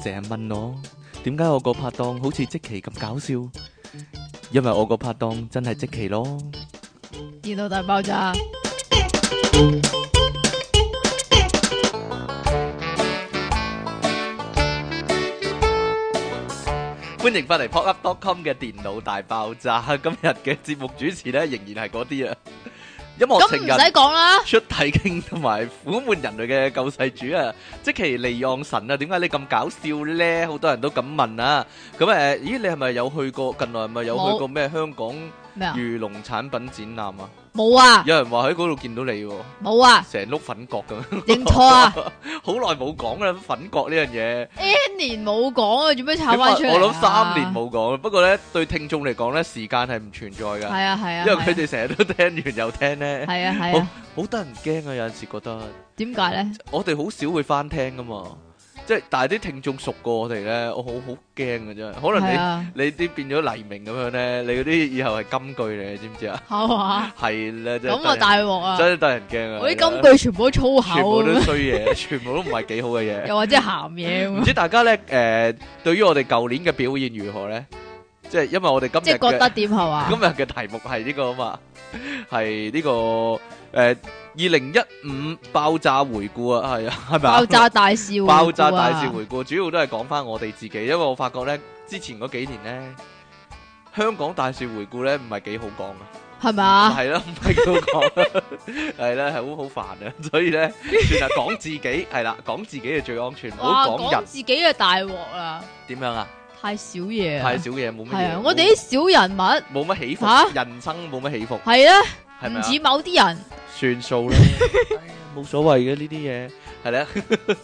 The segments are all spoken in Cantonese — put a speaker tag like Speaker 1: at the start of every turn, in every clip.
Speaker 1: 成日問我點解我個拍檔好似即期咁搞笑，因為我個拍檔真係即期咯。
Speaker 2: 電腦大爆炸，
Speaker 1: 歡迎翻嚟 popup.com 嘅電腦大爆炸， 今日嘅節目主持呢，仍然係嗰啲啊，音樂
Speaker 2: 咁唔
Speaker 1: 情人。
Speaker 2: 使講啦，
Speaker 1: 出體傾同埋苦悶人類嘅救世主啊，即其利昂神啊，點解你咁搞笑咧？好多人都咁問啊。咁誒，咦，你係咪有去過？近來係咪有去過咩香港
Speaker 2: 咩啊？
Speaker 1: 漁農產品展覽啊？
Speaker 2: 冇啊，
Speaker 1: 有人話喺嗰度見到你喎，
Speaker 2: 冇啊，
Speaker 1: 成碌粉角咁。
Speaker 2: 認錯啊
Speaker 1: 好耐冇講啦，粉角呢樣嘢。
Speaker 2: ，N 年冇講啊，做咩炒
Speaker 1: 點
Speaker 2: 翻
Speaker 1: 啊
Speaker 2: 出嚟啊
Speaker 1: 我諗三年，冇講啦。不過咧，對聽眾嚟講咧，時間係唔存在㗎，
Speaker 2: 係啊係啊，
Speaker 1: 因為佢哋成日都聽完又聽咧，
Speaker 2: 係啊係啊，
Speaker 1: 好得人驚啊！有陣時覺得。
Speaker 2: 點解咧？
Speaker 1: 我哋好少會翻聽噶嘛，即係但係啲聽眾熟過我哋咧，我好好驚嘅啫。可能
Speaker 2: 係
Speaker 1: 你、
Speaker 2: 啊，
Speaker 1: 你啲變咗黎明咁樣咧，你嗰啲以後係金句嚟，你知唔知啊？
Speaker 2: 係嘛？
Speaker 1: 係啦，真係
Speaker 2: 咁啊
Speaker 1: 得
Speaker 2: 大鑊
Speaker 1: 人
Speaker 2: 啊！
Speaker 1: 真係得人驚啊！
Speaker 2: 我啲金句全部都粗口
Speaker 1: 全部都
Speaker 2: 咁，
Speaker 1: 衰嘢，全部都唔係幾好嘅嘢。
Speaker 2: 又或者鹹 嘢
Speaker 1: 唔
Speaker 2: 咁，
Speaker 1: 知大家咧誒、對於我哋舊年嘅表現如何咧？即係因為我哋
Speaker 2: 即
Speaker 1: 今日
Speaker 2: 係覺
Speaker 1: 嘅。
Speaker 2: 得點係嘛？
Speaker 1: 今日嘅題目係呢個啊嘛，係呢、個誒二零一五爆炸回顧啊，係啊，係咪啊
Speaker 2: 爆炸大笑啊，
Speaker 1: 爆炸大事回顧，主要都係講翻我哋自己，因為我發覺咧，之前嗰幾年咧，香港大事回顧咧唔係幾好講啊，
Speaker 2: 係咪啊？
Speaker 1: 係啦，唔係幾好講， 係啦，係好好煩啊，所以咧，算係講自己，係啦，講自己係最安全，唔
Speaker 2: 哇，
Speaker 1: 好講
Speaker 2: 講
Speaker 1: 人
Speaker 2: 自己嘅大鑊啦，
Speaker 1: 點樣啊，
Speaker 2: 太少嘢啊
Speaker 1: 太，少嘢冇乜
Speaker 2: 係
Speaker 1: 嘢
Speaker 2: 啊，，我哋啲小人物
Speaker 1: 冇冇乜起伏
Speaker 2: 吓，
Speaker 1: 人生冇乜起伏，
Speaker 2: 係啊，
Speaker 1: 係咪
Speaker 2: 唔
Speaker 1: 啊？
Speaker 2: 似某啲人。
Speaker 1: 算數啦， 哎呀冇所謂嘅呢啲嘢，係啦，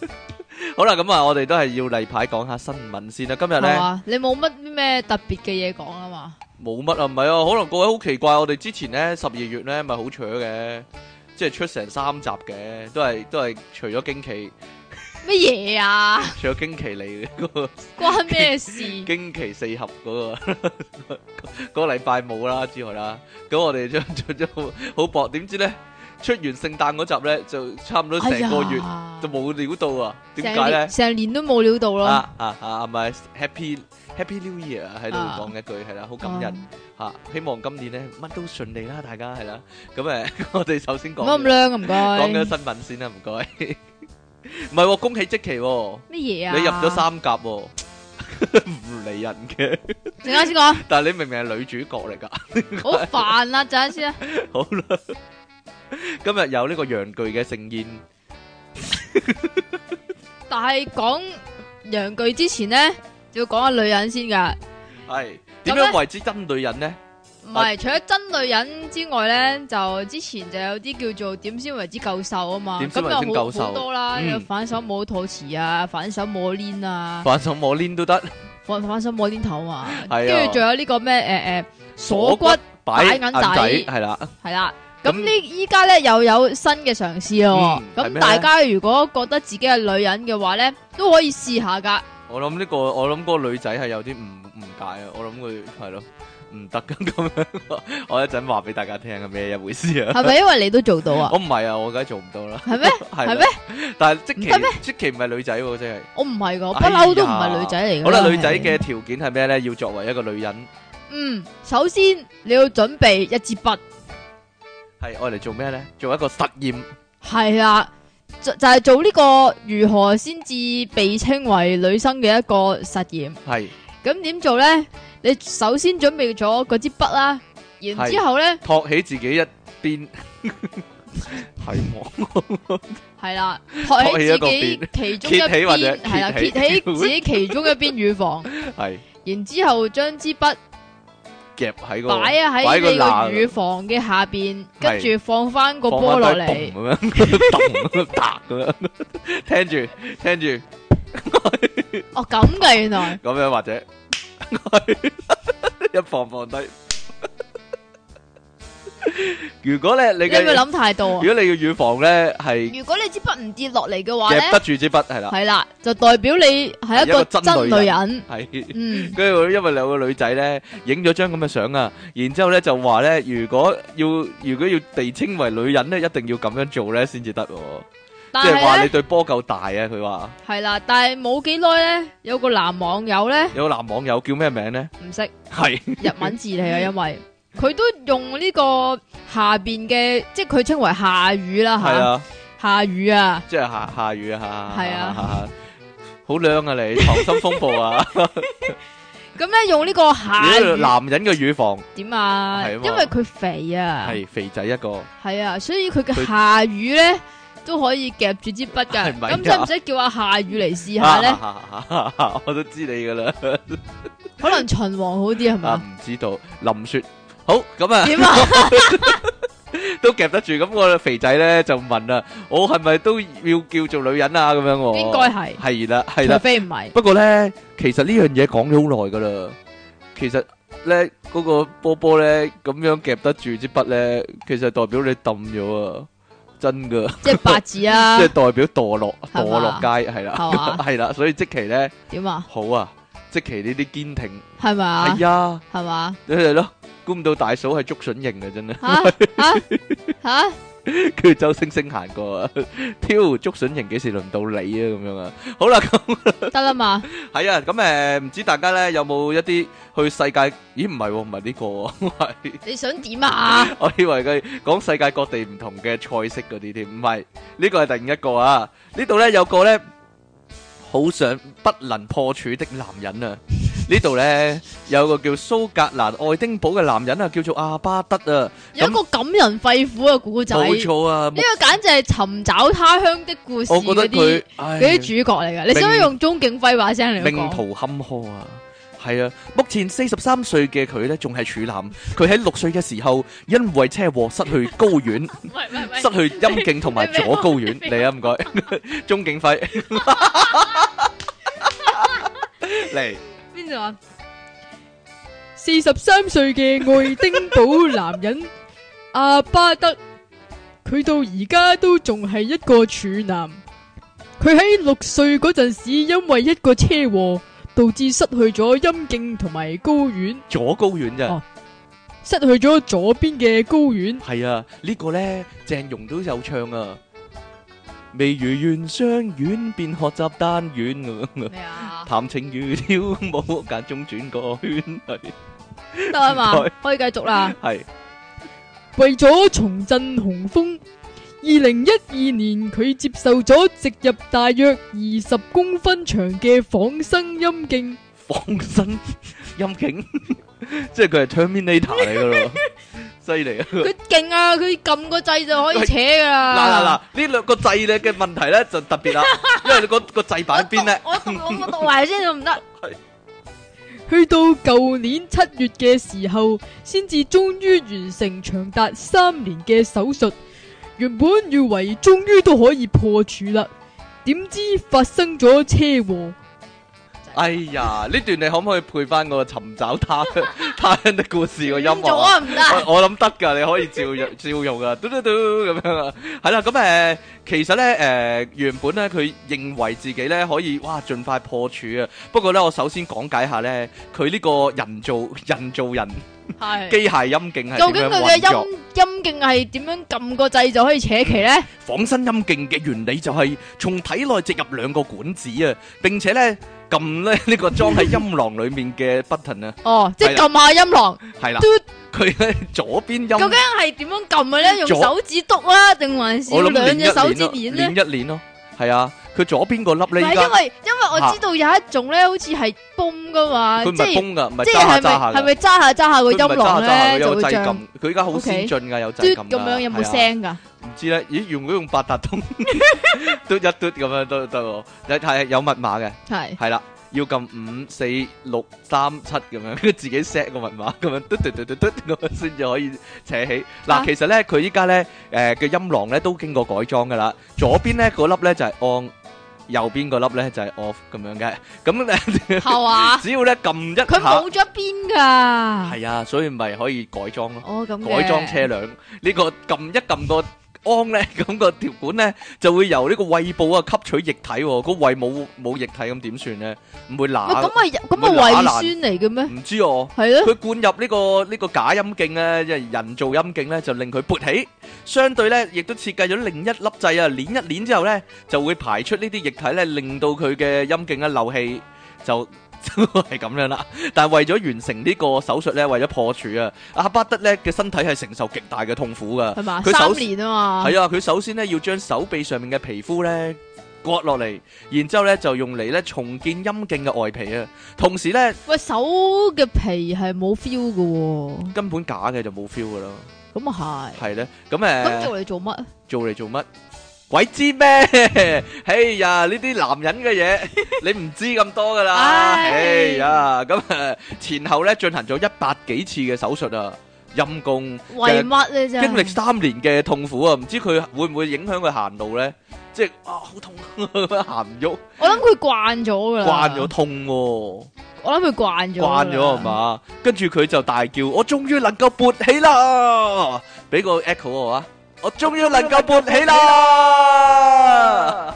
Speaker 1: 好啦，咁啊，我哋都係要例牌講下新聞先啦，今日
Speaker 2: 係
Speaker 1: 咧。
Speaker 2: 嘛？你冇乜咩特別嘅嘢講啊嘛？
Speaker 1: 冇乜啊，唔係啊，可能各位好奇怪，我哋之前咧十二月咧咪好扯嘅，即係出成三集嘅，都係都係除咗驚奇，
Speaker 2: 乜嘢啊？
Speaker 1: 除咗驚奇嚟嗰個
Speaker 2: 關咩事？
Speaker 1: 驚奇四合嗰、個 嗰個禮拜冇啦之外啦，咁我哋將 做咗好薄，點知咧出完聖誕嗰集咧就差唔多成個月就冇料到啊，點解咧
Speaker 2: 咧？？哎成年都冇料到咯。
Speaker 1: 啊啊啊，咪 Happy Happy New Year 啊喺度
Speaker 2: 啊
Speaker 1: 講一句係啦，好感人。
Speaker 2: 啊
Speaker 1: 吓，希望今年咧乜都順利啦，大家係啦。咁誒， 我哋首先
Speaker 2: 唔好咁
Speaker 1: 講
Speaker 2: 靚啊，唔
Speaker 1: 講緊
Speaker 2: 該。
Speaker 1: 新聞先啦，唔該。唔係喎，恭喜積淇喎，
Speaker 2: 乜嘢啊？
Speaker 1: 你入咗，三甲喎， 唔理人嘅。
Speaker 2: 陣間先講，
Speaker 1: 但係你明明係女主角嚟㗎，
Speaker 2: 好煩啊！陣間先啊，
Speaker 1: 好啦。今日有呢個洋具嘅盛宴，
Speaker 2: 但係講陽具之前咧，就要講下女人先噶。
Speaker 1: 係點
Speaker 2: 咁
Speaker 1: 樣為之真女人咧？
Speaker 2: 唔
Speaker 1: 啊
Speaker 2: 係，除咗真女人之外咧，就之前就有啲叫做點先為之夠瘦啊嘛。
Speaker 1: 點先為
Speaker 2: 咁
Speaker 1: 之
Speaker 2: 有好
Speaker 1: 夠瘦
Speaker 2: 好多啦，
Speaker 1: 嗯
Speaker 2: 有反手摸肚臍啊，反手摸鏈啊。
Speaker 1: 反手摸鏈都得，
Speaker 2: 放反手摸鏈頭啊嘛，
Speaker 1: 係啊
Speaker 2: 跟住仲有呢個咩誒誒鎖骨
Speaker 1: 擺
Speaker 2: 擺
Speaker 1: 銀
Speaker 2: 銀
Speaker 1: 仔
Speaker 2: 仔
Speaker 1: 係啦，
Speaker 2: 係啦。
Speaker 1: 咁
Speaker 2: 咁呢依家咧又有新嘅嘗試咯
Speaker 1: 嗯
Speaker 2: 喎，
Speaker 1: 係咩
Speaker 2: 咁大家如果覺得自己係女人嘅話咧，都可以試 下噶。
Speaker 1: 我諗呢個，我諗嗰個女仔係有啲唔誤解啊！我諗佢係咯，唔得咁咁樣。 我一陣話俾大家聽係咩一回事啊！
Speaker 2: 係咪因為你都做到 啊？
Speaker 1: 我唔係啊，我梗係做唔到啦。
Speaker 2: 係咩？
Speaker 1: 係
Speaker 2: 係
Speaker 1: 啦
Speaker 2: 咩？
Speaker 1: 但係即
Speaker 2: 唔得
Speaker 1: 其即其唔係女仔喎，即係。
Speaker 2: 我唔係噶，我不
Speaker 1: 哎呀
Speaker 2: 嬲都唔係女仔嚟
Speaker 1: 好
Speaker 2: 噶。
Speaker 1: 啦，女仔嘅條件係咩咧？要作為一個女人
Speaker 2: 嗯，首先你要準備一支筆，
Speaker 1: 係愛嚟做咩咧？做一個實驗
Speaker 2: 係啦，就就係做呢個如何先至被稱為女生嘅一個實驗。
Speaker 1: 係
Speaker 2: 咁點做咧？你首先準備咗嗰支筆啦，然之後咧
Speaker 1: 托起自己一 邊係喎，
Speaker 2: 係啦，托起自己其中一
Speaker 1: 托起一個邊揭起或者
Speaker 2: 邊係啦，
Speaker 1: 揭
Speaker 2: 揭
Speaker 1: 起
Speaker 2: 起自己其中一邊乳房，
Speaker 1: 係
Speaker 2: 然之後將支筆擺
Speaker 1: 夾喺個
Speaker 2: 啊
Speaker 1: 擺喺
Speaker 2: 喺
Speaker 1: 個罅
Speaker 2: 你個
Speaker 1: 度
Speaker 2: 乳房嘅下邊，跟
Speaker 1: 係
Speaker 2: 住放翻個
Speaker 1: 放
Speaker 2: 波落
Speaker 1: 返低嘣
Speaker 2: 嚟，
Speaker 1: 咁樣， 嘣咁樣嗒咁樣，聽住聽住。
Speaker 2: 哦咁嘅原來，
Speaker 1: 咁樣或者 一放放低。如果咧你
Speaker 2: 你係咪
Speaker 1: 嘅
Speaker 2: 諗太多啊？
Speaker 1: 如果你嘅乳房咧係
Speaker 2: 如果你支筆唔跌落嚟嘅話咧
Speaker 1: 夾，得住支筆係啦，
Speaker 2: 係啦，就代表你係一
Speaker 1: 係一個
Speaker 2: 個
Speaker 1: 真
Speaker 2: 真
Speaker 1: 女
Speaker 2: 女人，
Speaker 1: 係。
Speaker 2: 嗯，
Speaker 1: 跟住因為有個女仔咧影咗張咁嘅相啊，然之後咧就話咧，如果要如果要被稱為女人咧，一定要咁樣做咧先至得喎。
Speaker 2: 但
Speaker 1: 即係
Speaker 2: 係
Speaker 1: 話
Speaker 2: 咧
Speaker 1: 你對波夠大啊！佢話
Speaker 2: 係啦，但係冇幾耐咧，有個男網友咧
Speaker 1: 有個男網友叫咩名咧？
Speaker 2: 唔識。
Speaker 1: 係
Speaker 2: 日文字嚟啊，因為佢都用呢個下邊嘅，即係佢稱為下語啦
Speaker 1: 係
Speaker 2: 吓，
Speaker 1: 啊，
Speaker 2: 下語啊，
Speaker 1: 即係下下雨啊，下
Speaker 2: 係啊
Speaker 1: 下下好靚啊你，溏心風 暴啊，
Speaker 2: 咁咧用呢個下
Speaker 1: 如果
Speaker 2: 語
Speaker 1: 男人嘅乳房
Speaker 2: 點啊？
Speaker 1: 係啊
Speaker 2: 因
Speaker 1: 嘛
Speaker 2: 為佢肥啊，
Speaker 1: 係肥仔一個，
Speaker 2: 係啊，所以佢嘅
Speaker 1: 佢
Speaker 2: 下語咧都可以夾住支筆
Speaker 1: 係咪
Speaker 2: 噶。
Speaker 1: 啊
Speaker 2: 咁使唔使叫阿下語嚟試下咧？
Speaker 1: 我都知你噶啦，
Speaker 2: 可能秦王好啲係
Speaker 1: 啊
Speaker 2: 嘛？
Speaker 1: 唔知道林雪好咁啊。
Speaker 2: 點啊？
Speaker 1: 都夾得住，咁個肥仔咧就問啦：我係咪都要叫做女人啊？咁樣喎，
Speaker 2: 應該係，
Speaker 1: 係啦，係
Speaker 2: 除
Speaker 1: 啦。
Speaker 2: 非唔係。
Speaker 1: 不過咧，其實呢樣嘢講咗好耐噶啦。其實咧，嗰個波波咧咁樣夾得住支筆咧，其實代表你揼咗啊，真噶，
Speaker 2: 即係八字 啊
Speaker 1: 即係，代表墮落，
Speaker 2: 係
Speaker 1: 墮
Speaker 2: 嘛
Speaker 1: 落街係啦，
Speaker 2: 係嘛
Speaker 1: 係啦。所以即期咧
Speaker 2: 點啊？
Speaker 1: 好啊，即期呢啲堅挺
Speaker 2: 係咪啊？
Speaker 1: 係啊，
Speaker 2: 係嘛？
Speaker 1: 你哋咯，估唔到大嫂係竹筍型嘅真係。
Speaker 2: 吓吓吓！
Speaker 1: 叫周星星行過啊，挑竹筍型幾時輪到你啊？咁樣啊，好啦，咁
Speaker 2: 得啦嘛，
Speaker 1: 係啊，咁誒唔知大家咧有冇一啲去世界？咦，唔係喎，唔係呢個喎，係
Speaker 2: 你想點啊？
Speaker 1: 我以為佢講世界各地唔同嘅菜式嗰啲添，唔係呢個係另一個啊。呢度咧有個咧好想不能破處的男人啊，呢度咧有個叫蘇格蘭愛丁堡嘅男人啊，叫做阿巴德啊，
Speaker 2: 有一個感人肺腑嘅古仔，
Speaker 1: 冇
Speaker 2: 呢
Speaker 1: 錯啊，
Speaker 2: 個簡直係尋找他鄉的故事
Speaker 1: 我覺
Speaker 2: 嗰
Speaker 1: 得佢
Speaker 2: 啲
Speaker 1: 唉
Speaker 2: 嗰啲主角嚟噶。你想唔想用鍾景輝把聲嚟
Speaker 1: 命
Speaker 2: 講？
Speaker 1: 途坎坷啊！係啊，目前四十三歲嘅佢呢，仲係處男。佢喺六歲嘅時候，因為車禍失去睾丸，
Speaker 2: 喂喂喂
Speaker 1: 失去陰莖同埋左睾丸。
Speaker 2: 你
Speaker 1: 嚟啊，唔 該，鐘 景輝嚟
Speaker 2: 邊度啊？四十三歲嘅愛丁堡男 人阿巴德，佢到而家都仲係一個處男。佢喺六歲嗰陣時，因為一個車禍，導致失去咗陰莖同埋睾丸。
Speaker 1: 左睾丸咋？
Speaker 2: 哦失去咗左邊嘅睾丸，
Speaker 1: 係啊，呢個呢，鄭融都有唱啊。未如願相戀，便學習單戀咁樣啊
Speaker 2: 咩 啊？
Speaker 1: 談情如跳舞，間中轉個圈，係
Speaker 2: 得啊嘛
Speaker 1: 唔該，
Speaker 2: 可以繼續啦。
Speaker 1: 係。
Speaker 2: 為咗重振雄風，二零一二年佢接受咗植入大約二十公分長嘅仿生陰莖，
Speaker 1: 放生 陰莖， 即係佢係 Terminator 嚟噶 咯，犀利啊！
Speaker 2: 佢啊勁啊！佢撳個掣就可以扯噶
Speaker 1: 嗱嗱嗱，呢兩個掣咧嘅問題咧就特 別啦，因為個個掣板邊咧，
Speaker 2: 我讀我讀埋先唔得
Speaker 1: 係。
Speaker 2: 去到舊年七月嘅時候，先至終於完成長達三年嘅手術。原本以為終於都可以破處啦，點知發生咗車禍。
Speaker 1: 哎呀，呢段你可唔可以配翻個尋找他 他鄉的故事個音樂
Speaker 2: 咗
Speaker 1: 啊？
Speaker 2: 啊，唔得啊。
Speaker 1: 我我諗得㗎，你可以照 用照用噶，嘟嘟嘟咁樣啊，係啦，咁誒、呃其實咧誒、呃原本咧佢認為自己咧可以哇盡快破處啊，不過咧我首先講解下咧佢呢個人造人造人。
Speaker 2: 係。
Speaker 1: 機械陰莖係
Speaker 2: 究竟
Speaker 1: 點樣
Speaker 2: 佢嘅
Speaker 1: 運作？
Speaker 2: 陰陰莖係點樣撳個掣就可以扯旗咧？
Speaker 1: 仿生陰莖嘅原理就係從體內植入兩個管子啊，並且咧撳咧呢個 裝喺陰囊裡面嘅 button 啊，
Speaker 2: 哦，即係撳下音浪，
Speaker 1: 係啦
Speaker 2: 嘟，
Speaker 1: 佢咧左邊
Speaker 2: 究
Speaker 1: 陰
Speaker 2: 竟，係點樣撳嘅咧？用
Speaker 1: 左
Speaker 2: 手指篤啊，定還是
Speaker 1: 我
Speaker 2: 要
Speaker 1: 諗
Speaker 2: 兩
Speaker 1: 練
Speaker 2: 隻手
Speaker 1: 一
Speaker 2: 指
Speaker 1: 練
Speaker 2: 捻
Speaker 1: 咯，
Speaker 2: 咧？
Speaker 1: 練一練咯，係啊，佢左邊個粒
Speaker 2: 唔
Speaker 1: 咧
Speaker 2: 係
Speaker 1: 依
Speaker 2: 因
Speaker 1: 家
Speaker 2: 為因為我知道有一種咧，好似係崩噶嘛，
Speaker 1: 佢
Speaker 2: 即
Speaker 1: 唔係
Speaker 2: 係
Speaker 1: 崩噶，唔係
Speaker 2: 即
Speaker 1: 揸下揸下
Speaker 2: 係係咪係
Speaker 1: 㗎
Speaker 2: 咪揸下揸
Speaker 1: 佢
Speaker 2: 下個
Speaker 1: 唔係揸
Speaker 2: 音
Speaker 1: 下
Speaker 2: 浪
Speaker 1: 揸下㗎有
Speaker 2: 咧就
Speaker 1: 個
Speaker 2: 會
Speaker 1: 掣
Speaker 2: 像
Speaker 1: 撳，佢依家好
Speaker 2: OK
Speaker 1: 先進㗎，有
Speaker 2: 嘟
Speaker 1: 掣撳
Speaker 2: 咁樣有
Speaker 1: 聲？
Speaker 2: 冇
Speaker 1: 係啊
Speaker 2: 聲㗎？
Speaker 1: 唔知咧，咦？用唔用八達通 嘟一嘟咁樣都得喎？睇睇有密碼嘅。
Speaker 2: 係
Speaker 1: 系啦，要撳五四六三七咁樣，跟住自己 set 個密碼咁樣，嘟嘟嘟嘟嘟咁樣 先至可以扯起。
Speaker 2: 啊
Speaker 1: 嗱，其實咧佢依家咧誒嘅音浪咧都經過改裝噶啦，左邊咧嗰粒咧就係 on，右邊嗰粒咧就係 off 咁樣嘅。咁咧
Speaker 2: 係嘛？
Speaker 1: 只要咧撳一
Speaker 2: 佢
Speaker 1: 下，
Speaker 2: 冇咗邊㗎？
Speaker 1: 係啊，所以咪可以改裝咯，
Speaker 2: 哦咁嘅
Speaker 1: 改裝車輛呢個撳一撳個胺咧，咁個條管咧就會由呢個胃部啊吸取液體喎，個胃冇冇液體咁點算咧？唔會
Speaker 3: 喂，
Speaker 1: 乸，
Speaker 3: 咁咪咁咪
Speaker 1: 會
Speaker 3: 胃
Speaker 1: 乸
Speaker 3: 酸嚟嘅咩？
Speaker 1: 唔知哦。
Speaker 3: 係咯，
Speaker 1: 佢灌入呢、個呢、個假陰莖咧，即係人造陰莖咧，就令佢勃起。相對咧，亦都設計咗另一粒掣啊，攣一攣之後咧，就會排出呢啲液體咧，令到佢嘅陰莖啊漏氣，就就係咁樣啦。但係為咗完成呢個手術咧，為咗破處啊，阿巴德咧嘅身體係承受極大嘅痛苦 噶。
Speaker 3: 係嘛？
Speaker 1: 佢首
Speaker 3: 三年啊嘛，
Speaker 1: 係啊，佢首先咧要將手臂上面嘅皮膚咧割落嚟，然之後咧就用嚟咧重建陰莖嘅外皮啊，同時咧
Speaker 3: 喂，手嘅皮係冇 feel 嘅喎，
Speaker 1: 根本假嘅就冇 feel 噶啦。
Speaker 3: 咁啊
Speaker 1: 系咧，咁
Speaker 3: 係，咁
Speaker 1: 誒
Speaker 3: 做嚟做乜？
Speaker 1: 做嚟做乜？鬼知咩？ 哎呀，呢啲男人嘅嘢 你唔知咁多噶啦。
Speaker 3: 唉
Speaker 1: 哎呀，咁誒前後咧進行咗一百幾次嘅手術啊，陰公
Speaker 3: 為乜咧啫？
Speaker 1: 經歷三年嘅痛苦啊，唔知佢會唔會影響佢行路咧？即係啊，好痛，行唔喐，
Speaker 3: 我諗佢慣咗噶啦，
Speaker 1: 慣咗，痛喎、
Speaker 3: 我諗佢慣咗㗎啦，
Speaker 1: 慣咗係嘛？跟住佢就大叫：我終於能夠勃起啦！俾個 echo 我啊！我終於能夠勃起啦！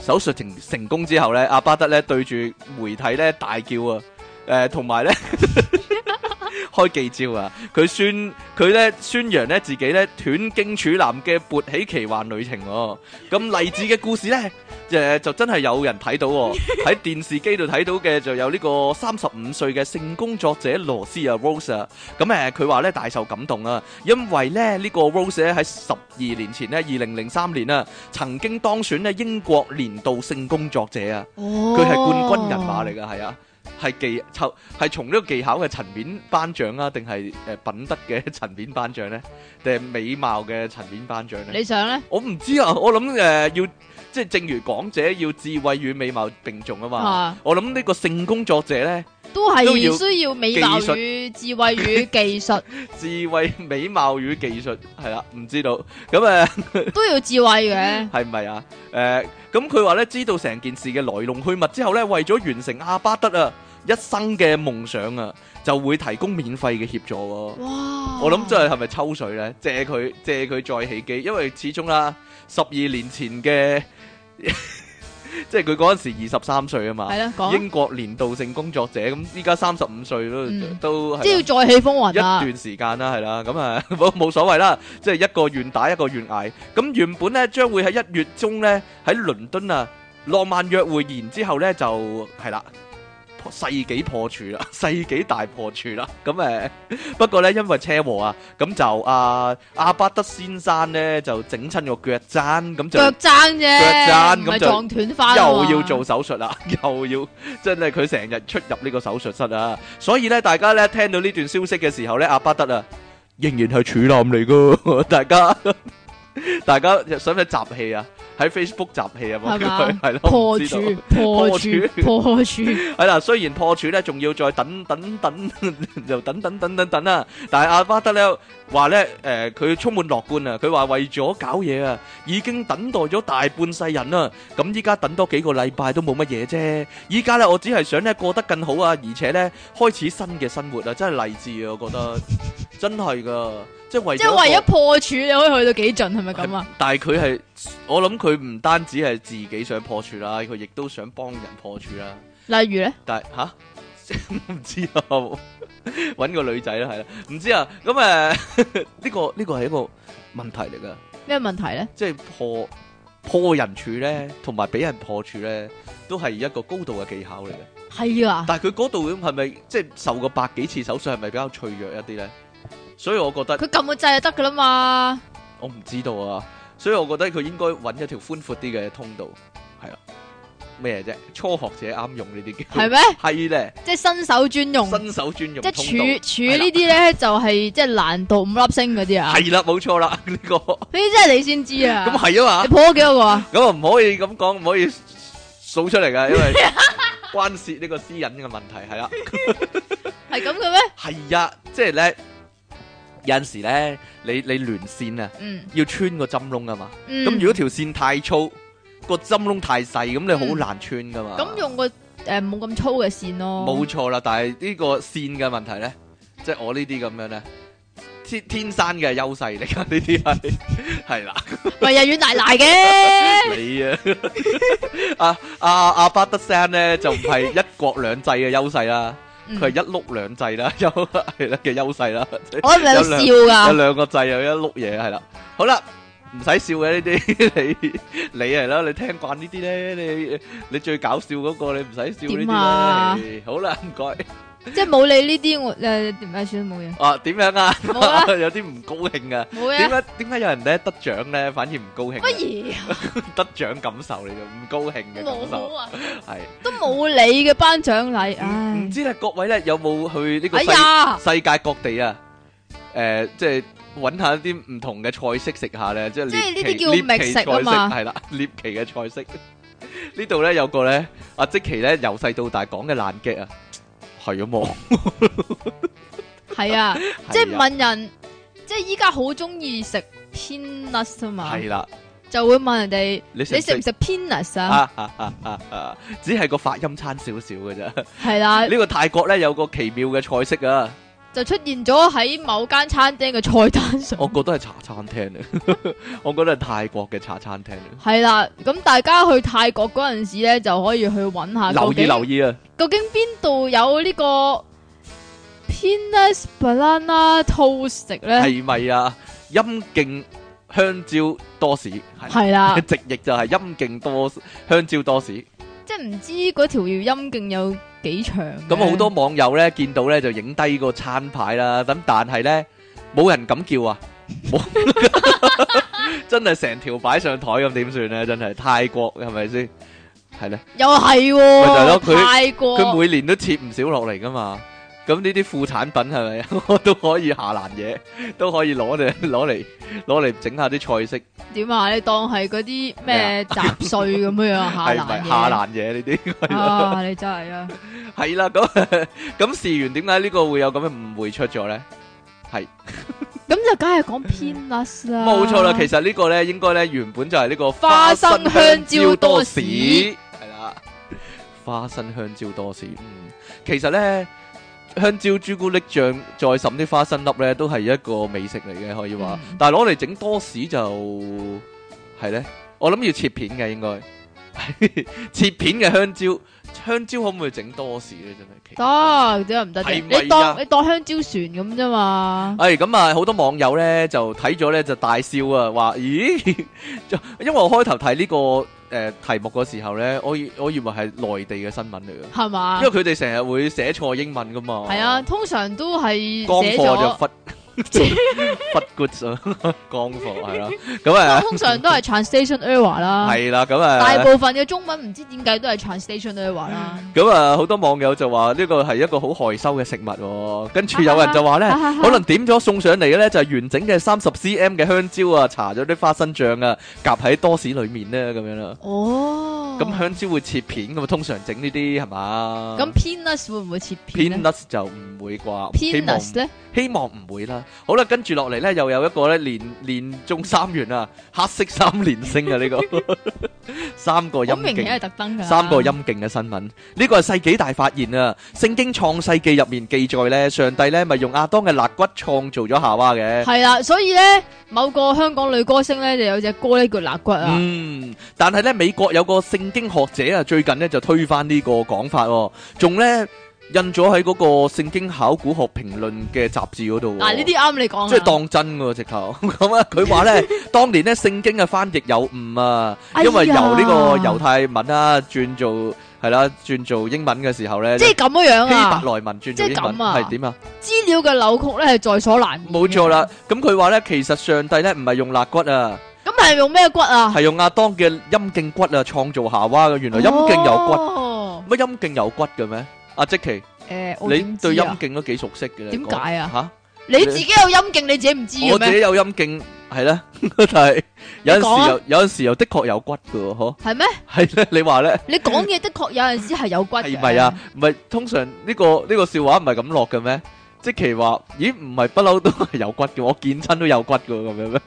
Speaker 1: 手術成成功之後咧，阿巴德咧對住媒體咧大叫啊！誒，同埋咧 開記招啊！佢宣佢咧宣揚咧自己咧斷經處男嘅勃起奇幻旅程喎、咁勵志嘅故事咧，誒、就真係有人睇到喎、喺電視機度睇到嘅就有呢個三十五歲嘅性工作者羅斯啊 Rose 啊，咁誒佢話咧大受感動啊，因為咧呢、個 Rose 咧喺十二年前咧二零零三年啊，曾經當選咧英國年度性工作者啊，
Speaker 3: 哦，
Speaker 1: 佢係冠軍人馬嚟㗎，係啊。係技抽係從呢個技巧嘅層面頒獎啊，定係誒品德嘅層面頒獎呢？定係美貌嘅層面頒獎呢？
Speaker 3: 你想咧？
Speaker 1: 我唔知啊，我諗誒、呃要即係正如講者要智慧與美貌並重啊嘛。
Speaker 3: 啊
Speaker 1: 我諗呢個性工作者咧，
Speaker 3: 都
Speaker 1: 都要
Speaker 3: 係需要美貌
Speaker 1: 技術
Speaker 3: 與智慧與技術，
Speaker 1: 智慧、美貌與技術係啦，唔知道咁誒呃
Speaker 3: 都要智慧 嘅。
Speaker 1: 係咪啊？誒咁佢話咧，知道成件事嘅來龍去脈之後咧，為咗完成阿巴德啊一生嘅夢想啊，就會提供免費嘅協助喎、
Speaker 3: 哇！
Speaker 1: 我諗真係係咪抽水咧？借佢借佢再起機，因為始終啦，十二年前嘅， 即係佢嗰陣時二十三歲啊嘛
Speaker 3: 係，啦，講
Speaker 1: 英國年度性工作者，咁依家三十五歲都、
Speaker 3: 嗯
Speaker 1: 都係
Speaker 3: 即
Speaker 1: 啦
Speaker 3: 係要再起風
Speaker 1: 一
Speaker 3: 雲啊！
Speaker 1: 段時間啦，係啦，咁啊 冇冇所謂啦，即係一個願打一個願挨。咁原本咧將會喺一月中咧喺倫敦啊浪漫約會，然之後咧就係啦。破世紀破處啦， 世紀大破處啦。咁誒， 不過咧，因為車禍啊，咁就啊阿巴德先生咧就整親個腳踭，咁就
Speaker 3: 腳踭啫，
Speaker 1: 腳踭咁
Speaker 3: 唔係
Speaker 1: 就
Speaker 3: 撞斷啊 翻
Speaker 1: 又要做手術啦，又要真係佢成日出入呢個手術室啊！所以咧，大家咧聽到呢段消息嘅時候咧，阿巴德啊，仍然係處男嚟噶，大家大家想唔想集氣啊？喺 Facebook 集氣啊，冇
Speaker 3: 係嘛
Speaker 1: 係咯，
Speaker 3: 破
Speaker 1: 唔知
Speaker 3: 處
Speaker 1: 道，
Speaker 3: 破處，破處，
Speaker 1: 係啦，雖然破處咧，仲要再等等等，就等等等等等啦。但係阿巴德咧話咧，誒、佢充滿樂觀啊！佢話為咗搞嘢啊，已經等待咗大半世人啦。咁依家等多幾個禮拜都冇乜嘢啫。依家咧，我只係想咧過得更好啊，而且咧開始新嘅生活啊，真係勵志啊！我覺得真係噶，即係為
Speaker 3: 即係為
Speaker 1: 一
Speaker 3: 咗
Speaker 1: 個
Speaker 3: 破處，你可以去到幾盡，係咪咁啊？
Speaker 1: 但係佢係，我諗佢唔單止係自己想破處啦，佢亦都想幫人破處啦。
Speaker 3: 例如咧，
Speaker 1: 但係吓 唔知啊，揾個女仔啦，係啦，唔知啊。咁誒 呢個呢個係一個問題嚟噶，
Speaker 3: 咩問題咧？
Speaker 1: 即係破破人處咧，同埋俾人破處咧，都係一個高度嘅技巧嚟嘅。
Speaker 3: 係啊，
Speaker 1: 但係佢嗰度咁係咪即係受過百幾次手術，係咪比較脆弱一啲咧？所以我覺得
Speaker 3: 佢撳個掣就得噶啦嘛。
Speaker 1: 我唔知道啊，所以我覺得佢應該揾一條寬闊啲嘅通道，係啦。咩啫？初學者啱用呢啲叫
Speaker 3: 係咩？
Speaker 1: 係咧，
Speaker 3: 即係新手專用，
Speaker 1: 新手專用
Speaker 3: 即係
Speaker 1: 通道。
Speaker 3: 處處呢啲咧就係即係難度五粒星嗰啲啊。呢
Speaker 1: 系啦，冇錯 啦，呢、個
Speaker 3: 啲真係你先知啊。
Speaker 1: 咁係啊
Speaker 3: 你
Speaker 1: 嘛，
Speaker 3: 破咗幾多個啊？
Speaker 1: 咁啊唔可以咁講，唔可以數出嚟噶，因 為關涉呢個私隱嘅問題係啦，
Speaker 3: 係咁嘅咩？
Speaker 1: 係啊，即係咧有阵时咧，你你连線啊，
Speaker 3: 嗯
Speaker 1: 要穿個針窿啊嘛，
Speaker 3: 嗯。
Speaker 1: 咁、如果條線太粗，個針窿太細，咁你好
Speaker 3: 嗯
Speaker 1: 難穿噶嘛，
Speaker 3: 咁用個诶冇咁粗嘅線咯。
Speaker 1: 冇錯啦，但係呢個線嘅問題咧，即係我呢啲咁樣咧，先天生嘅優勢嚟噶，呢啲係係啦，
Speaker 2: 咪又軟奶奶嘅，
Speaker 1: 你啊，阿阿阿巴德山咧就唔係一國兩制嘅優勢啦，
Speaker 2: 嗯
Speaker 1: 佢係一碌兩制 啦，優係啦嘅優勢啦，
Speaker 2: 我咪有
Speaker 1: 有
Speaker 2: 笑噶，
Speaker 1: 兩個掣有一碌嘢係啦，好啦。唔使笑嘅呢 啲，你你係啦，你聽慣呢啲咧，你你最搞笑嗰個，你唔使笑呢啲
Speaker 2: 點啊
Speaker 1: 啦。唉好啦，唔該。
Speaker 2: 即係冇你呢啲我诶，誒算啦冇嘢，
Speaker 1: 啊，點樣啊？
Speaker 2: 冇啦
Speaker 1: 有啲唔高興啊！
Speaker 2: 冇
Speaker 1: 點
Speaker 2: 嘢，
Speaker 1: 解點解有人咧得獎咧反而唔高興啊？
Speaker 2: 乜嘢啊
Speaker 1: 得獎感受嚟嘅，唔高興嘅感
Speaker 2: 冇
Speaker 1: 受
Speaker 2: 啊，
Speaker 1: 係。
Speaker 2: 都冇你嘅頒獎禮，
Speaker 1: 唔
Speaker 2: 唉
Speaker 1: 唔，知咧，各位咧有冇去嗯呢個
Speaker 2: 哎
Speaker 1: 世
Speaker 2: 呀，
Speaker 1: 世界各地啊？誒，即係揾下啲唔同嘅菜式食下咧，即係
Speaker 2: 即係呢啲
Speaker 1: 獵奇
Speaker 2: 叫
Speaker 1: 獵
Speaker 2: 覓
Speaker 1: 奇
Speaker 2: 食啊
Speaker 1: 菜式
Speaker 2: 嘛
Speaker 1: 係啦， 獵奇嘅菜式。呢度咧有個咧，阿即奇咧由細到大講嘅爛 g 啊，係啊冇，
Speaker 2: 係啊， 即係
Speaker 1: 係啊
Speaker 2: 問人，即係依家好中意食 peanuts 啊嘛，
Speaker 1: 係啦，
Speaker 2: 就會問人哋
Speaker 1: 你
Speaker 2: 你食
Speaker 1: 食
Speaker 2: 唔？食 peanuts 啊？
Speaker 1: 啊啊啊啊啊！只係個發音差少少嘅啫。
Speaker 2: 係啦，
Speaker 1: 呢個泰國咧有個奇妙嘅菜式啊，
Speaker 2: 就出現咗喺某間餐廳嘅菜單上。
Speaker 1: 我覺得係茶餐廳啊， 我覺得係泰國嘅茶餐廳啊。
Speaker 2: 係啦，咁大家去泰國嗰陣時咧，就可以去揾下
Speaker 1: 留
Speaker 2: 究
Speaker 1: 意
Speaker 2: 竟
Speaker 1: 留意啊，
Speaker 2: 究竟邊度有呢個 peanut banana toast 食咧？
Speaker 1: 係咪啊？陰莖香蕉多士係，
Speaker 2: 係啦
Speaker 1: 直譯就係陰莖多香蕉多士。
Speaker 2: 即係唔知嗰條陰莖有幾長嘅。
Speaker 1: 咁好多網友咧見到咧就影低個餐牌啦，咁但係咧冇人敢叫啊，冇 真係成條擺上台咁點算咧？真係泰國係咪先？係咧。
Speaker 2: 又係
Speaker 1: 咪就係咯佢
Speaker 2: 喎，泰國
Speaker 1: 佢每年都切唔少落嚟噶嘛。咁呢啲副產品係咪 我都可以下欄嘢，都可以攞嚟攞嚟攞嚟整下啲菜式，
Speaker 2: 點啊？你當係嗰啲
Speaker 1: 咩
Speaker 2: 咩雜碎咁樣樣下
Speaker 1: 係咪
Speaker 2: 欄
Speaker 1: 下
Speaker 2: 嘢
Speaker 1: 欄嘢呢啲？係啦
Speaker 2: 啊？你真係啊！
Speaker 1: 係啦，咁 咁事源點解呢個會有咁嘅誤會出咗咧？
Speaker 2: 咁就梗係講 peanuts 啦。
Speaker 1: 冇錯啦，其實呢個咧應該咧原本就係呢個
Speaker 2: 花生香蕉多士
Speaker 1: 係啦，花生香蕉多士。嗯，其實咧香蕉朱古力醬再滲啲花生粒咧，都係一個美食嚟嘅，可以話。
Speaker 2: 嗯
Speaker 1: 但係攞嚟整多士就係咧，我諗要切片嘅應該。切片嘅香蕉，香蕉可唔可以整多士咧？真係奇怪。
Speaker 2: 得，點解唔得啫
Speaker 1: 係咪㗎啊
Speaker 2: 你當你當香蕉船咁啫嘛。
Speaker 1: 诶，咁啊，好多網友咧就睇咗咧就大笑啊，話咦， 因為我開頭睇呢個诶、題目嘅時候咧，我以我以為係內地嘅新聞嚟嘅，
Speaker 2: 係嘛
Speaker 1: 因為？佢哋成日會寫錯英文噶嘛。
Speaker 2: 係啊，，通常都係
Speaker 1: 乾
Speaker 2: 寫
Speaker 1: 貨就
Speaker 2: 咗，
Speaker 1: 忽 忽 good 啊， 乾貨係啦，咁啊
Speaker 2: 通常都係 translation error 啦。
Speaker 1: 係啦，咁啊。
Speaker 2: 大部分嘅中文唔知點解都係 translation error 啦。
Speaker 1: 咁啊，好多網友就話呢個係一個好害羞嘅食物、喎。跟住有人就話呢， 可能點咗送上嚟嘅呢，就係完整嘅三十 cm 嘅香蕉啊，搽咗啲花生醬啊，夾喺多士裡面呢，咁樣啦。
Speaker 2: 哦，
Speaker 1: 咁香啊蕉會切片噶嘛，通常整呢啲係嘛？
Speaker 2: 咁 peanuts 會唔會切片咧
Speaker 1: peanuts 就唔會啩希望
Speaker 2: ？peanuts 咧，
Speaker 1: 希望唔會啦。好啦，跟住落嚟呢，又有一個呢，連連中三元啊，黑色三連星啊，呢、 個三個
Speaker 2: 好
Speaker 1: 陰
Speaker 2: 明
Speaker 1: 莖
Speaker 2: 顯係特登㗎。
Speaker 1: 三個陰勁嘅新聞，呢個係世紀大發現啊！聖經創世記入面記載呢，上帝呢咪用亞當嘅肋骨創造咗夏娃嘅。
Speaker 2: 係啦，所以咧，某個香港女歌星咧就有隻歌咧叫肋骨啊。
Speaker 1: 嗯，但係呢，美國有個聖經學者啊，最近呢就推翻呢個講法、喎，仲呢印咗喺嗰個聖經考古學評論嘅雜誌嗰度喎。
Speaker 2: 嗱，呢啲啱你講啊。
Speaker 1: 即係當真嘅喎，直頭 咁啊！佢 話咧，當年咧聖經嘅翻譯有誤啊，
Speaker 2: 哎呀
Speaker 1: 因為由呢個猶太文啦轉做係啦轉做英文嘅時候咧，
Speaker 2: 即係咁樣
Speaker 1: 希
Speaker 2: 啊。
Speaker 1: 伯來文轉做英文
Speaker 2: 即係咁啊
Speaker 1: 係點啊？
Speaker 2: 資料嘅扭曲咧係在所難免。
Speaker 1: 冇錯啦。，咁佢話咧，其實上帝咧唔係用肋骨啊，
Speaker 2: 咁係用咩骨啊？
Speaker 1: 係用亞當嘅陰莖骨啊創造夏娃嘅。原來陰莖有
Speaker 2: 有
Speaker 1: 骨，乜陰莖有骨嘅咩？阿即奇，
Speaker 2: 骨。誒，我
Speaker 1: 你
Speaker 2: 點知
Speaker 1: 對陰
Speaker 2: 啊？
Speaker 1: 莖都幾熟悉嘅咧？
Speaker 2: 點解啊
Speaker 1: 講嚇？
Speaker 2: 你自己有陰莖，你自己唔知
Speaker 1: 我
Speaker 2: 嘅
Speaker 1: 自己
Speaker 2: 咩？
Speaker 1: 有陰莖係啦， 但係有陣
Speaker 2: 你講啊
Speaker 1: 時又有陣時又的確有骨嘅喎，嗬，
Speaker 2: 係咩？
Speaker 1: 係咧，你話咧
Speaker 2: 你講嘢的確有陣時係有骨嘅。
Speaker 1: 係咪啊？？唔係通常呢個呢個笑話唔係咁落嘅咩？即其話：咦，唔係不嬲都係有骨嘅，我見親都有骨嘅咁樣咩？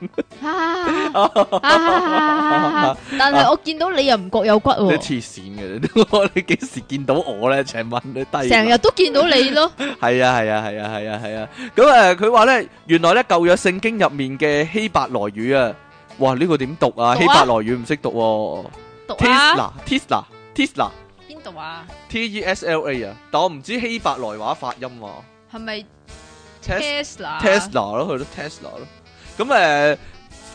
Speaker 2: 啊但係我見到你又唔覺有骨
Speaker 1: 你
Speaker 2: 喎，
Speaker 1: 黐線嘅，你 你幾時見到我咧？請問你低
Speaker 2: 成日都見到你 咯。
Speaker 1: 係啊係啊係啊係啊係啊！咁誒佢話咧，原來咧舊約聖經入面嘅希伯來語啊，哇呢個點讀啊？
Speaker 2: 讀啊
Speaker 1: 希伯來語唔識讀喎
Speaker 2: 讀啊，
Speaker 1: ，Tesla Tesla Tesla
Speaker 2: 邊度啊？
Speaker 1: T E S L A 啊，但我唔知希伯來話發音喎
Speaker 2: 係咪
Speaker 1: ，Tesla。
Speaker 2: Tesla？啊
Speaker 1: Tesla 咯，佢都 Tesla 咯。咁誒、呃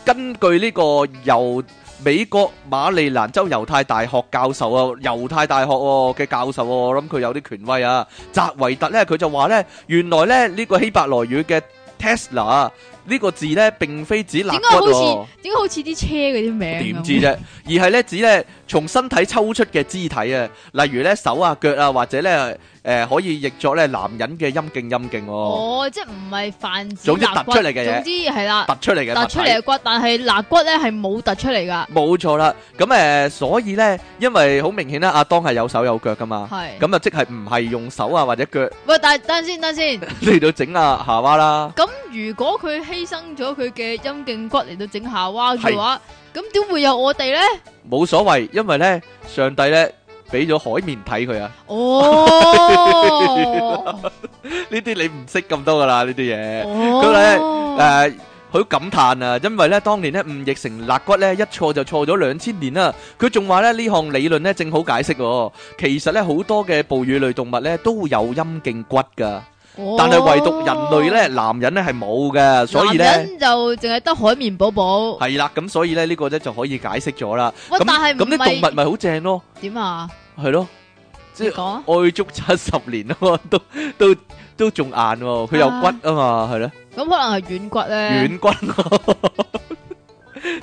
Speaker 1: 根據呢個猶美國馬利蘭州猶太大學教授啊，猶太大學喎嘅教授喎，我諗佢有啲權威啊。澤維特咧，佢就話咧，原來咧呢、呢個希伯來語嘅 Tesla à. 啊呢個字咧並非指肋骨
Speaker 2: 點解好似
Speaker 1: 喎。
Speaker 2: 點解好似啲車嗰啲名啊咁？
Speaker 1: 點知啫？而係咧指咧從身體抽出嘅肢體啊，例如咧手啊、腳啊，或者咧誒、呃可以譯作咧男人嘅陰莖陰莖喎，
Speaker 2: 哦，即係唔係泛指
Speaker 1: 總之
Speaker 2: 肋骨
Speaker 1: 突出嚟嘅嘢
Speaker 2: 總之係啦，
Speaker 1: 突出嚟嘅
Speaker 2: 突
Speaker 1: 物
Speaker 2: 出
Speaker 1: 體
Speaker 2: 嚟嘅骨，但係肋骨咧係冇突出嚟噶，
Speaker 1: 冇錯啦，咁誒、呃所以呢，因為好明顯啦，阿當係有手有腳噶嘛，
Speaker 2: 係。
Speaker 1: 咁啊，即係唔係用手啊或者腳
Speaker 2: 喂，但係等陣先，等陣 先。
Speaker 1: 嚟到整啊夏娃啦，
Speaker 2: 咁如果佢犧牲咗佢嘅陰莖骨嚟到整下蛙嘅話，咁點會有我 哋咧？
Speaker 1: 冇所謂，因為呢，上帝呢，俾咗海綿體佢啊，
Speaker 2: 哦，
Speaker 1: 呢啲你唔識咁多噶啦，呢啲嘢。咁咧
Speaker 2: 哦，
Speaker 1: 誒，好、感嘆啊，因為咧當年咧誤譯成肋骨咧一錯就錯咗兩千年啦。佢仲話咧呢項理論咧正好解釋喎，其實咧好多嘅哺乳類動物咧都有陰莖骨噶，但係唯獨人類咧，男人咧係冇嘅，所以
Speaker 2: 男
Speaker 1: 咧。
Speaker 2: 人就淨係得海綿寶寶。
Speaker 1: 系啦，咁所以咧呢個咧就可以解釋咗啦。
Speaker 2: 喂
Speaker 1: 咁，
Speaker 2: 但係唔
Speaker 1: 咁啲動物咪好正咯，
Speaker 2: 點啊？
Speaker 1: 係咯，即
Speaker 2: 你
Speaker 1: 係
Speaker 2: 講啊？
Speaker 1: 愛足七十年啊嘛， 都都都仲硬喎，佢有骨啊嘛，係咯，
Speaker 2: 咁可能係軟骨
Speaker 1: 軟
Speaker 2: 咧，
Speaker 1: 骨咯，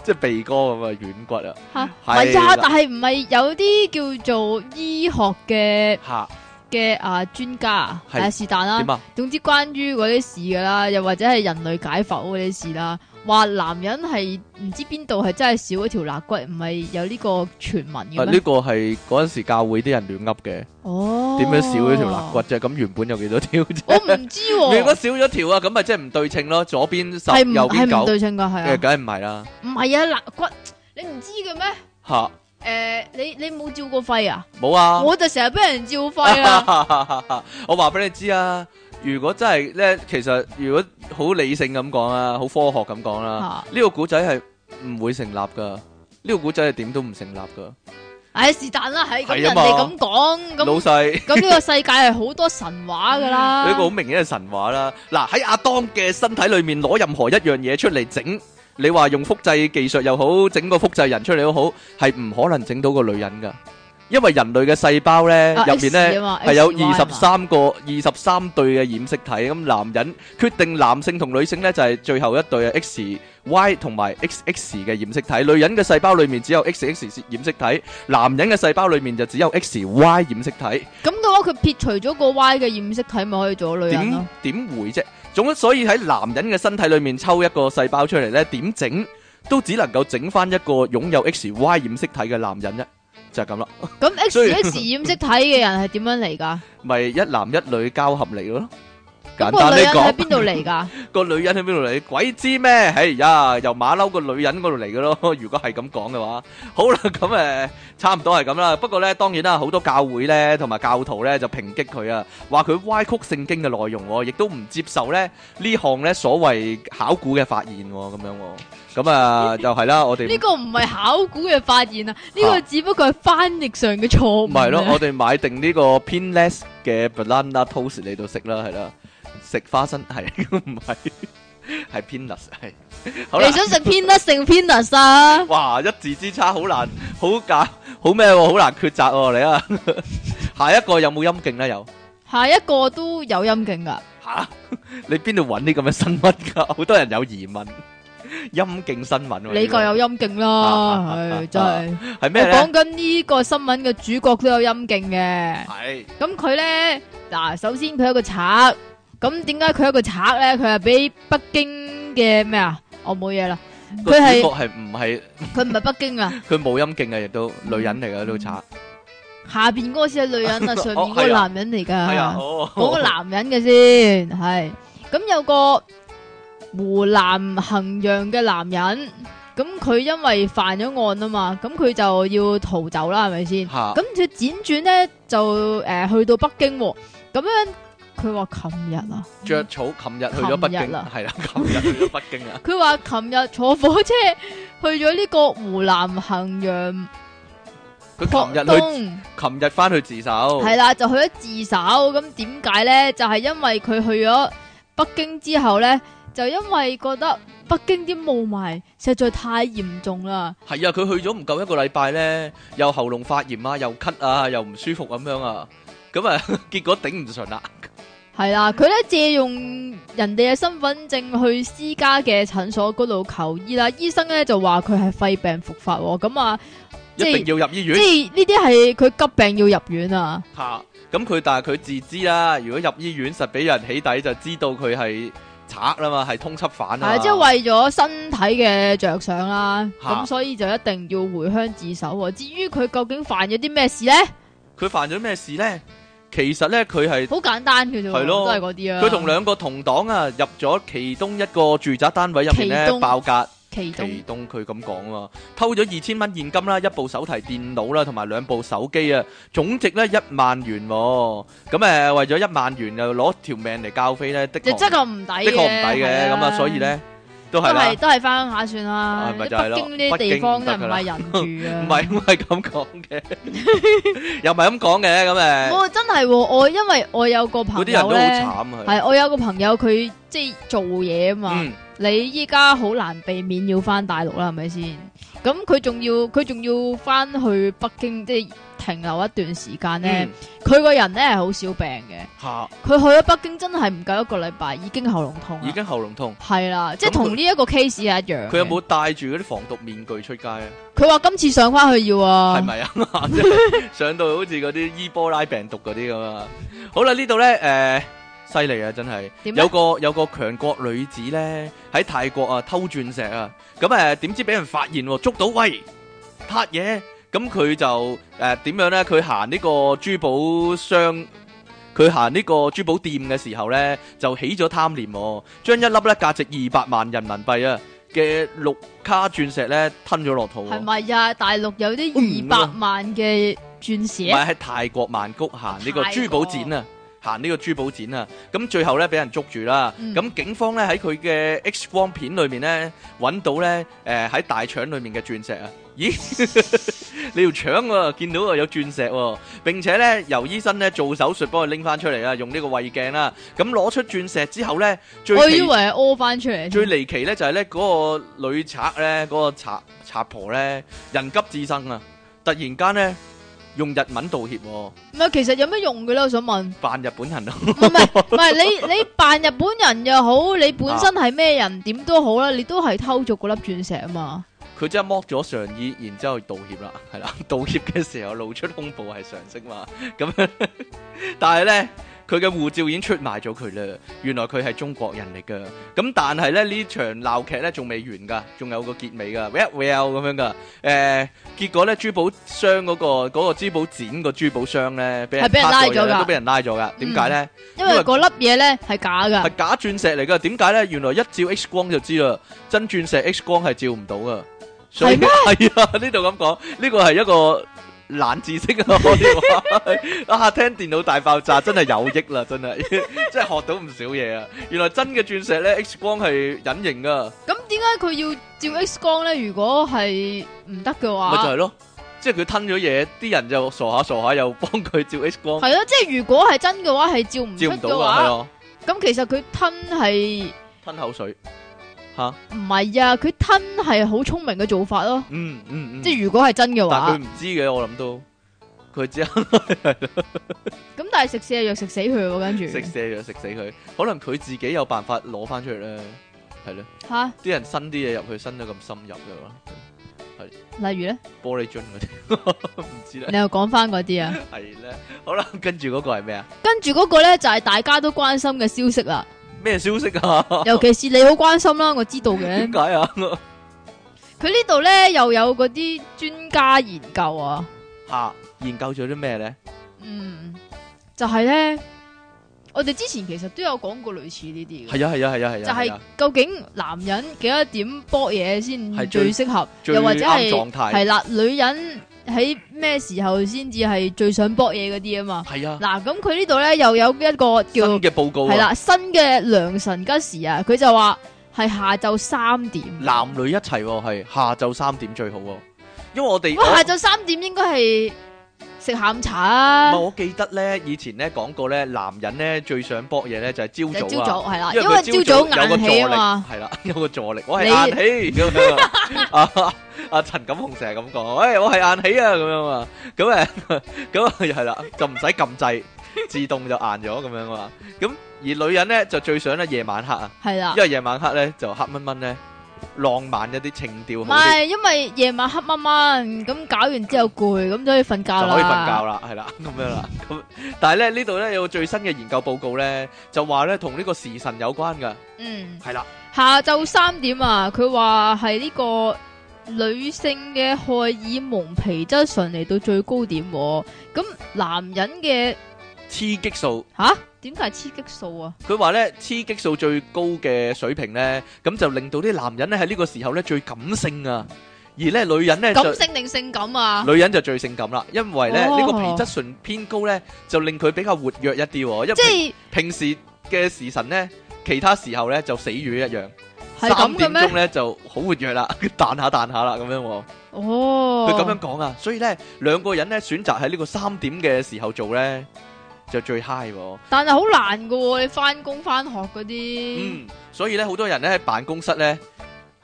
Speaker 1: 即係鼻哥咁啊，軟骨啊，
Speaker 2: 吓唔
Speaker 1: 係
Speaker 2: 係啊？
Speaker 1: 啦
Speaker 2: 但係唔係有啲叫做醫學嘅
Speaker 1: 吓
Speaker 2: 嘅啊專家啊？
Speaker 1: 係
Speaker 2: 係是但啦
Speaker 1: 點。啊？
Speaker 2: 總之關於嗰啲事噶啦，又或者係人類解剖嗰啲事啦，話男人係唔知邊度係真係少咗條肋骨，唔係有呢個傳聞
Speaker 1: 啊
Speaker 2: 嘅
Speaker 1: 呢
Speaker 2: 咩？
Speaker 1: 個係嗰阵时教會啲人亂噏嘅，
Speaker 2: 哦，
Speaker 1: 點樣少咗條肋骨？啫？咁原本有幾多條
Speaker 2: 我
Speaker 1: 啫？
Speaker 2: 唔 知
Speaker 1: 如果
Speaker 2: 喎，
Speaker 1: 少咗條啊，咁咪即係唔對稱咯，左邊十
Speaker 2: 係唔
Speaker 1: 右邊
Speaker 2: 係唔
Speaker 1: 九，
Speaker 2: 對稱噶？係
Speaker 1: 誒
Speaker 2: 啊，
Speaker 1: 梗係唔係啦，
Speaker 2: 唔係啊，肋骨你唔知嘅咩？
Speaker 1: 吓
Speaker 2: 诶，你你冇照過肺啊？
Speaker 1: 冇啊。
Speaker 2: 我就成日俾人照肺 啊！
Speaker 1: 我話俾你知啊，如果真係咧，其實如果好理性咁講啊，好科學咁講啦，
Speaker 2: 嚇
Speaker 1: 呢個古仔係唔會成立噶。呢個古仔係點都唔成立噶，
Speaker 2: 唉，是但啦，係咁
Speaker 1: 係啊
Speaker 2: 人
Speaker 1: 嘛
Speaker 2: 哋咁講，
Speaker 1: 老
Speaker 2: 咁
Speaker 1: 細呢
Speaker 2: 咁呢個世界係好多神話噶啦。
Speaker 1: 個好明顯係神話啦。嗱喺阿當嘅身體裏面攞任何一樣嘢出嚟整，你話用複製技術又好，整個複製人出嚟都好，係唔可能整到個女人噶，因為人類嘅細胞咧
Speaker 2: 啊
Speaker 1: 入面
Speaker 2: S
Speaker 1: 咧
Speaker 2: 啊。嘛
Speaker 1: 係有
Speaker 2: SY 啊
Speaker 1: 二
Speaker 2: 嘛
Speaker 1: 十三個、二十三對嘅染色體，咁男人決定男性同女性呢，就係、最後一對嘅 X、Y 同埋 XX 嘅染色體。女人嘅細胞裡面只有 XX 染色體，男人嘅細胞裡面就只有 XY 染色體。
Speaker 2: 咁嘅話，佢撇除咗個 Y 嘅染色體，咪可以做到女人
Speaker 1: 點
Speaker 2: 咯。
Speaker 1: 點會啫？總所以喺男人嘅身體裏面抽一個細胞出嚟呢，點整都只能夠整翻一個擁有 XY 染色體嘅男人啫，就係咁啦。
Speaker 2: 咁 X
Speaker 1: 所以
Speaker 2: X 染色體嘅人係點樣嚟㗎？
Speaker 1: 咪一男一女交合嚟咯，
Speaker 2: 咁
Speaker 1: 簡
Speaker 2: 個
Speaker 1: 單
Speaker 2: 女
Speaker 1: 啲
Speaker 2: 人
Speaker 1: 講
Speaker 2: 喺。邊度嚟㗎？
Speaker 1: 個女人喺邊度嚟？鬼知咩？哎呀，由馬騮個女人嗰度嚟嘅咯。 如果係咁講嘅話，好啦， 咁誒、呃差唔多係咁啦。不過呢，當然啦，好多教會呢，同埋教徒呢，就抨擊佢啊，話佢歪曲聖經嘅內容喎，亦都唔接受呢呢項呢所謂考古嘅發現喎，咁樣喎。咁啊，就係啦，我哋
Speaker 2: 呢個唔係考古嘅發現啊，呢個只不過係翻譯上嘅錯誤。
Speaker 1: 唔係咯，我哋買定呢個 pinless 嘅 banana toast 嚟到食啦，係啦，食花生係 唔係係 pinless 係好啦
Speaker 2: 你。想食 peanut 定 peanut 啊？
Speaker 1: 哇！一字之差好難，好假，好咩喎？好難抉擇喎！你啊， 下一個有冇陰莖咧？有
Speaker 2: 下一個都有陰莖㗎，
Speaker 1: 吓？你邊度揾啲咁嘅新聞㗎？好多人有疑問，陰莖新聞喎。
Speaker 2: 你個有陰莖啦，
Speaker 1: 啊
Speaker 2: 唉，真係。
Speaker 1: 係
Speaker 2: 我
Speaker 1: 咩咧
Speaker 2: 講？緊呢個新聞嘅主角都有陰莖嘅。
Speaker 1: 係
Speaker 2: 咁佢咧嗱，首先佢係一個賊，咁點解佢係一個賊咧？佢係俾北京嘅咩啊？我冇嘢啦，
Speaker 1: 個主
Speaker 2: 佢係
Speaker 1: 角係唔係
Speaker 2: 佢唔係北京啊，啊
Speaker 1: 佢冇陰莖嘅，亦都女人嚟嘅都賊。
Speaker 2: 下边嗰个先系女人啊，上面嗰
Speaker 1: 哦
Speaker 2: 个
Speaker 1: 係啊
Speaker 2: 男人嚟
Speaker 1: 系啊，
Speaker 2: 噶，
Speaker 1: 哦，
Speaker 2: 嗰个男人嘅先系。咁有个湖南衡阳嘅男人，咁佢因为犯咗案啊嘛，咁佢就要逃走啦，系咪先？
Speaker 1: 吓
Speaker 2: 咁佢輾轉咧就诶、呃去到北京喎，咁樣佢話琴日啊，
Speaker 1: 着草，琴日去咗北京，
Speaker 2: 琴
Speaker 1: 系
Speaker 2: 日啊
Speaker 1: 啦，琴日去咗北京啊，
Speaker 2: 佢話琴日坐火車去咗呢個湖南衡陽
Speaker 1: 佢
Speaker 2: 浦
Speaker 1: 琴日去，
Speaker 2: 東，
Speaker 1: 琴日翻去自首，
Speaker 2: 係啦，就去咗自首。咁點解咧？就係因為佢去咗北京之後咧，就因為覺得北京啲霧霾實在太嚴重啦，
Speaker 1: 系啊，佢去咗唔夠一個禮拜咧，又喉嚨發炎啊，又咳啊，又唔舒服咁樣啊，咁啊， 結果頂唔順啦，
Speaker 2: 係啦，佢咧借用人哋嘅身份證去私家嘅診所嗰度求醫啦，醫生咧就話佢係肺病復發喎，咁啊。
Speaker 1: 一
Speaker 2: 即係
Speaker 1: 定要入醫院
Speaker 2: 即係呢啲係佢急病要入院啊，
Speaker 1: 吓。咁佢但係佢自知啦，如果入醫院實俾人起底，就知道佢係賊啦嘛，係通緝犯
Speaker 2: 係
Speaker 1: 啊
Speaker 2: 啊，，即係為咗身體嘅着想啦，
Speaker 1: 嚇
Speaker 2: 咁所以就一定要回鄉自首喎。至於佢究竟犯咗啲咩事呢？
Speaker 1: 佢犯咗咩事咧？其實咧，佢係
Speaker 2: 好簡單嘅啫
Speaker 1: 係
Speaker 2: 喎，
Speaker 1: 咯
Speaker 2: 都係嗰啲啊。
Speaker 1: 佢同兩個同黨啊，入咗其中一個住宅單位入面
Speaker 2: 其
Speaker 1: 咧
Speaker 2: 中
Speaker 1: 爆格。
Speaker 2: 其中
Speaker 1: 其東佢咁講啊嘛，偷咗二千蚊現金啦，一部手提電腦啦，同埋兩部手機啊，總值咧一萬元、喎。咁誒、呃、為咗一萬元又攞條命嚟交飛咧，的
Speaker 2: 就
Speaker 1: 確
Speaker 2: 真係唔抵
Speaker 1: 的確
Speaker 2: 嘅，
Speaker 1: 唔抵嘅，
Speaker 2: 係
Speaker 1: 咁啊，所以，咧都
Speaker 2: 都
Speaker 1: 係啦
Speaker 2: 係，都係翻鄉下算啦
Speaker 1: 啊。咪
Speaker 2: 北
Speaker 1: 就係咯
Speaker 2: 京呢啲
Speaker 1: 北京
Speaker 2: 地方
Speaker 1: 得
Speaker 2: 真
Speaker 1: 㗎
Speaker 2: 係唔
Speaker 1: 啦
Speaker 2: 係人住 啊，
Speaker 1: 唔係唔係咁講 嘅，又唔係咁講嘅，咁誒
Speaker 2: 我真係喎我因為我有個
Speaker 1: 嗰
Speaker 2: 啊朋
Speaker 1: 啲人
Speaker 2: 友
Speaker 1: 都
Speaker 2: 呢，
Speaker 1: 好慘啊，係
Speaker 2: 係我有個朋友佢即係做嘢啊嘛。
Speaker 1: 嗯
Speaker 2: 你依家好難避免要翻大陸啦，係咪先？咁佢仲要佢仲要翻去北京，即係停留一段時間咧
Speaker 1: 嗯。
Speaker 2: 佢個人咧係好少病嘅，
Speaker 1: 嚇，
Speaker 2: 佢去咗北京真係唔夠一個禮拜，已經喉嚨痛
Speaker 1: 已
Speaker 2: 啦。
Speaker 1: 經喉嚨痛，
Speaker 2: 係啦，即係
Speaker 1: 咁佢
Speaker 2: 同呢一個 case 係一樣嘅。
Speaker 1: 佢有冇戴住嗰啲防毒面具出街啊？
Speaker 2: 佢話今次上翻去要啊
Speaker 1: 系？咪啊？ 即係上到好似嗰啲伊波拉病毒嗰啲咁啊！好啦，呢度呢，诶、犀利啊，真係
Speaker 2: 點呢
Speaker 1: 有個有個強國女子呢，喺泰國啊偷鑽石啊，咁诶點知俾人發現喎，捉到喂撻嘢，咁佢就诶點、樣呢？佢行呢個珠寶商。佢行呢個珠寶店嘅時候呢，就起咗貪念、喎，將一粒咧價值二百萬人民幣啊嘅綠卡鑽石呢吞咗落肚、喎。
Speaker 2: 係咪啊？大陸有
Speaker 1: 嗯
Speaker 2: 啲二百萬嘅鑽石
Speaker 1: 唔，係喺泰國曼谷行呢個
Speaker 2: 泰
Speaker 1: 珠
Speaker 2: 國
Speaker 1: 寶展啊，行呢個珠寶展啊，咁最後咧俾人捉住啦。
Speaker 2: 嗯
Speaker 1: 咁、警方咧喺佢嘅 X 光片裏面咧揾到咧誒喺大腸裏面嘅鑽石啊。咦， 你條腸喎、見到啊有鑽石喎、並且咧由醫生咧做手術幫佢拎翻出嚟啊，用呢個胃鏡啦。咁攞出鑽石之後咧，最
Speaker 2: 我
Speaker 1: 奇
Speaker 2: 以為係屙翻出嚟
Speaker 1: 最
Speaker 2: 添。
Speaker 1: 離奇咧就係咧嗰個女賊咧，嗰、個賊賊婆咧人急智生啊，突然間咧用日文道歉喎、
Speaker 2: 唔係，其實有咩用嘅咧？我 想問。
Speaker 1: 扮日本人啊咯，
Speaker 2: 唔係唔係，你你扮日本人又好，你本身係咩人點都好啦，你都係偷咗嗰粒鑽石啊嘛。
Speaker 1: 佢真係剝咗上衣，然之後道歉啦， 係啦，道歉嘅時候露出胸部係常識嘛，咁樣， 但係咧佢嘅護照已經出賣咗佢啦，原來佢係中國人嚟噶，咁但係咧呢場鬧劇咧仲未完噶，仲有個結尾噶，well well 咁樣噶，誒、結果咧珠寶商嗰、個嗰、個珠寶展個珠寶商咧俾人
Speaker 2: 係俾人拉咗㗎
Speaker 1: 㗎，都俾人拉咗噶，點解咧？
Speaker 2: 因為
Speaker 1: 因為
Speaker 2: 嗰粒嘢咧係假噶
Speaker 1: 係，假鑽石嚟噶，點解咧？原來一照 X 光就知啦，真鑽石 X 光係照唔到噶，所以
Speaker 2: 係
Speaker 1: 係啊，呢度咁講，呢個係一個冷知識啊！我哋話 啊，聽電腦大爆炸真係有益啦，真係真係學 到唔少嘢啊！原來真嘅鑽石咧，X 光係隱形噶，
Speaker 2: 咁點解佢要照 X 光咧？如果係唔得
Speaker 1: 咪
Speaker 2: 嘅
Speaker 1: 就係
Speaker 2: 話，
Speaker 1: 咯，即係佢吞咗嘢，啲人就傻下傻下又幫佢照 X 光，
Speaker 2: 係咯，即係如果係真嘅話，係照唔
Speaker 1: 照唔到
Speaker 2: 出嘅
Speaker 1: 啊，係
Speaker 2: 話，
Speaker 1: 啊，
Speaker 2: 咁其實佢吞係
Speaker 1: 吞口水，
Speaker 2: 唔係啊？佢吞係好聰明嘅做法咯。
Speaker 1: 嗯嗯嗯，
Speaker 2: 即係如果係真嘅
Speaker 1: 但佢
Speaker 2: 話，
Speaker 1: 唔知嘅，我諗都佢只
Speaker 2: 咁但係食瀉藥食死佢喎，跟住
Speaker 1: 食瀉藥食死佢，可能佢自己有辦法攞翻出嚟咧，係咯，
Speaker 2: 吓，
Speaker 1: 啲人伸啲嘢入去，伸得咁深入嘅話，
Speaker 2: 例如咧，
Speaker 1: 玻璃樽嗰啲， 唔知咧，
Speaker 2: 你又講翻嗰啲啊。
Speaker 1: 係咧，好啦，跟住嗰個係咩啊？
Speaker 2: 跟住嗰個咧就係大家都關心嘅消息啦。
Speaker 1: 咩消息啊？
Speaker 2: 尤其是你好關心啦，我知道
Speaker 1: 點
Speaker 2: 嘅。
Speaker 1: 解啊？
Speaker 2: 佢呢度咧又有嗰啲專家研究啊，
Speaker 1: 吓研究咗啲咩咧？
Speaker 2: 嗯，就係咧，我哋之前其實都有講過類似呢啲嘅，
Speaker 1: 係啊係啊係啊係
Speaker 2: 就
Speaker 1: 啊，係
Speaker 2: 係
Speaker 1: 啊
Speaker 2: 究竟男人幾多點搏嘢先
Speaker 1: 係
Speaker 2: 最
Speaker 1: 最
Speaker 2: 適合，
Speaker 1: 最
Speaker 2: 又或者
Speaker 1: 啱
Speaker 2: 係
Speaker 1: 狀態
Speaker 2: 係啦，女人喺咩時候先至係最想搏嘢嗰啲啊嘛？
Speaker 1: 係啊，
Speaker 2: 嗱，咁佢呢度咧又有一個
Speaker 1: 新
Speaker 2: 叫
Speaker 1: 嘅報告
Speaker 2: 係
Speaker 1: 啊，
Speaker 2: 啦新嘅良辰吉時啊，佢就話係下晝三點，
Speaker 1: 男女一齊喎，係下晝三點最好喎，因為我哋
Speaker 2: 哇
Speaker 1: 我
Speaker 2: 下晝三點應該係食下午茶啊
Speaker 1: 唔係，，我記得咧，以前咧講過咧，男人咧最想搏嘢咧就係
Speaker 2: 就
Speaker 1: 朝
Speaker 2: 係
Speaker 1: 早
Speaker 2: 朝
Speaker 1: 啊。
Speaker 2: 早係啦，因
Speaker 1: 因為
Speaker 2: 為
Speaker 1: 佢
Speaker 2: 朝
Speaker 1: 朝
Speaker 2: 早
Speaker 1: 早有個
Speaker 2: 晏
Speaker 1: 助
Speaker 2: 起啊
Speaker 1: 力，
Speaker 2: 嘛。
Speaker 1: 係啦，有個助力，我係
Speaker 2: 你
Speaker 1: 硬起咁樣啊。啊阿陳錦鴻成日咁講，喂，我係硬起啊咁樣啊，咁誒咁啊係啦，就唔使撳掣，自動就硬咗咁樣啊。咁而女人咧就最想咧夜晚黑啊，
Speaker 2: 系啦
Speaker 1: 因，為夜晚黑咧就黑蚊蚊咧，浪漫一啲情調
Speaker 2: 唔
Speaker 1: 好啲。
Speaker 2: 系因為夜晚黑掹掹，咁搞完之後攰，咁就可以瞓覺
Speaker 1: 就
Speaker 2: 啦。
Speaker 1: 可以瞓覺啦，係啦，咁樣啦。咁但係咧呢度咧有個最新嘅研究報告咧，就話咧同呢個時辰有關㗎，
Speaker 2: 嗯，
Speaker 1: 係啦，
Speaker 2: 下晝三點啊，佢話係呢個女性嘅荷爾蒙皮質醇嚟到最高點喎，咁男人嘅
Speaker 1: 雌激素。
Speaker 2: 吓點解係雌激素啊？
Speaker 1: 佢話咧，雌激素最高嘅水平咧，咁就令到啲男人咧喺呢個時候咧最感性啊，而咧女人咧就
Speaker 2: 感性定性感啊？
Speaker 1: 女人就最性感啦，因為咧呢、
Speaker 2: 哦
Speaker 1: 呢個皮質醇偏高咧，就令佢比較活躍一啲喎，因為
Speaker 2: 即係
Speaker 1: 平時嘅時辰咧，其他時候咧就死魚一樣，
Speaker 2: 係咁
Speaker 1: 三
Speaker 2: 嘅
Speaker 1: 點
Speaker 2: 咩
Speaker 1: 鐘？咧就好活躍啦， 彈下彈下啦咁樣喎。
Speaker 2: 哦，
Speaker 1: 佢咁樣講啊，所以咧兩個人咧選擇喺呢個三點嘅時候做咧，就最 high 喎。
Speaker 2: 但係好難噶喎，你翻工翻學嗰啲，
Speaker 1: 嗯，所以咧好多人咧喺辦公室咧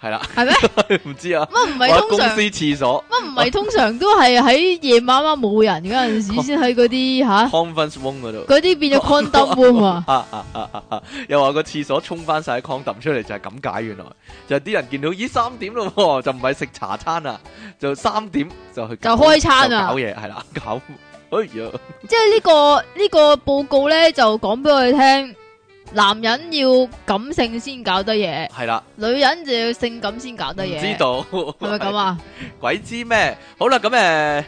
Speaker 1: 係啦，
Speaker 2: 係咩？
Speaker 1: 唔知啊，
Speaker 2: 乜唔
Speaker 1: 或者
Speaker 2: 係
Speaker 1: 公
Speaker 2: 通常
Speaker 1: 司？廁所
Speaker 2: 乜唔係通常都係喺夜晚晚冇人嗰陣時先喺嗰啲吓，
Speaker 1: conference room 嗰度。
Speaker 2: 嗰啲變咗 condom room 啊？
Speaker 1: 啊啊啊啊啊！又話個廁所沖翻晒 condom 出嚟就係咁解，原來就係啲人見到咦三點咯喎，就唔係食茶餐啊，就三點就去搞
Speaker 2: 就開餐啊
Speaker 1: 就搞嘢係啦， 搞哎呀
Speaker 2: 即係呢個呢個報告咧就講俾我哋聽，男人要感性先搞得嘢，
Speaker 1: 係啦，
Speaker 2: 女人就要性感先搞
Speaker 1: 唔
Speaker 2: 得嘢，
Speaker 1: 知道
Speaker 2: 係 咪咁啊？
Speaker 1: 鬼知咩？好啦，咁誒，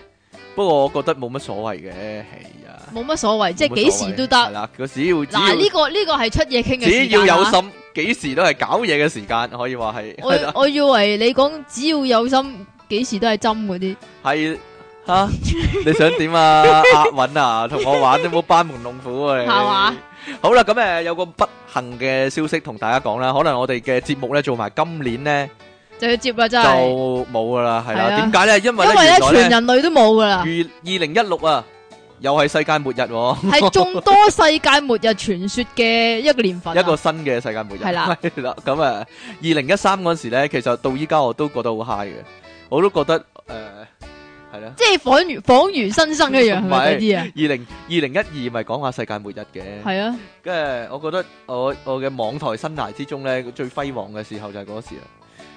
Speaker 1: 不過我覺得冇乜所謂嘅，係啊，
Speaker 2: 冇乜所謂，即係幾時都
Speaker 1: 係
Speaker 2: 得。
Speaker 1: 啦，個只要只要
Speaker 2: 嗱呢個呢個係出嘢傾嘅
Speaker 1: 只
Speaker 2: 時
Speaker 1: 要
Speaker 2: 間
Speaker 1: 有
Speaker 2: 啊
Speaker 1: 心，幾時都係搞嘢嘅時間，可以話係係
Speaker 2: 我
Speaker 1: 啦
Speaker 2: 我以為你講只要有心，幾時都係針嗰啲。
Speaker 1: 係吓，你想點啊？押韻啊，同我玩都冇班門弄斧啊！你
Speaker 2: 係嘛？
Speaker 1: 好啦，咁誒有個不幸嘅消息同大家講啦，可能我哋嘅節目咧做埋今年咧
Speaker 2: 就要接啦，
Speaker 1: 就
Speaker 2: 真係，
Speaker 1: 冇噶啦，係
Speaker 2: 係啊
Speaker 1: 啦。點解咧？因為
Speaker 2: 因為
Speaker 1: 咧
Speaker 2: 咧
Speaker 1: 原來
Speaker 2: 全
Speaker 1: 咧，
Speaker 2: 人類都冇噶啦。
Speaker 1: 預二零一六啊，又係世界末日喎。
Speaker 2: 系众多世界末日傳說嘅一個年份啊，
Speaker 1: 一個新嘅世界末日
Speaker 2: 係 啦，
Speaker 1: 係啦，咁啊，二零一三嗰陣時咧，其實到依家我都覺得好 high 嘅，我都覺得誒 ờ, 係啦。
Speaker 2: 即係仿如仿如新生一樣，係
Speaker 1: 唔係
Speaker 2: 咪嗰啲啊？
Speaker 1: 二零二零一二咪講下世界末日嘅，
Speaker 2: 係啊，
Speaker 1: 跟住我覺得我我嘅網台生涯之中咧，最輝煌嘅時候就係嗰時啦，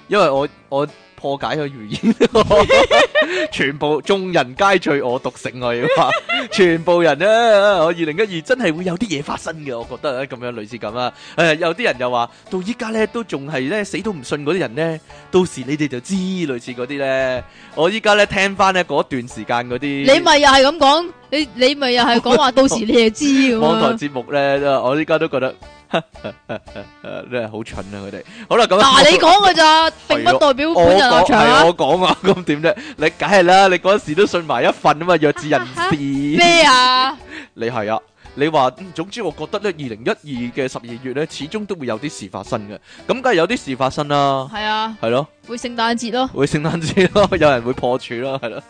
Speaker 1: 因為我我破解咗預言，全部眾人皆醉我獨醒 我要話，全部人咧，我二零一二真係會有啲嘢發生嘅，我覺得咁樣類似咁啊，誒、有啲人又話到依家咧都仲係咧死都唔信嗰啲人咧，到時你哋就知類似嗰啲咧，我依家咧聽翻咧嗰段時間嗰啲。
Speaker 2: 你咪又係咁講，你你咪又係講話到時你就知咁
Speaker 1: 網台
Speaker 2: 啊？
Speaker 1: 節目咧，我依家都覺得 真係好蠢啊！佢哋好啦，咁
Speaker 2: 嗱，你講噶咋，並不代表
Speaker 1: 我
Speaker 2: 本人立
Speaker 1: 講
Speaker 2: 場
Speaker 1: 係
Speaker 2: 啊。
Speaker 1: 我講啊， 咁點啫？你梗係啦，你嗰時都信埋一份啊 嘛，弱智人士
Speaker 2: 咩啊？
Speaker 1: 你係啊？你話嗯總之，我覺得咧，二零一二嘅十二月咧，始終都會有啲事發生嘅。咁梗係有啲事發生啦，
Speaker 2: 係啊，
Speaker 1: 係咯，
Speaker 2: 會聖誕節咯。
Speaker 1: 會聖誕節咯，有人會破處咯，係咯，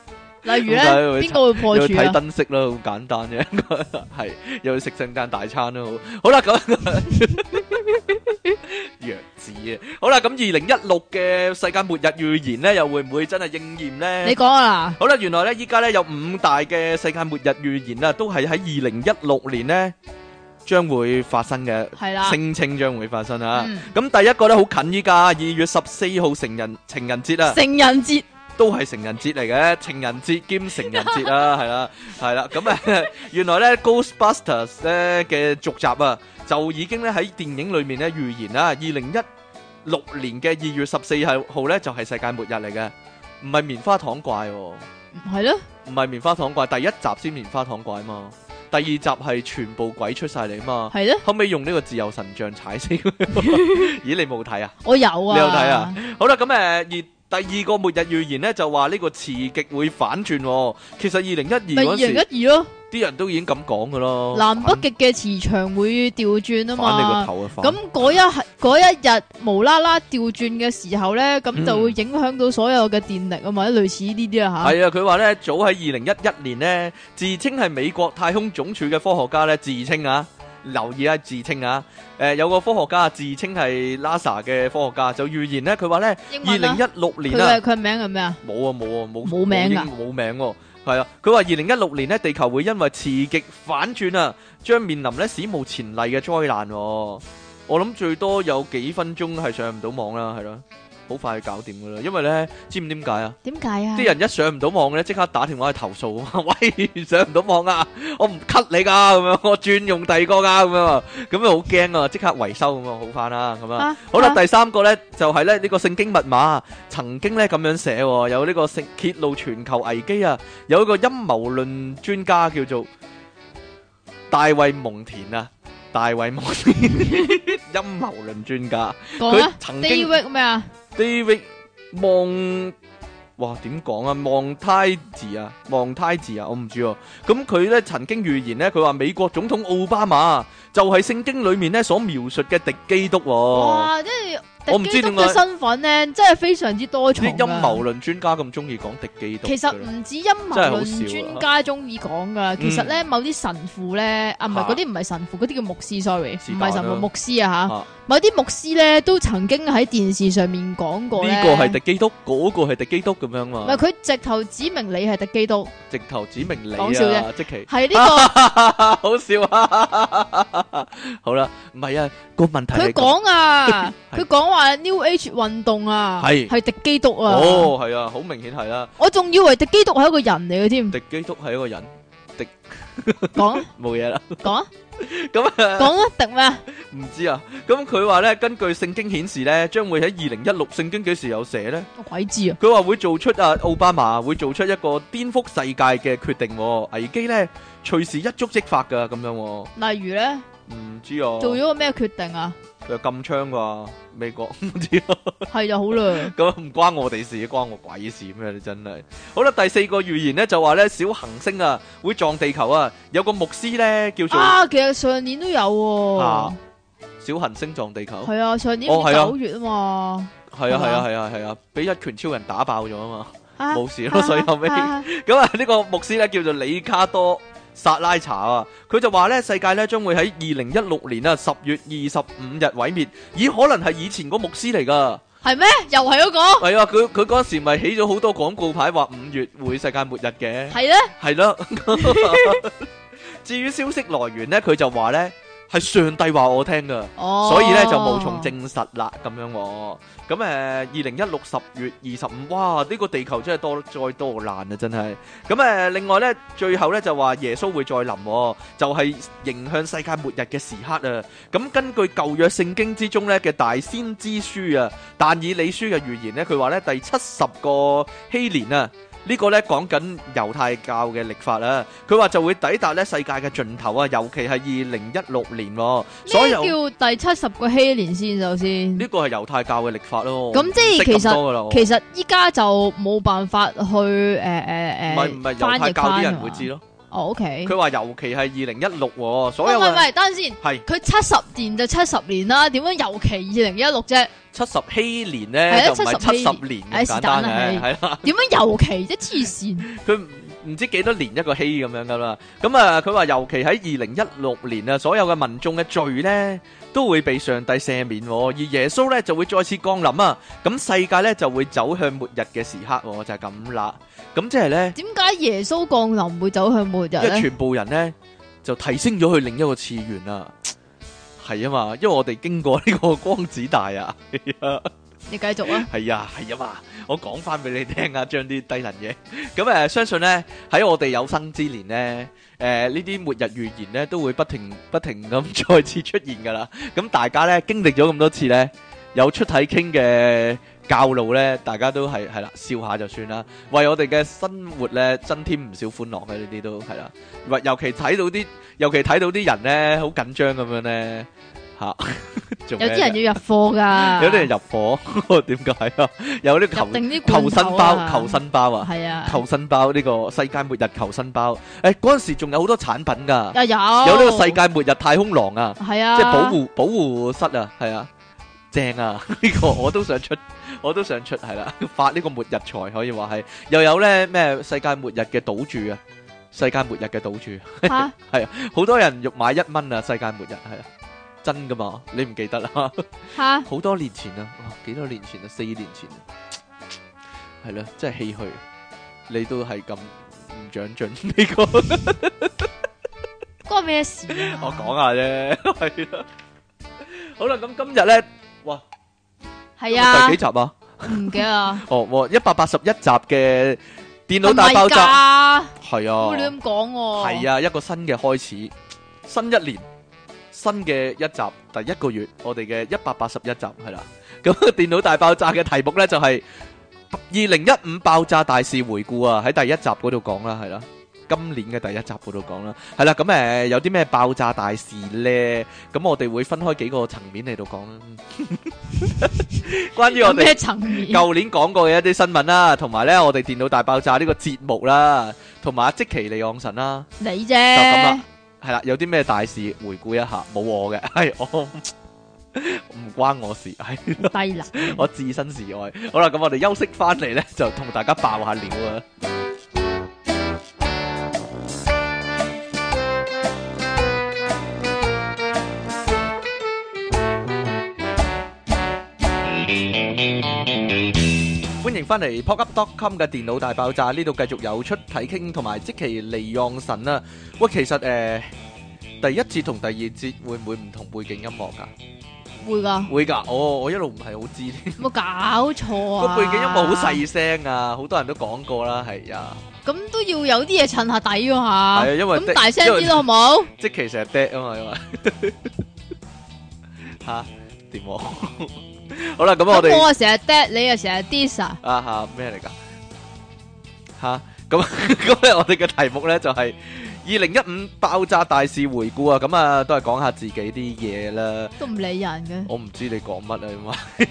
Speaker 2: 例如咧，
Speaker 1: 咁就會
Speaker 2: 邊個會破
Speaker 1: 又
Speaker 2: 處
Speaker 1: 去睇
Speaker 2: 啊？
Speaker 1: 燈飾咯，好簡單啫，係又去食聖誕大餐咯，好，好啦咁。 弱智啊！好啦，咁二零一六嘅世界末日預言咧，又會唔會真係應驗
Speaker 2: 你
Speaker 1: 咧？
Speaker 2: 講啊
Speaker 1: 好啦，原來咧依家咧有五大嘅世界末日預言啊，都係喺二零一六年咧將會發生嘅，
Speaker 2: 嗱，係啦，
Speaker 1: 聲稱將會發生啊！
Speaker 2: 嗯
Speaker 1: 咁第一個咧好近依家，二月十四號成人情人節啊！
Speaker 2: 成人節
Speaker 1: 都係成人節嚟嘅，情人節兼成人節啦，係啦，係啦。咁誒， 原來咧《Ghostbusters》咧嘅續集啊，就已經咧喺電影裏面咧預言啊啦，二零一六年嘅二月十四號號咧就係世界末日嚟嘅，唔係棉花糖怪喎，唔
Speaker 2: 係咯，
Speaker 1: 唔係棉花糖怪，第一集先棉花糖怪嘛，第二集係全部鬼出晒嚟 嘛。
Speaker 2: 系咧，
Speaker 1: 後尾用呢個自由神像踩死佢，咦你冇睇啊？
Speaker 2: 我有啊，
Speaker 1: 你有睇啊？好啦，咁誒而第二個末日預言咧就話呢個磁極會反轉、喎。其實二零一
Speaker 2: 咪
Speaker 1: 二嗰
Speaker 2: 二零
Speaker 1: 時
Speaker 2: 一二咯，
Speaker 1: 啲人都已經咁講噶咯，
Speaker 2: 南
Speaker 1: 反
Speaker 2: 北極嘅磁場會調轉啊
Speaker 1: 反你個
Speaker 2: 嘛。
Speaker 1: 頭啊！反
Speaker 2: 咁嗰一係嗰一日無啦啦調轉嘅時候咧，咁就會影響到所有嘅電力啊嘛，類似呢啲啊
Speaker 1: 係啊，佢話咧，早喺二零一一年呢，自稱係美國太空總署嘅科學家咧，自稱啊，留意啊，自稱啊，诶、有個科學家自稱係 NASA 嘅科學家，就預言呢，佢話呢，
Speaker 2: 吓。英
Speaker 1: 二
Speaker 2: 文
Speaker 1: 零
Speaker 2: 啊，
Speaker 1: 一六
Speaker 2: 佢
Speaker 1: 年啊，
Speaker 2: 嘅佢名係咩啊？
Speaker 1: 冇啊冇啊冇
Speaker 2: 冇名㗎
Speaker 1: 冇英冇名喎、係啊，佢話二零一六年呢，地球會因為磁極反轉啊，將面臨呢史無前例嘅災難、喎。我諗最多有幾分鐘係上唔到網啦，係咯，好快搞掂噶啦，因為呢，知唔知點解啊？
Speaker 2: 點解啊？
Speaker 1: 啲人一上唔到網咧，即刻打電話去投訴 啊！喂，上唔到網啊，我唔 cut 你噶，咁樣我轉用第二個噶，咁樣啊，咁啊好驚啊，即刻維修咁啊，好翻啦，咁啊。
Speaker 2: 啊
Speaker 1: 好啦，
Speaker 2: 啊
Speaker 1: 第三個咧就係咧呢個聖經密碼，曾經咧咁樣寫喎，有呢個聖揭露全球危機啊，有一個陰謀論專家叫做大衛蒙田啊，大衛蒙 田陰謀論專家，
Speaker 2: 講
Speaker 1: 佢
Speaker 2: 啊
Speaker 1: 曾經。
Speaker 2: ，David 咩啊？
Speaker 1: David 望哇點講啊？望泰治啊，望泰治啊，我唔知喎、咁佢咧曾經預言咧，佢話美國總統奧巴馬就係聖經裡面咧所描述嘅敵基督喎、
Speaker 2: 哇！即係
Speaker 1: 哦我唔知
Speaker 2: 敵基督
Speaker 1: 點解
Speaker 2: 嘅身份咧，真係非常之多重
Speaker 1: 啲
Speaker 2: 㗎
Speaker 1: 陰謀論專家咁中意講敵基督㗎啦，
Speaker 2: à. 其實唔止陰謀
Speaker 1: 啊
Speaker 2: 論專家中意講噶，其實咧某啲神父咧，啊唔係
Speaker 1: 嗯嚇
Speaker 2: 嗰啲唔係神父，嗰啲叫牧師，sorry，
Speaker 1: 是
Speaker 2: 唔
Speaker 1: 但啦
Speaker 2: 係神父牧師啊
Speaker 1: 嚇
Speaker 2: 吓，某啲牧師咧都曾經喺電視上面講過咧，
Speaker 1: 呢個係敵基督，嗰、個係敵基督咁樣
Speaker 2: 唔
Speaker 1: 嘛
Speaker 2: 係，佢直頭指明你係敵基督，
Speaker 1: 直頭指明你
Speaker 2: 講笑
Speaker 1: 啊，
Speaker 2: 啫
Speaker 1: 即其
Speaker 2: 係
Speaker 1: 啊
Speaker 2: 呢
Speaker 1: 好笑啊！ 好啦，唔係啊，個問題
Speaker 2: 個佢
Speaker 1: 係咁
Speaker 2: 講啊，
Speaker 1: 係
Speaker 2: 佢講話 New Age 運動啊，
Speaker 1: 係
Speaker 2: 係敵基督啊，
Speaker 1: 哦，係啊，好明顯係啦，
Speaker 2: 我仲以為敵基督係一個人嚟 嘅添，
Speaker 1: 敵基督係一個人，
Speaker 2: 講啊
Speaker 1: 冇嘢啦。
Speaker 2: 講啊
Speaker 1: 咁啊，
Speaker 2: 講啊，敵咩啊？
Speaker 1: 唔知啊。咁佢話咧，根據聖經顯示咧，將會喺二零一六聖經幾時有寫咧？
Speaker 2: 我鬼知啊，
Speaker 1: 佢話會做出啊，奧巴馬會做出一個顛覆世界嘅決定、喎，危機咧隨時一觸即發噶咁樣、喎。
Speaker 2: 例如咧
Speaker 1: 唔知啊，
Speaker 2: 做咗個咩決定 啊？
Speaker 1: 佢話禁槍啩，美國 唔知啊。
Speaker 2: 係就好啦，
Speaker 1: 咁唔關我哋事，關我鬼事咩？你真係好啦，第四個預言咧就話咧小行星啊會撞地球啊，有個牧師咧叫做
Speaker 2: 啊，其實上年都有喎
Speaker 1: 啊。小行星撞地球，
Speaker 2: 系啊，上年
Speaker 1: 哦係啊
Speaker 2: 九月啊嘛，
Speaker 1: 係啊係啊係啊係啊，俾一拳超人打爆咗啊嘛。冇事 咯，所以後尾咁
Speaker 2: 啊
Speaker 1: 啊，呢個牧師咧叫做里卡多薩拉查啊，佢就話咧世界咧將會喺二零一六年啊十月二十五日毀滅，咦可能係以前個牧師嚟噶，
Speaker 2: 係咩？又係嗰個
Speaker 1: 係啊，佢佢嗰時咪起咗好多廣告牌話五月會世界末日嘅，
Speaker 2: 係咧，
Speaker 1: 係啦。至於消息來源咧，佢就話咧係上帝話我聽噶。
Speaker 2: 哦，
Speaker 1: 所以咧就無從。證實啦，咁樣喎。咁誒，二零一六十月二十五，哇！呢、個地球真係多災多難啊，真係。咁誒，另外咧，最後咧就話耶穌會再臨、喎，就係、迎向世界末日嘅時刻啊。咁根據舊約聖經之中咧嘅大先知書啊，但以理書嘅預言咧，佢話咧第七十個禧年啊。呢個咧講緊猶太教嘅歷法啊，佢話就會抵達咧世界嘅盡頭啊，尤其係二零一六年、喎。所有
Speaker 2: 咩叫第七十個禧年先？首先，
Speaker 1: 呢個係猶太教嘅歷法咯。
Speaker 2: 咁即係
Speaker 1: 係
Speaker 2: 其實
Speaker 1: 實
Speaker 2: 其實依家就冇辦法去诶诶
Speaker 1: 唔係唔
Speaker 2: 诶
Speaker 1: 係猶太教啲人會知
Speaker 2: 咯。
Speaker 1: 咯。
Speaker 2: 哦，OK。
Speaker 1: 佢話尤其係二零一六喎，所
Speaker 2: 喂
Speaker 1: 有
Speaker 2: 喂
Speaker 1: 嘅
Speaker 2: 喂，等陣先。
Speaker 1: 係
Speaker 2: 佢七十年就七十年啦，點樣尤其二零一六啫？
Speaker 1: 七十禧年
Speaker 2: 係
Speaker 1: 咧，
Speaker 2: 啊
Speaker 1: 就唔係七
Speaker 2: 70
Speaker 1: 十年
Speaker 2: 唉
Speaker 1: 咁簡單
Speaker 2: 是
Speaker 1: 嘅，係啦。
Speaker 2: 點樣尤其啫？黐線！
Speaker 1: 佢唔唔知幾多年一個禧咁樣噶啦。咁啊，佢話尤其喺二零一六年啊，所有嘅民眾嘅罪咧都會被上帝赦免喎，而耶穌咧就會再次降臨啊。咁世界咧就會走向末日嘅時刻喎，就係咁啦。咁即係咧，
Speaker 2: 點解耶穌降臨會走向末日
Speaker 1: 因為
Speaker 2: 咧？
Speaker 1: 全部人咧就提升咗去另一個次元啦。係啊嘛，因為我哋經過呢個光子大啊，
Speaker 2: 你繼續 啊！
Speaker 1: 係啊，係啊嘛，我講翻俾你聽啊，將啲低能嘢。咁誒、呃相信咧喺我哋有生之年咧，誒呢啲末日預言咧都會不停不停咁再次出現噶啦。咁大家咧經歷咗咁多次咧，有出體傾嘅教路咧，大家都係係啦，笑下就算啦，為我哋嘅生活咧增添唔少歡樂嘅呢啲都係啦，尤尤其睇到啲，尤其睇到啲人咧好緊張咁樣咧吓， 做
Speaker 2: 有
Speaker 1: 咩
Speaker 2: 啲
Speaker 1: 啫
Speaker 2: 人要入貨㗎，
Speaker 1: 有啲人入伙， 點解啊？有啲求
Speaker 2: 啊入定啲
Speaker 1: 求生包，求
Speaker 2: 身
Speaker 1: 生包啊！
Speaker 2: 係啊，
Speaker 1: 求生包呢、個世界末日求生包，誒嗰陣時仲有好多產品㗎，
Speaker 2: 啊有
Speaker 1: 有呢個世界末日太空狼啊，
Speaker 2: 係啊，
Speaker 1: 即係保護保護室啊，係啊，正啊！ 呢、個我都想出，我都想出係啦，發呢個末日財可以話係，又有咧咩世界末日嘅賭注啊，世界末日嘅賭注，
Speaker 2: 嚇
Speaker 1: 好多人欲買一蚊啊，世界末日係啊，真㗎嘛，你唔記得啦。
Speaker 2: 嚇
Speaker 1: 好多年前啦，哇，幾多年前啊？四年前啊，係啦，真係唏噓。你都係咁唔長進呢個，
Speaker 2: 嗰個咩事 啊？
Speaker 1: 我講下啫，係啦。好啦，咁今日咧，哇，
Speaker 2: 係啊
Speaker 1: 第，幾集啊？
Speaker 2: 唔記得啊，
Speaker 1: 哦，一百八十一集嘅電腦
Speaker 2: 唔
Speaker 1: 大
Speaker 2: 係
Speaker 1: 爆炸，
Speaker 2: 㗎，
Speaker 1: 係
Speaker 2: 唔好
Speaker 1: 啊，
Speaker 2: 亂講喎，
Speaker 1: 係啊，一個新嘅開始，新一年，新嘅一集，第一個月，我哋嘅一百八十一集係啦。咁啊電腦大爆炸嘅題目呢，就係二零一五爆炸大事回顧啊，喺第一集嗰度講啦，係啦。今年嘅第一集嗰度講啦，係啦，咁誒、呃有啲咩爆炸大事呢？咁我哋會分開幾個層面嚟到講啦。 關於我
Speaker 2: 有
Speaker 1: 哋
Speaker 2: 咩層面？
Speaker 1: 舊年講過嘅一啲新聞啦，同埋呢我哋電腦大爆炸呢個節目啦，同埋阿即其利昂神啦，
Speaker 2: 你啫，
Speaker 1: 就咁啦，係啦，有啲咩大事回顧一下，冇我嘅，係我 唔關我事，係
Speaker 2: 低啦。
Speaker 1: 我置身事外。好啦，咁我哋休息翻嚟呢，就同大家爆下料啊！歡迎翻嚟 pocket.com 嘅電腦大爆炸，呢度繼續有出體傾同埋即其利讓神啊！喂，其實誒、呃第一節同第二節會唔會唔同背景音樂㗎？
Speaker 2: 會噶，
Speaker 1: 會㗎，我我一路唔係好知添。
Speaker 2: 有冇搞錯
Speaker 1: 個
Speaker 2: 啊？
Speaker 1: 背景音樂好，細聲啊，好多人都講過啦，係啊，
Speaker 2: 咁都要有啲嘢襯下底噶
Speaker 1: 係
Speaker 2: 吓。
Speaker 1: 啊因為的
Speaker 2: 咁大聲啲
Speaker 1: 因為
Speaker 2: 咯，好冇？
Speaker 1: 即其成日 dead 啊嘛，因為 嚇點喎？ 好啦，咁我
Speaker 2: 咁我
Speaker 1: 哋
Speaker 2: 啊成日 dead，你啊成日 dis 啊，
Speaker 1: 啊嚇咩嚟㗎？嚇咁 咁咧，我哋嘅題目咧就係二零一五爆炸大事回顧啊，咁啊都係講下自己啲嘢啦。
Speaker 2: 都唔理人嘅。
Speaker 1: 我唔知你講乜啊，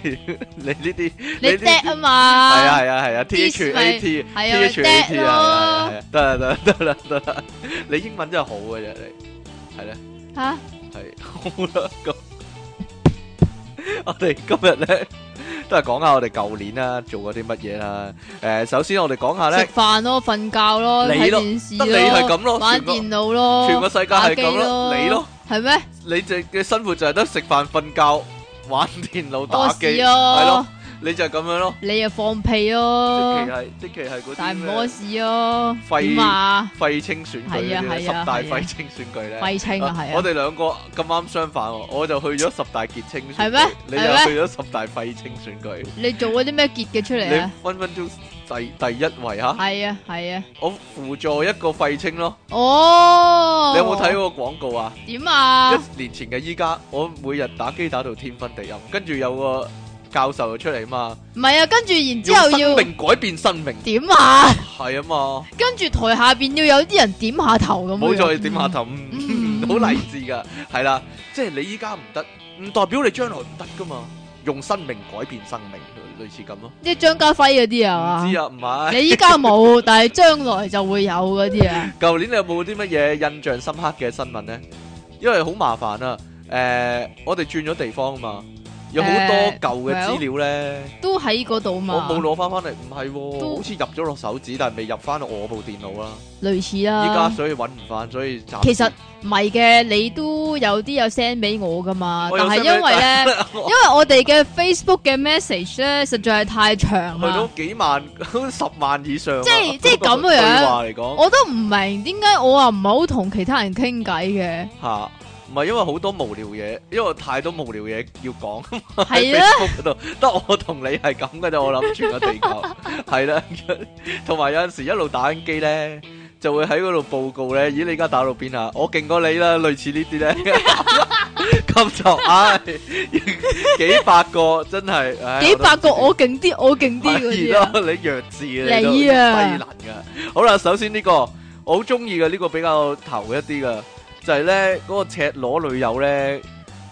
Speaker 1: 因為 你呢啲
Speaker 2: 你
Speaker 1: 呢啲
Speaker 2: dead 啊嘛，
Speaker 1: 係啊係啊係啊 T
Speaker 2: Dis
Speaker 1: H
Speaker 2: 咪
Speaker 1: A T T
Speaker 2: 係啊
Speaker 1: H A T
Speaker 2: 咪 dead
Speaker 1: 啊
Speaker 2: 咯
Speaker 1: 係啊，得啦得啦得啦得啦，你英文真係好嘅啫，你係啊咧
Speaker 2: 吓
Speaker 1: 係 好啦咁，我哋今日咧都係講下我哋舊年啦，做過啲乜嘢啦。誒，首先我哋講下
Speaker 2: 食
Speaker 1: 咧，
Speaker 2: 飯咯，瞓覺咯，
Speaker 1: 你
Speaker 2: 睇
Speaker 1: 咯
Speaker 2: 電視
Speaker 1: 得你係咁咯
Speaker 2: 玩
Speaker 1: 全個
Speaker 2: 電腦咯，
Speaker 1: 全個世界係咁咯，
Speaker 2: 打機
Speaker 1: 你咯，，
Speaker 2: 係咩？
Speaker 1: 你就嘅生活就係得食飯、瞓覺、玩電腦、打
Speaker 2: 屙
Speaker 1: 機，
Speaker 2: 屎
Speaker 1: 係咯
Speaker 2: 咯，，
Speaker 1: 你就係咁樣咯。
Speaker 2: 你又放屁
Speaker 1: 即
Speaker 2: 咯
Speaker 1: 期，係即期係嗰啲
Speaker 2: 但係唔
Speaker 1: 咩
Speaker 2: 屙屎咯，
Speaker 1: 廢
Speaker 2: 點啊？
Speaker 1: 廢青選舉
Speaker 2: 係啊
Speaker 1: 嗰啲咧
Speaker 2: 係
Speaker 1: 十
Speaker 2: 啊
Speaker 1: 大
Speaker 2: 係啊
Speaker 1: 廢青選舉咧。
Speaker 2: 廢青啊，係
Speaker 1: 我
Speaker 2: 啊，
Speaker 1: 哋兩個咁啱相反喎，我就去咗十大傑青選舉，
Speaker 2: 係咩
Speaker 1: 你
Speaker 2: 係
Speaker 1: 就去咗十大廢青選舉，
Speaker 2: 你做嗰啲咩結嘅出嚟
Speaker 1: 你
Speaker 2: 啊？
Speaker 1: 分分鐘第第一位吓，
Speaker 2: 係啊，係啊，
Speaker 1: 我輔助一個廢青咯。
Speaker 2: 哦，
Speaker 1: 你有冇睇嗰個廣告啊？
Speaker 2: 點啊？
Speaker 1: 一年前嘅依家，我每日打機打到天昏地暗，跟住有個教授就出嚟嘛，
Speaker 2: 唔係啊，跟住然之
Speaker 1: 用
Speaker 2: 後
Speaker 1: 生
Speaker 2: 要
Speaker 1: 命改變生命，
Speaker 2: 點啊？
Speaker 1: 係啊嘛，
Speaker 2: 跟住台下邊要有啲人點下頭咁樣，
Speaker 1: 冇再點下頭，嗯
Speaker 2: 嗯
Speaker 1: 好勵志噶，係啦，即係你依家唔得，唔代表你將來唔得噶嘛，用生命改變生命，類似咁咯。
Speaker 2: 即係張家輝嗰啲啊
Speaker 1: 唔知
Speaker 2: 嘛。
Speaker 1: 啊，唔係。
Speaker 2: 你依家冇，但係將來就會有嗰 啲啊。
Speaker 1: 舊年你有冇啲乜嘢印象深刻嘅新聞呢？因為好麻煩啊，誒、我哋轉咗地方啊嘛，有好多舊
Speaker 2: 誒
Speaker 1: 嘅資料呢，
Speaker 2: 都喺嗰度
Speaker 1: 我
Speaker 2: 嘛，
Speaker 1: 冇攞翻翻嚟，唔係喎，
Speaker 2: 都
Speaker 1: 好似入咗落手指，但係未入翻我部電腦啦。
Speaker 2: 類似
Speaker 1: 依家、
Speaker 2: 啦。
Speaker 1: 所以揾唔翻，所以暫
Speaker 2: 啊其
Speaker 1: 時
Speaker 2: 實唔係嘅，你都有啲有 send 俾我噶嘛，
Speaker 1: 我有
Speaker 2: 啊但係
Speaker 1: send 俾
Speaker 2: 因為咧， 因為我哋嘅 Facebook 嘅 message 咧，實在係太長
Speaker 1: 去到
Speaker 2: 啦，
Speaker 1: 幾萬、 十萬以上啊，
Speaker 2: 即係即係咁嘅 樣
Speaker 1: 對話嚟講
Speaker 2: 我都唔明點解我啊唔係好同其他人傾 偈嘅，
Speaker 1: 嚇，唔係因為好多無聊嘢，因為太多無聊嘢要講。
Speaker 2: 係
Speaker 1: 喺
Speaker 2: 啊，
Speaker 1: Facebook 嗰度，得我同你係咁嘅啫。我諗全個地 球係啦，同埋有陣時一路打緊機咧，就 會喺嗰度報告咧。咦，你而家打到邊啊？我勁過你啦，類似呢啲咧，今集唉，幾百個真係，唉
Speaker 2: 幾百個
Speaker 1: 我都唔知點
Speaker 2: 我勁啲，我勁啲 嗰啲啊
Speaker 1: 係，咯，你弱智啊，
Speaker 2: 你
Speaker 1: 都
Speaker 2: 啊
Speaker 1: 低能噶。好啦，首先呢、個我好中意嘅呢個比較頭一啲噶，就係咧嗰個赤裸女友咧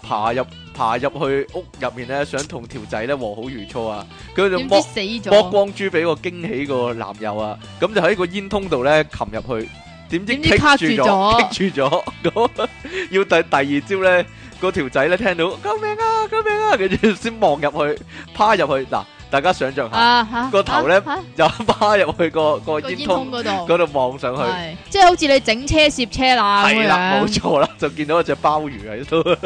Speaker 1: 爬入爬入去屋入面咧，想同條仔咧和好如初啊，佢就
Speaker 2: 點知
Speaker 1: 剝
Speaker 2: 死
Speaker 1: 剝
Speaker 2: 咗，
Speaker 1: 光珠俾個驚喜個男友啊，咁就喺個煙通度咧擒入去，點知
Speaker 2: 點知卡住
Speaker 1: 棘住
Speaker 2: 咗
Speaker 1: 咗，棘住咗，咁要第第二招咧，個條仔咧聽到救命啊救命啊，跟住先望入去趴入去嗱，大家想象下。
Speaker 2: 啊吓
Speaker 1: 個頭呢就趴入去 個個
Speaker 2: 個
Speaker 1: 煙
Speaker 2: 煙
Speaker 1: 通
Speaker 2: 筒嗰度，
Speaker 1: 嗰度望上去，
Speaker 2: 係即係好似你整車攝車啦咁
Speaker 1: 係啦，
Speaker 2: 樣
Speaker 1: 冇，錯啦，就見到一隻鮑魚喺度，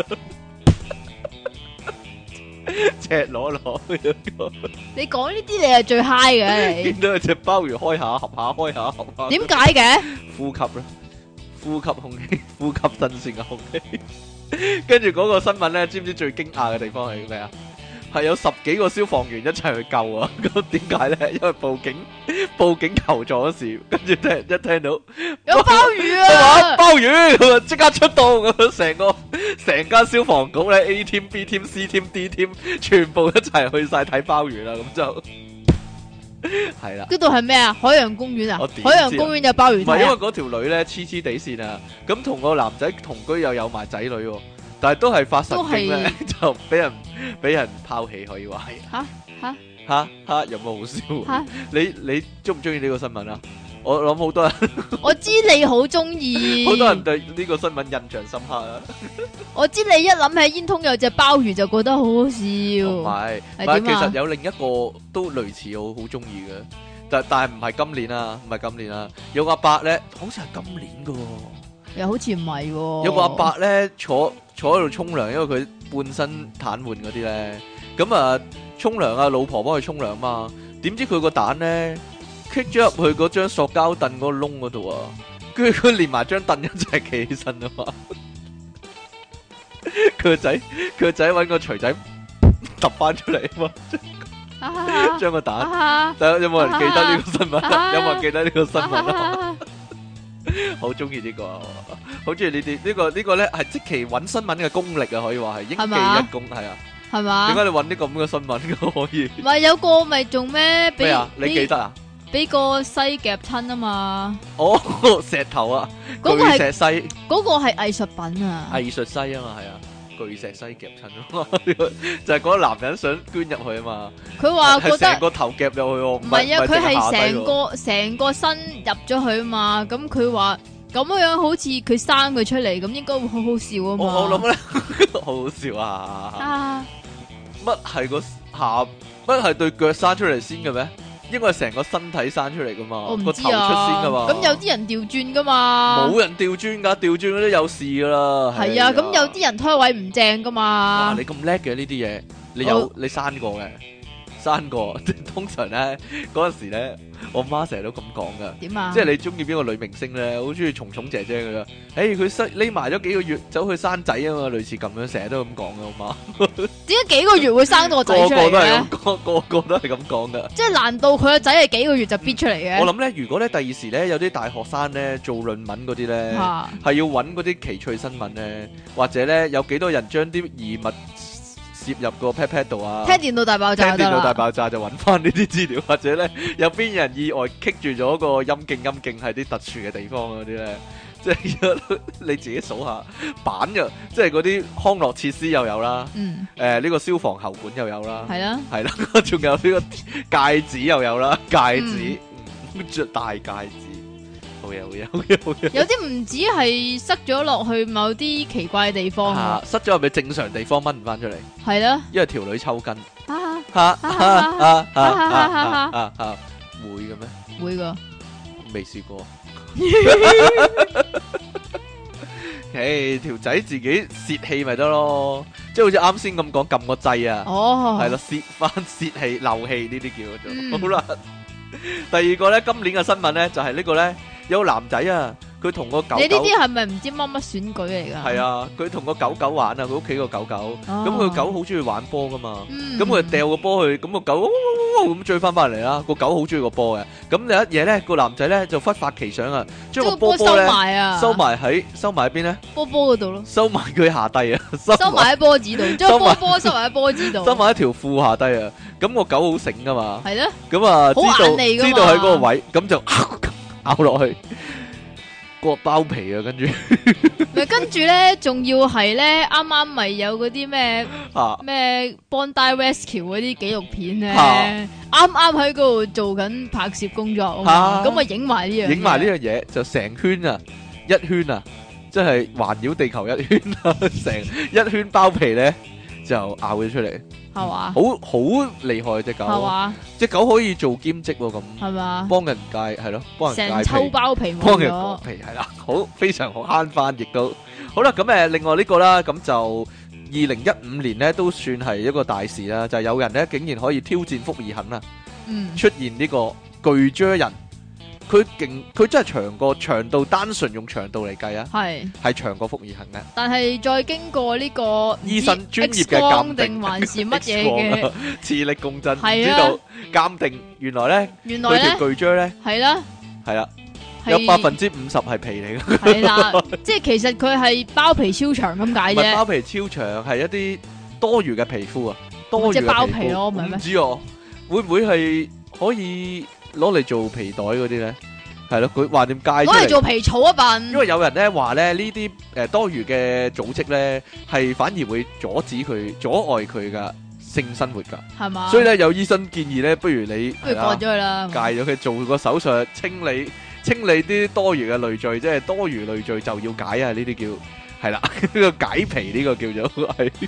Speaker 1: 赤裸裸，
Speaker 2: 你講呢啲你係最 high 嘅你
Speaker 1: 見到一隻鮑魚開下合下開下合下，，
Speaker 2: 點解嘅？
Speaker 1: 呼吸啦，呼吸空氣， 呼吸新鮮嘅空氣。 跟住嗰個新聞咧，知唔知最驚訝嘅地方係咩啊？係有十幾個消防員一齊去救啊！咁點解咧？因為報警報警求助嗰時，跟住聽一聽到。
Speaker 2: 有鮑 魚
Speaker 1: 哇！
Speaker 2: 啊！
Speaker 1: 鮑魚 咁啊，即刻出動咁樣，成個成間消防局咧 A team、B team、C team、D team 全部一齊去晒睇鮑魚啦，咁就 係啦。
Speaker 2: 嗰度係咩啊？海洋公園啊
Speaker 1: 我點知？啊
Speaker 2: 海洋公園有鮑
Speaker 1: 唔
Speaker 2: 魚
Speaker 1: 係因
Speaker 2: 睇
Speaker 1: 為
Speaker 2: 啊！
Speaker 1: 嗰條女咧黐黐地線啊，咁同個男仔同居又有埋仔女喎，但係都係發神經咧， 就俾人俾人拋棄可以話係。
Speaker 2: 嚇嚇
Speaker 1: 嚇嚇有冇好笑啊
Speaker 2: 嚇？
Speaker 1: 你你中唔中意呢個新聞啊？我諗好多人
Speaker 2: 我知你好中意，
Speaker 1: 好多人對呢個新聞印象深刻啊。
Speaker 2: 我知你一諗起煙通有隻鮑魚就覺得好好
Speaker 1: 唔
Speaker 2: 笑，
Speaker 1: 係，
Speaker 2: 係
Speaker 1: 唔係，
Speaker 2: 點
Speaker 1: 其
Speaker 2: 啊
Speaker 1: 實有另一個都類似我好中意嘅，但但係唔係今年啊，唔係今年啊，有個阿伯咧，好似係今年嘅喎，
Speaker 2: 又好似唔係喎。
Speaker 1: 有個阿伯咧坐坐喺度沖涼，因為佢半身癱瘓嗰啲咧，咁啊沖涼啊，老婆幫佢沖涼嘛，點知佢個蛋咧棘咗入去嗰張塑膠凳嗰個窿嗰度啊，跟住 佢連埋張凳一齊企起身啊嘛，佢個仔佢個仔揾個錘仔揼翻出嚟啊嘛。
Speaker 2: 啊哈
Speaker 1: 將個蛋，
Speaker 2: 啊哈
Speaker 1: 睇下有冇人記得呢個新聞啊？
Speaker 2: 啊
Speaker 1: 有冇人記得呢個新
Speaker 2: 啊
Speaker 1: 聞啊？
Speaker 2: 哈
Speaker 1: 好中意呢個啊，好中意呢啲呢個呢個咧係即期揾新聞嘅功力啊，可以話係英
Speaker 2: 係
Speaker 1: 記
Speaker 2: 嘛
Speaker 1: 一功係啊。
Speaker 2: 係
Speaker 1: 點
Speaker 2: 嘛？
Speaker 1: 解你揾啲咁嘅新聞 嘅可以？
Speaker 2: 唔係有個咪仲咩？俾
Speaker 1: 咩啊？你記
Speaker 2: 俾
Speaker 1: 得啊？
Speaker 2: 俾個西夾親啊嘛！
Speaker 1: 哦， 石頭啊，
Speaker 2: 嗰個
Speaker 1: 巨
Speaker 2: 係
Speaker 1: 石西
Speaker 2: 嗰個係藝術品啊！
Speaker 1: 藝術西啊嘛，係啊，巨石西夾親啊嘛， 就係嗰個男人想捐入去啊嘛，
Speaker 2: 佢話覺
Speaker 1: 係成
Speaker 2: 得
Speaker 1: 個頭夾入去喎，
Speaker 2: 唔係
Speaker 1: 唔
Speaker 2: 啊，佢
Speaker 1: 淨下
Speaker 2: 係
Speaker 1: 低
Speaker 2: 成
Speaker 1: 喎
Speaker 2: 個成個身入咗去啊嘛。咁佢話咁樣樣好似佢生佢出嚟咁，應該會好好笑啊
Speaker 1: 我我諗
Speaker 2: 嘛。
Speaker 1: 咧， 好好笑啊！
Speaker 2: 啊，
Speaker 1: 乜係個下乜係對腳生出嚟先嘅咩？應該係成個身體生出嚟噶嘛
Speaker 2: 我，唔
Speaker 1: 個
Speaker 2: 知
Speaker 1: 頭出先
Speaker 2: 啊。
Speaker 1: 噶嘛。
Speaker 2: 咁有啲人調轉噶嘛。
Speaker 1: 冇人調轉噶，調轉嗰啲有事噶啦。
Speaker 2: 系啊，咁有啲人胎位唔正噶
Speaker 1: 哇
Speaker 2: 嘛，
Speaker 1: 你咁叻嘅呢啲嘢，你有
Speaker 2: 我
Speaker 1: 你生過嘅，生過。 通常咧嗰陣時咧，我媽成日都咁講噶。
Speaker 2: 點啊？
Speaker 1: 即係你中意邊個女明星咧，好中意蟲蟲姐姐噶啦。誒，佢失匿埋咗幾個月，走去生仔啊嘛，類似咁樣，成日都咁講噶，我媽。
Speaker 2: 點解幾個月會生到個仔
Speaker 1: 個
Speaker 2: 出嚟
Speaker 1: 個都係
Speaker 2: 嘅
Speaker 1: 咁？講，個個都係咁講噶。
Speaker 2: 即係難道佢個仔係幾個月就必出嚟
Speaker 1: 我
Speaker 2: 嘅？
Speaker 1: 諗咧，如果咧第二時咧有啲大學生咧做論文嗰啲咧，
Speaker 2: 嚇
Speaker 1: 係要揾嗰啲奇趣新聞咧，或者咧有幾多人將啲異物攝入個 pat pat 度啊？
Speaker 2: 聽電腦大爆
Speaker 1: 聽
Speaker 2: 炸就
Speaker 1: 電
Speaker 2: 得
Speaker 1: 腦大
Speaker 2: 啦，
Speaker 1: 爆炸就揾翻呢啲資料，或者咧有邊人意外棘住咗個陰莖陰莖係啲特殊嘅地方嗰啲咧， 即係你自己數下板嘅，即係嗰啲康樂設施又有啦，
Speaker 2: 嗯，
Speaker 1: 誒、呢、個消防喉管又有啦。
Speaker 2: 係啦，
Speaker 1: 系啦，仲有呢個戒指又有啦，戒指嗯着、大戒指，好嘢好嘢好嘢好嘢。
Speaker 2: 有啲唔止係塞咗落去某啲奇怪嘅地方
Speaker 1: 啊
Speaker 2: 啊，
Speaker 1: 塞咗入去正常地方掹唔翻出嚟，
Speaker 2: 係啦，
Speaker 1: 因為條女抽筋。
Speaker 2: 啊
Speaker 1: 吓吓吓吓
Speaker 2: 啊啊啊
Speaker 1: 吓吓吓，會嘅咩？
Speaker 2: 會噶，
Speaker 1: 啊未試過。誒，條仔自己泄氣咪得咯，即係好似啱先咁講撳個掣啊。
Speaker 2: 哦，
Speaker 1: 系啦，，泄翻泄氣、漏氣呢啲叫做。
Speaker 2: 嗯
Speaker 1: 好啦，第二個咧，今年嘅新聞咧就係呢個咧，有個男仔啊佢同個狗
Speaker 2: 你呢
Speaker 1: 狗
Speaker 2: 啲係咪唔知乜乜選舉嚟㗎？
Speaker 1: 係，啊，佢同個狗狗玩啊，佢屋企個狗狗，咁佢狗好中意玩波噶嘛。
Speaker 2: 哦嗯，
Speaker 1: 咁佢掉個波去，咁個狗喔咁追翻翻嚟啦。個狗好中意個波嘅，咁有一嘢咧，個男仔咧就忽發奇想啊，將
Speaker 2: 將
Speaker 1: 個
Speaker 2: 個波
Speaker 1: 波
Speaker 2: 收
Speaker 1: 波咧
Speaker 2: 埋啊，
Speaker 1: 收埋喺收埋喺邊咧？
Speaker 2: 波波嗰度咯，
Speaker 1: 收埋佢下低啊，收
Speaker 2: 收埋喺波子 度，將
Speaker 1: 收埋
Speaker 2: 波波收埋喺波子度，
Speaker 1: 收埋一條褲下低啊。咁個狗好醒噶嘛，
Speaker 2: 係咧，
Speaker 1: 咁啊知
Speaker 2: 好
Speaker 1: 道
Speaker 2: 眼利㗎嘛
Speaker 1: 知道喺嗰個位，咁就 咬落去個包皮啊，跟住
Speaker 2: 咪跟住咧，仲要係咧，啱啱咪有嗰啲咩
Speaker 1: 啊
Speaker 2: 咩 Bondi Rescue 嗰啲紀錄片咧，
Speaker 1: 嚇
Speaker 2: 啱啱喺嗰度做緊拍攝工作啊嘛，
Speaker 1: 嚇
Speaker 2: 咁咪影埋呢樣嘢，
Speaker 1: 影埋呢樣嘢就成圈啊，一圈啊，即係環繞地球一圈啊， 成一圈包皮咧就咬咗出嚟。
Speaker 2: 係嘛，
Speaker 1: 好好厲害只
Speaker 2: 係
Speaker 1: 狗，啊
Speaker 2: 嘛，
Speaker 1: 只狗可以做兼職喎咁，
Speaker 2: 係嘛，
Speaker 1: 幫人戒係咯，幫人
Speaker 2: 成
Speaker 1: 戒
Speaker 2: 抽
Speaker 1: 皮，
Speaker 2: 包皮冇
Speaker 1: 幫人割
Speaker 2: 咗，
Speaker 1: 皮係啦，好非常好慳翻，亦都好啦。咁誒，另外呢個啦，咁就二零一五年呢，都算係一個大事啦，就係有人呢，竟然可以挑戰福爾肯啊，
Speaker 2: 嗯，
Speaker 1: 出現呢個巨鋸人，佢勁佢真係長過長度，單純用長度嚟計啊，
Speaker 2: 係。
Speaker 1: 係長過福爾肯嘅。
Speaker 2: 但係再經過呢個唔知
Speaker 1: 醫生專業嘅
Speaker 2: X 光
Speaker 1: 鑑定
Speaker 2: 定還是乜
Speaker 1: X
Speaker 2: 嘢
Speaker 1: 光
Speaker 2: 嘅？
Speaker 1: 啊磁力共振，唔
Speaker 2: 係
Speaker 1: 知
Speaker 2: 啊
Speaker 1: 道鑑定原來呢，
Speaker 2: 原來
Speaker 1: 佢條
Speaker 2: 咧
Speaker 1: 巨鋸呢。
Speaker 2: 係啦，
Speaker 1: 係啦，
Speaker 2: 係
Speaker 1: 有百分之五十係皮嚟嘅，
Speaker 2: 係啦，即係其實佢係包皮超長咁解
Speaker 1: 唔係
Speaker 2: 啫。
Speaker 1: 包皮超長，係一啲多餘嘅皮膚啊，多餘嘅
Speaker 2: 即係包皮
Speaker 1: 膚
Speaker 2: 咯咪咩
Speaker 1: 唔知哦，會唔會係可以攞嚟做皮袋嗰啲咧？係咯，佢話點戒出
Speaker 2: 攞嚟
Speaker 1: 嚟？
Speaker 2: 做皮草啊笨
Speaker 1: 因，為有人咧話咧呢啲誒多餘嘅組織咧係反而會阻止佢阻礙佢嘅性生活㗎，
Speaker 2: 係嘛？
Speaker 1: 所以，咧有醫生建議咧，不如你
Speaker 2: 不
Speaker 1: 係
Speaker 2: 如
Speaker 1: 啦
Speaker 2: 割咗佢啦。
Speaker 1: 戒咗佢，做個手術清理清理啲多餘嘅累贅，即係多餘累贅就要解啊！呢啲叫係啦， 呢個解皮呢個叫做係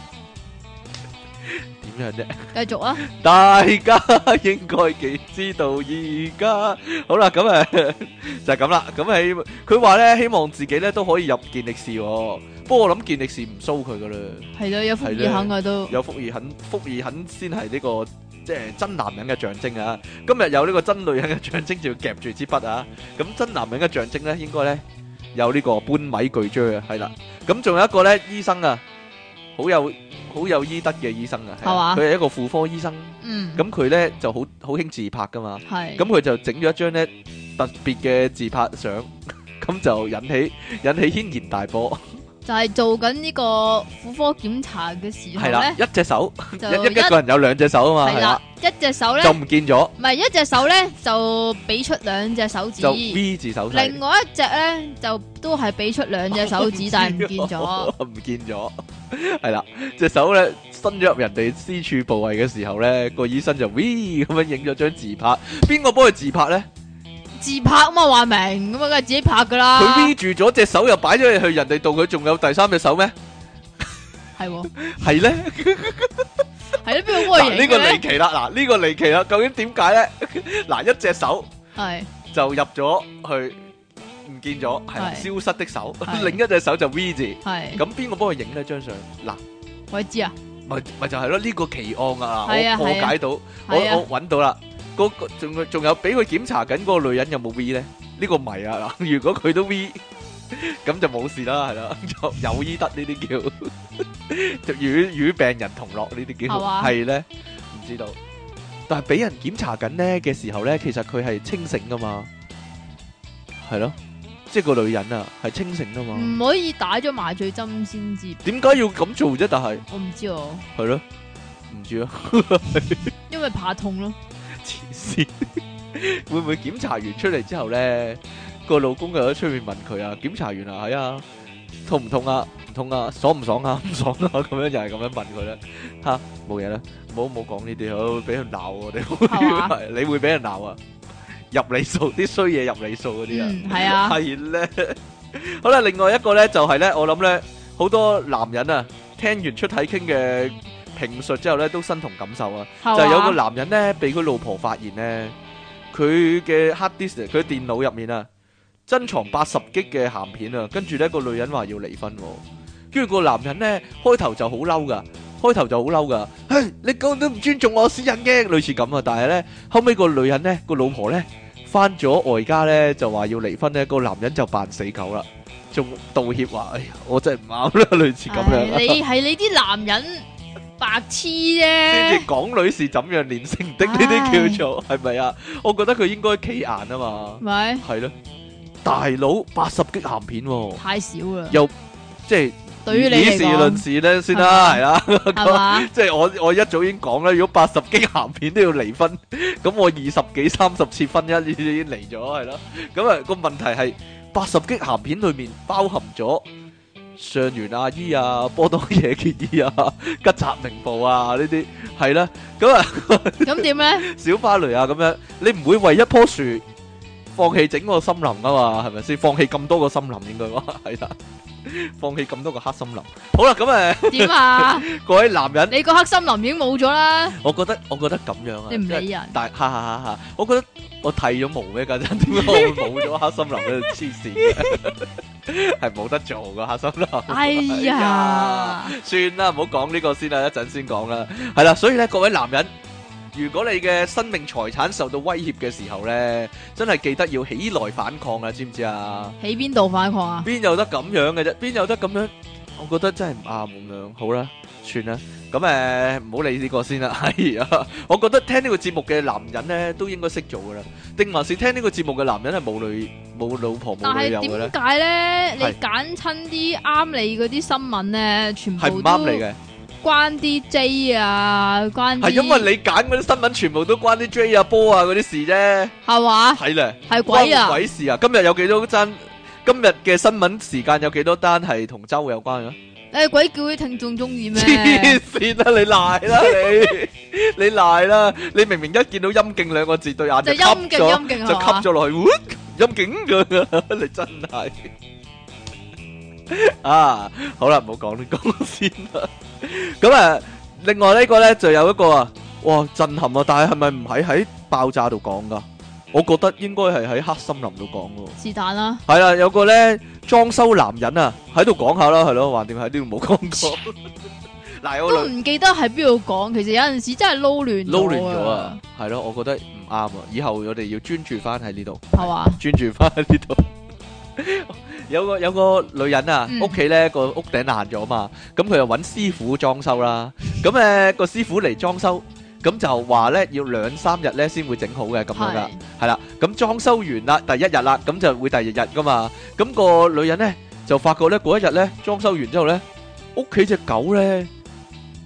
Speaker 1: 點樣啫？
Speaker 2: 繼續啊，
Speaker 1: 大家應該幾知道而家好啦，咁誒 就係咁啦。咁喺佢話咧，希望自己咧都可以入健力士喎。不過我諗健力士唔騷佢噶啦，
Speaker 2: 係啦，有福爾肯噶都，
Speaker 1: 有福爾肯，福爾肯先係呢個即係真男人嘅象徵啊！今日有呢個真女人嘅象徵，就要夾住支筆啊！咁真男人嘅象徵咧，應該咧有呢個半米巨椎啊，係啦。咁仲有一個咧，醫生啊，好有好有醫德嘅醫生啊，
Speaker 2: 係
Speaker 1: 啊
Speaker 2: 嘛
Speaker 1: 佢係一個婦科醫生，
Speaker 2: 嗯，
Speaker 1: 咁佢咧就好好興自拍噶嘛。
Speaker 2: 係，
Speaker 1: 咁佢就整咗一張咧特別嘅自拍相， 咁就引起引起軒然大波，
Speaker 2: 就係做緊呢個婦科檢查嘅時候
Speaker 1: 係啦，
Speaker 2: 咧，
Speaker 1: 一隻手，
Speaker 2: 就
Speaker 1: 一一個人有兩隻手啊嘛，
Speaker 2: 係
Speaker 1: 係啦
Speaker 2: 啦。，一隻手咧
Speaker 1: 就，唔見咗，
Speaker 2: 唔係一隻手咧就俾出兩隻手指，
Speaker 1: 就 V 字手勢
Speaker 2: 另，外一隻咧就都係俾出兩隻手指，但係唔見 咗。
Speaker 1: 唔見咗，係啦，隻手咧伸咗入人哋私處部位嘅時候咧，個醫生就 V 咁樣影咗張自拍，邊個幫佢自拍咧？
Speaker 2: 自拍啊嘛，話明咁啊，梗係自己拍噶啦。
Speaker 1: 佢 V 住咗隻手又擺咗去人哋度，佢仲有第三隻手咩？
Speaker 2: 係喎，
Speaker 1: 係咧，
Speaker 2: 係咯，邊個幫
Speaker 1: 嗱
Speaker 2: 佢
Speaker 1: 呢
Speaker 2: 影
Speaker 1: 個
Speaker 2: 嘅
Speaker 1: 離
Speaker 2: 咧？
Speaker 1: 奇啦，嗱呢個離奇啦，究竟點 解咧？嗱一隻手
Speaker 2: 係
Speaker 1: 就入咗去唔見咗，係啦
Speaker 2: 係
Speaker 1: 消失的手，
Speaker 2: 係
Speaker 1: 另一隻手就 V 字，
Speaker 2: 係，
Speaker 1: 咁邊個幫佢影呢張相？嗱。
Speaker 2: 我知啊，
Speaker 1: 咪咪就係咯，呢個奇案啊，
Speaker 2: 係
Speaker 1: 我
Speaker 2: 啊
Speaker 1: 破
Speaker 2: 係啊
Speaker 1: 解到，我
Speaker 2: 係啊
Speaker 1: 我揾到啦。嗰個仲仲有俾佢檢查緊嗰個女人有冇 V 咧？呢個謎啊 嗱，如果佢都 V，咁就冇事啦，係 啦，有有醫德呢啲叫， 就與與病人同樂呢啲叫
Speaker 2: 係嘛
Speaker 1: 係咧，唔知道。但係俾人檢查緊咧嘅時候咧，其實佢係清醒噶嘛，係咯，即係個女人啊係清醒噶嘛，
Speaker 2: 唔可以打咗麻醉針先至，
Speaker 1: 點解要咁做啫？但係
Speaker 2: 我唔知哦，
Speaker 1: 係咯，唔知啊。
Speaker 2: 因為怕痛咯，
Speaker 1: 黐 線，會唔會檢查完出嚟之後咧，個老公又喺出面問佢啊？檢查完啊，係啊，痛唔痛啊？唔痛啊，爽唔爽 啊？唔爽啊，咁樣又係咁樣問佢咧。吓，冇嘢啦，唔好唔好講呢啲，我會俾人鬧我哋
Speaker 2: 係嘛，
Speaker 1: 你會俾人鬧啊！入你數啲衰嘢入你數嗰啲啊！
Speaker 2: 嗯，係啊，
Speaker 1: 係 咧。好啦，另外一個咧就係咧，我諗咧好多男人啊，聽完出體傾嘅評述之後咧，都身同感受啊。
Speaker 2: 就
Speaker 1: 就係有個男人咧，被佢老婆發現咧，佢嘅 hard disk，佢電腦入面啊，珍藏八十 G 嘅鹹片啊，跟住咧個女人話要離婚喎，跟住個男人咧開頭就好嬲噶，開頭就好嬲噶，嘿，你講都唔尊重我私隱嘅，類似咁啊，但係咧後尾個女人咧個老婆咧翻咗外家咧，就話要離婚咧，個男人就扮死狗啦，仲道歉話：哎呀，我真係唔啱啦， 類似咁樣啦。
Speaker 2: 唉你係你啲男人白痴
Speaker 1: 先
Speaker 2: 啫
Speaker 1: 至，港女是怎樣練成的呢
Speaker 2: 唉
Speaker 1: 啲叫做係咪啊？我覺得佢應該企硬啊嘛，
Speaker 2: 咪
Speaker 1: 係咯，大佬八十激鹹片喎，
Speaker 2: 太少啦。
Speaker 1: 又即係
Speaker 2: 對於你
Speaker 1: 以
Speaker 2: 嚟
Speaker 1: 事論
Speaker 2: 講，
Speaker 1: 事咧先啦，係啦。
Speaker 2: 係嘛？
Speaker 1: 即係我我一早已經講啦，如果八十激鹹片都要離婚，咁我二十幾三十次婚姻已經離咗係咯。咁啊個問題係八十激鹹片裏面包含咗上元阿姨啊、波多野結衣啊、吉澤明步啊呢啲係啦。咁啊
Speaker 2: 咁點咧？
Speaker 1: 小花蕾啊咁樣，你唔會為一棵樹放棄整個森林啊嘛，係咪先？放棄咁多個森林應該話 係啦，放棄咁多個黑森林。好啦，咁誒
Speaker 2: 點啊？
Speaker 1: 各位男人。
Speaker 2: 你個黑森林已經冇咗啦，
Speaker 1: 我覺得我覺得咁樣啊，
Speaker 2: 你唔
Speaker 1: 即係
Speaker 2: 理人。
Speaker 1: 但 哈哈哈哈，我覺得我剃咗毛咩家陣，點 解我會冇咗黑森林喺度黐線嘅？ 係冇得做噶黑森林。
Speaker 2: 哎呀，
Speaker 1: 算啦，唔好講呢個先啦，一陣先講啦。係啦，所以咧，各位男人，如果你嘅生命財產受到威脅嘅時候咧，真係記得要起來反抗啊，知唔知啊？
Speaker 2: 喺邊度反抗啊？
Speaker 1: 邊有得咁樣嘅啫？邊有得咁樣？我覺得真係唔啱咁樣。好啦，算啦。咁誒，唔好理呢個先啦。係啊，我覺得聽呢個節目嘅男人咧，都應該識做噶啦。定還是聽呢個節目嘅男人係冇女冇老婆
Speaker 2: 但
Speaker 1: 冇女
Speaker 2: 係
Speaker 1: 友嘅咧
Speaker 2: 點？解咧？你
Speaker 1: 係
Speaker 2: 揀親啲啱你嗰啲新聞咧，全
Speaker 1: 係唔
Speaker 2: 部都
Speaker 1: 啱你嘅，
Speaker 2: 關啲 J 啊，關啲
Speaker 1: 係因為你揀嗰啲新聞全部都關啲 J 啊波啊嗰啲事啫。
Speaker 2: 係嘛？
Speaker 1: 係咧，
Speaker 2: 係鬼
Speaker 1: 關
Speaker 2: 啊！
Speaker 1: 鬼事啊！今日有幾多單？今日嘅新聞時間有幾多單係同周有關嘅？
Speaker 2: 诶，鬼叫啲聽眾中意咩？
Speaker 1: 黐線啦！你賴啦你，你賴啦！你明明一見到陰勁兩個字對眼
Speaker 2: 就
Speaker 1: 就吸
Speaker 2: 陰勁
Speaker 1: 咗，
Speaker 2: 陰勁
Speaker 1: 就
Speaker 2: 係嘛
Speaker 1: 吸？咗落去，喎陰勁 㗎！你真係啊！好啦，唔好講呢 個先啦。咁啊，另外呢個咧就有一個啊，哇震撼啊！但係係咪唔喺喺爆炸度講㗎？我覺得應該係喺黑森林度講喎。
Speaker 2: 是但啦，
Speaker 1: 系啦，有個咧裝修男人啊，喺度講下啦，係咯，橫掂喺呢度冇講過。嗱，有
Speaker 2: 都
Speaker 1: 個
Speaker 2: 唔記得喺邊度講。其實有陣時真係撈亂
Speaker 1: 撈亂咗啊，，係咯，我覺得唔啱啊，以後我哋要專注翻喺呢度，
Speaker 2: 係嘛？
Speaker 1: 啊專注翻喺呢 度。有個有個女人啊，
Speaker 2: 嗯
Speaker 1: 屋企咧個屋頂爛咗嘛，咁佢就揾師傅裝修啦。咁誒個師傅嚟裝修，咁就話咧要兩三日咧先會整好嘅咁樣噶
Speaker 2: 係。
Speaker 1: 係啦，咁裝修完啦，第一日啦，咁就會第二日噶嘛。咁、個女人呢，就發覺呢嗰一日呢，裝修完之後呢，屋企只狗呢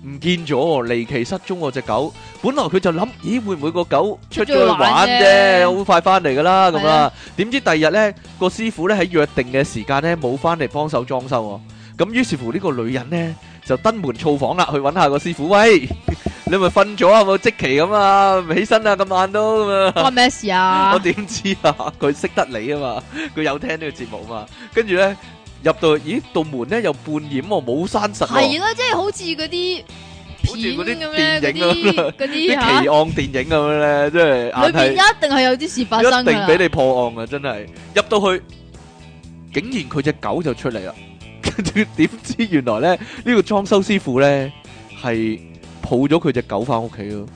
Speaker 1: 唔見咗喎，離奇失蹤喎只狗。本來佢就諗，咦會唔會個狗出咗
Speaker 2: 出咗
Speaker 1: 去
Speaker 2: 去玩
Speaker 1: 玩啫，
Speaker 2: 啫
Speaker 1: 好快翻嚟噶啦咁
Speaker 2: 係
Speaker 1: 啦
Speaker 2: 啊。
Speaker 1: 點知第二日呢，個師傅呢喺約定嘅時間呢冇翻嚟幫手裝修喎。咁於是乎呢個女人呢，就登門造訪啦，去揾下個師傅，喂，你咪瞓咗啊？有冇即期咁啊？唔起身啊？咁晏都咁啊？
Speaker 2: 關咩事啊
Speaker 1: 我？點知啊？佢識得你啊嘛，佢有聽呢個節目嘛，跟住咧入到，咦，道門咧又半掩喎，冇閂實
Speaker 2: 係
Speaker 1: 喎，
Speaker 2: 啦，即係好似嗰啲片
Speaker 1: 好似嗰啲
Speaker 2: 咁咧，
Speaker 1: 電
Speaker 2: 嗰
Speaker 1: 影咁啦
Speaker 2: 啲嗰
Speaker 1: 啲奇
Speaker 2: 啲
Speaker 1: 案
Speaker 2: 吓，
Speaker 1: 電影咁樣咧，即啊係
Speaker 2: 裏邊一
Speaker 1: 硬
Speaker 2: 定係有啲事發
Speaker 1: 係
Speaker 2: 生
Speaker 1: 一
Speaker 2: 噶
Speaker 1: 定
Speaker 2: 啦。
Speaker 1: 俾你破案啊！真係入到去，竟然佢只狗就出嚟啦， 跟住點知原來咧呢個裝修師傅咧係抱咗佢只狗翻屋企咯，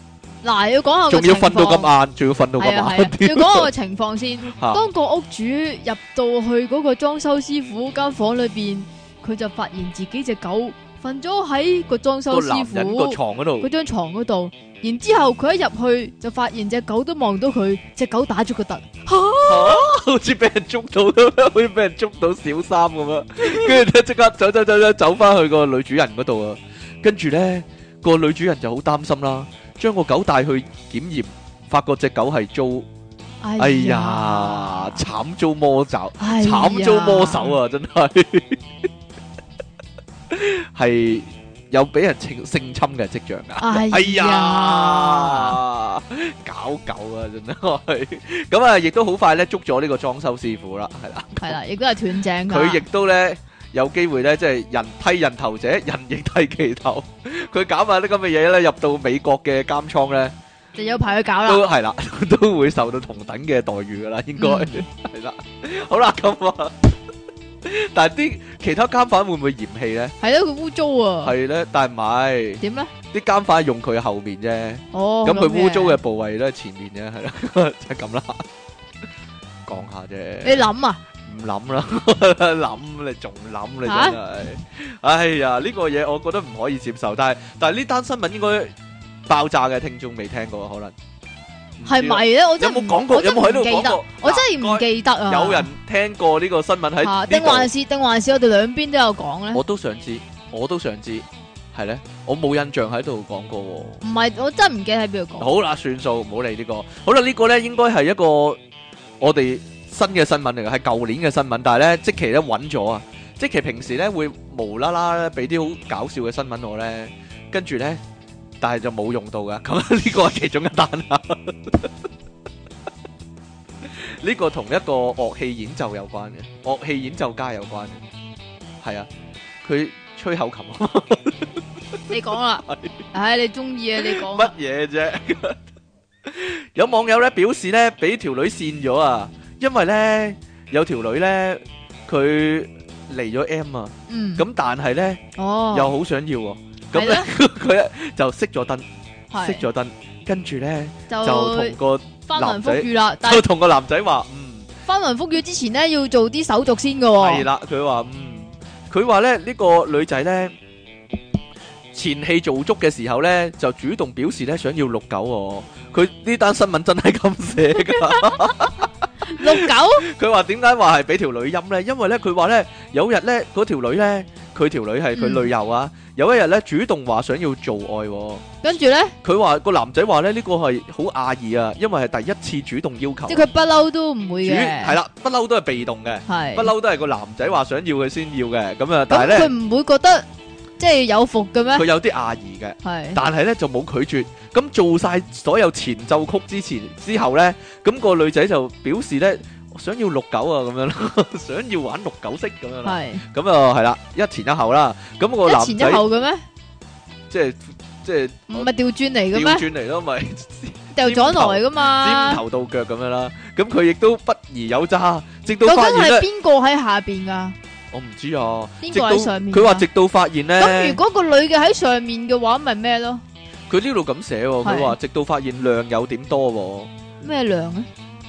Speaker 2: 嗱，要講下個
Speaker 1: 仲要瞓到
Speaker 2: 情況
Speaker 1: 咁晏，仲要瞓到
Speaker 2: 係啊係啊
Speaker 1: 咁
Speaker 2: 要
Speaker 1: 晏，
Speaker 2: 講下個情況先。
Speaker 1: 嚇
Speaker 2: 當個屋主入到去嗰個裝修師傅間房裏边，佢就發現自己只狗瞓咗喺個裝修
Speaker 1: 個
Speaker 2: 師
Speaker 1: 男
Speaker 2: 傅
Speaker 1: 人個床嗰
Speaker 2: 嗰
Speaker 1: 度，
Speaker 2: 張床嗰度。然之后佢一入去就發現只狗都望到佢，只狗打咗個突，吓
Speaker 1: 好似俾人捉到咁樣，好似俾人捉到小三咁樣，跟住咧即刻走走走走走翻去個女主人嗰度啊！跟住咧個女主人就好擔心啦，將個狗帶去檢驗，發覺只狗係遭，哎呀，慘遭魔爪，
Speaker 2: 哎呀
Speaker 1: 慘遭魔手！啊！真係 係有俾人性性侵嘅跡象啊！哎
Speaker 2: 哎呀，
Speaker 1: 呀，搞狗啊，真係！咁啊，亦都好快咧捉咗呢個裝修師傅啦，係啦。
Speaker 2: 係啦，亦都係斷正㗎
Speaker 1: 佢亦都咧有機會咧，即係人替人頭者，人亦替其頭。佢搞埋啲咁嘅嘢咧，入到美國嘅監倉咧，
Speaker 2: 就有排去搞啦。
Speaker 1: 都係啦， 都會受到同等嘅待遇噶啦，應該 係啦。好啦，咁啊，但係啲其他監犯會唔會嫌棄咧？
Speaker 2: 係咯，佢污糟啊。
Speaker 1: 係咧，但係唔係
Speaker 2: 點咧？
Speaker 1: 啲監犯用佢後面啫。
Speaker 2: 哦，
Speaker 1: 咁佢
Speaker 2: 樣
Speaker 1: 污糟嘅部位咧，前面啫，係啦，就係咁啦。講下啫。
Speaker 2: 你諗啊？
Speaker 1: 唔諗啦， 諗你仲諗你真係，哎呀呢個嘢我覺得唔可以接受，但係但係呢單新聞應該爆炸嘅，聽眾未聽過可能唔知啊
Speaker 2: 係咪咧？我
Speaker 1: 有
Speaker 2: 真係
Speaker 1: 冇
Speaker 2: 唔
Speaker 1: 講過？有
Speaker 2: 我真係
Speaker 1: 冇喺度
Speaker 2: 唔記
Speaker 1: 講
Speaker 2: 得
Speaker 1: 過？
Speaker 2: 我真係唔記得啊！
Speaker 1: 有人聽過呢個新聞喺
Speaker 2: 嚇
Speaker 1: 呢
Speaker 2: 定
Speaker 1: 度
Speaker 2: 還是定還是我哋兩邊都有講咧？
Speaker 1: 我都想知，我都想知，係咧，我冇印象喺度講過喎。
Speaker 2: 唔係，我真係唔記得喺邊度講。
Speaker 1: 好啦，算數，唔好理呢個。好啦，呢個呢應該係一個我哋新嘅新聞嚟嘅，係舊年嘅新聞，但係呢，即期咧揾咗啊，即期平時呢會無啦啦咧俾啲好搞笑嘅新聞我呢，跟住呢，但係就冇用到噶。咁啊 呢個係其中一單啊啦。 呢個同一個樂器演奏有關嘅，樂器演奏家有關嘅，係啊，佢吹口琴。啊
Speaker 2: 你 講啦，唉，你中意啊，你講
Speaker 1: 乜
Speaker 2: 啊。
Speaker 1: 嘢啫？ 有網友咧表示咧，俾條女跣咗啊，因為咧有條女咧佢嚟咗 M 啊，
Speaker 2: 嗯，
Speaker 1: 咁但係咧
Speaker 2: 哦，
Speaker 1: 又好想要喎，咁
Speaker 2: 係
Speaker 1: 咧
Speaker 2: 咯
Speaker 1: 佢就熄咗燈，
Speaker 2: 係
Speaker 1: 熄咗燈，跟住咧就同
Speaker 2: 就
Speaker 1: 個
Speaker 2: 翻
Speaker 1: 男
Speaker 2: 雲
Speaker 1: 仔
Speaker 2: 覆雨啦。 但
Speaker 1: 就
Speaker 2: 係
Speaker 1: 同個男仔話，嗯，
Speaker 2: 翻雲覆雨之前咧，要做啲手續先嘅喎。
Speaker 1: 係啦，佢話嗯，佢話咧呢個女仔咧。前戲做足嘅時候咧，就主動表示咧想要六九喎。佢呢單新聞真係咁寫㗎。
Speaker 2: 六九
Speaker 1: 佢話點解話係俾條女陰呢？因為呢，佢話呢，有日呢，嗰條女呢，佢條女係佢女友啊，有一日呢，主動話想要做愛、喎。
Speaker 2: 跟住咧，
Speaker 1: 佢話個男仔話呢，呢、個係好訝異啊，因為係第一次主動要求
Speaker 2: 即，係佢不嬲都唔會
Speaker 1: 主
Speaker 2: 嘅。
Speaker 1: 係，啦，不嬲都係被動嘅，
Speaker 2: 係
Speaker 1: 不。嬲都係個男仔話想要佢先要嘅，咁啊，但係
Speaker 2: 咁
Speaker 1: 呢，
Speaker 2: 佢唔會覺得即係有伏嘅
Speaker 1: 佢
Speaker 2: 咩？
Speaker 1: 有啲訝異嘅。
Speaker 2: 係
Speaker 1: 但係咧就冇拒絕。咁做晒所有前奏曲之前之後咧，咁、個女仔就表示咧想要六九啊咁樣啦， 想要玩六九式咁樣啦。
Speaker 2: 係
Speaker 1: 咁啊係啦，一前一後啦。咁、個
Speaker 2: 一
Speaker 1: 男
Speaker 2: 前一
Speaker 1: 仔
Speaker 2: 後嘅咩？
Speaker 1: 即係即係
Speaker 2: 唔係調轉嚟嘅
Speaker 1: 調
Speaker 2: 咩？啊
Speaker 1: 轉嚟咯，咪
Speaker 2: 掉咗來嘅
Speaker 1: 尖
Speaker 2: 嘛？
Speaker 1: 頭到腳咁樣啦。咁佢亦都不疑有詐，直到
Speaker 2: 究竟
Speaker 1: 發現
Speaker 2: 係
Speaker 1: 咧，
Speaker 2: 邊個喺下邊噶？
Speaker 1: 我唔知啊。
Speaker 2: 邊
Speaker 1: 直
Speaker 2: 個
Speaker 1: 到
Speaker 2: 喺上面㗎？
Speaker 1: 佢話直到發現
Speaker 2: 咁
Speaker 1: 咧
Speaker 2: 如，果個女嘅喺上面嘅話，咪咩咯？
Speaker 1: 佢呢度咁寫喎，佢話直到發現量有點多喎，誒、
Speaker 2: 咩量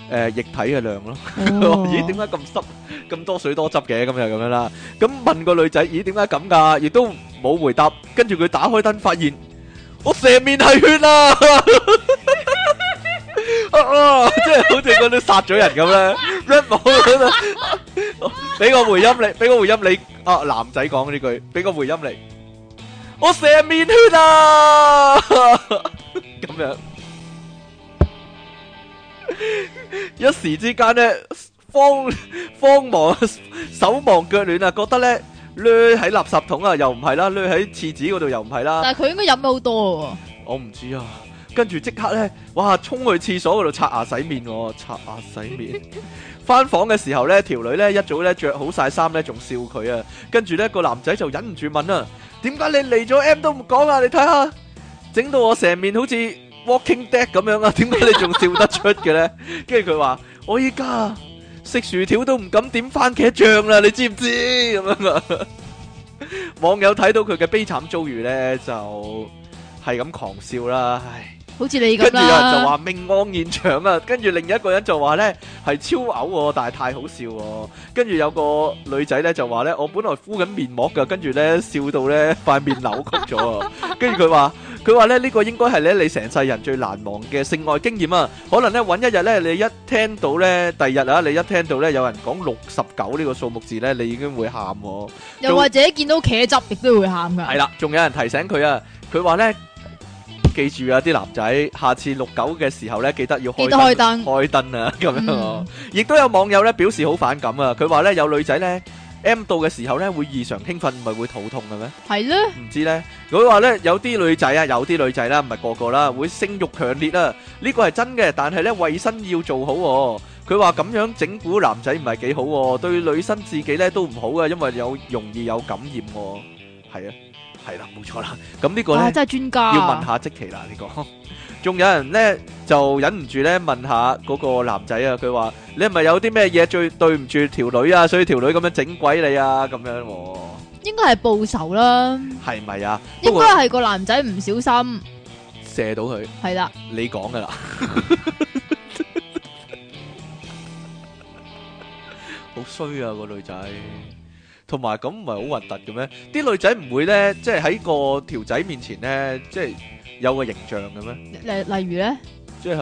Speaker 2: 咧？
Speaker 1: 液體嘅量咯。
Speaker 2: 哦
Speaker 1: 咦，點解咁濕、咁多水多汁嘅？咁又咁樣啦。咁問個女仔，咦，點解咁㗎？亦都冇回答。跟住佢打開燈，發現我成面係血啊！啊，即係好似嗰啲殺咗人咁咧，rap 舞喺度。俾個回音你，俾個回音你。啊， 男仔講呢句，俾個回音你。我成面血啊！咁樣。一時之間咧，慌慌忙手忙腳亂啊，覺得咧掠喺垃圾桶啊，又唔係啦，掠喺廁紙嗰度又唔係啦，
Speaker 2: 但係佢應該飲咗好多
Speaker 1: 我唔知啊。跟住即刻咧，哇！衝去廁所嗰度刷牙洗面喎，刷牙洗面。翻房嘅時候咧，條女咧一早咧着好晒衫咧，仲笑佢啊。跟住咧個男仔就忍唔住問啊：點解你嚟咗 M 都唔講啊？你睇下，整到我成面好似 Walking Dead 咁樣啊！點解你仲笑得出嘅咧？跟住佢話：我依家食薯條都唔敢點番茄醬啦，你知唔知？咁樣啊！網友睇到佢嘅悲慘遭遇咧，就係咁狂笑啦，唉。
Speaker 2: 喎，好似你
Speaker 1: 跟
Speaker 2: 咁
Speaker 1: 住有人就
Speaker 2: 啦。
Speaker 1: 話命案現場啊，跟住另一個人就話呢係超嘔喎，但係太好笑喎。跟住有個女仔呢就話呢，我本來敷緊面膜㗎，跟住呢笑到呢塊面扭曲咗啊。跟住佢話佢話呢呢個應該係呢你成世人最難忘嘅性愛經驗啊。可能呢揾一日呢，你一聽到呢，第二日啊，你一聽到呢有人講六十九呢個數目字呢，你已經會喊 喎。
Speaker 2: 又或者見到茄汁，亦都會喊噶。
Speaker 1: 係啦，仲有人提醒佢啊，佢話咧，記住啊，啲男仔下次六九嘅時候咧，記得要
Speaker 2: 記
Speaker 1: 開
Speaker 2: 得開
Speaker 1: 燈
Speaker 2: 燈。
Speaker 1: 開燈啊，咁樣啊
Speaker 2: 嗯。
Speaker 1: 亦都有網友咧表示好反感啊，佢話咧有女仔咧 M 到嘅時候咧會異常興奮，唔係會肚痛嘅咩？
Speaker 2: 係咧，
Speaker 1: 唔知咧，佢話咧有啲女仔啊，有啲女仔啦，唔係個個啦，會性慾強烈啊，呢個係真嘅，但係咧衞生要做好喎。佢話咁樣整蠱男仔唔係幾好喎，對女生自己咧都唔好啊，因為有容易有感染喎。係啊，係啦，冇錯啦。咁呢個
Speaker 2: 哇！
Speaker 1: 咧
Speaker 2: 真係專家啊。
Speaker 1: 要問下即奇啦，呢個。仲有人咧就忍唔住咧問下嗰個男仔啊，佢話你係咪有啲咩嘢最對唔住條女啊，所以條女咁樣整鬼你啊咁樣喎，
Speaker 2: 應該係報仇啦，
Speaker 1: 係咪啊？不
Speaker 2: 應
Speaker 1: 過
Speaker 2: 該係個男仔唔小心，
Speaker 1: 射到佢。
Speaker 2: 係啦，
Speaker 1: 你講噶啦， 好衰啊個女仔，同埋咁唔係好核突嘅咩？啲女仔唔會咧，即係喺個條仔面前咧，即係有個形象嘅咩？
Speaker 2: 例例如咧，
Speaker 1: 即係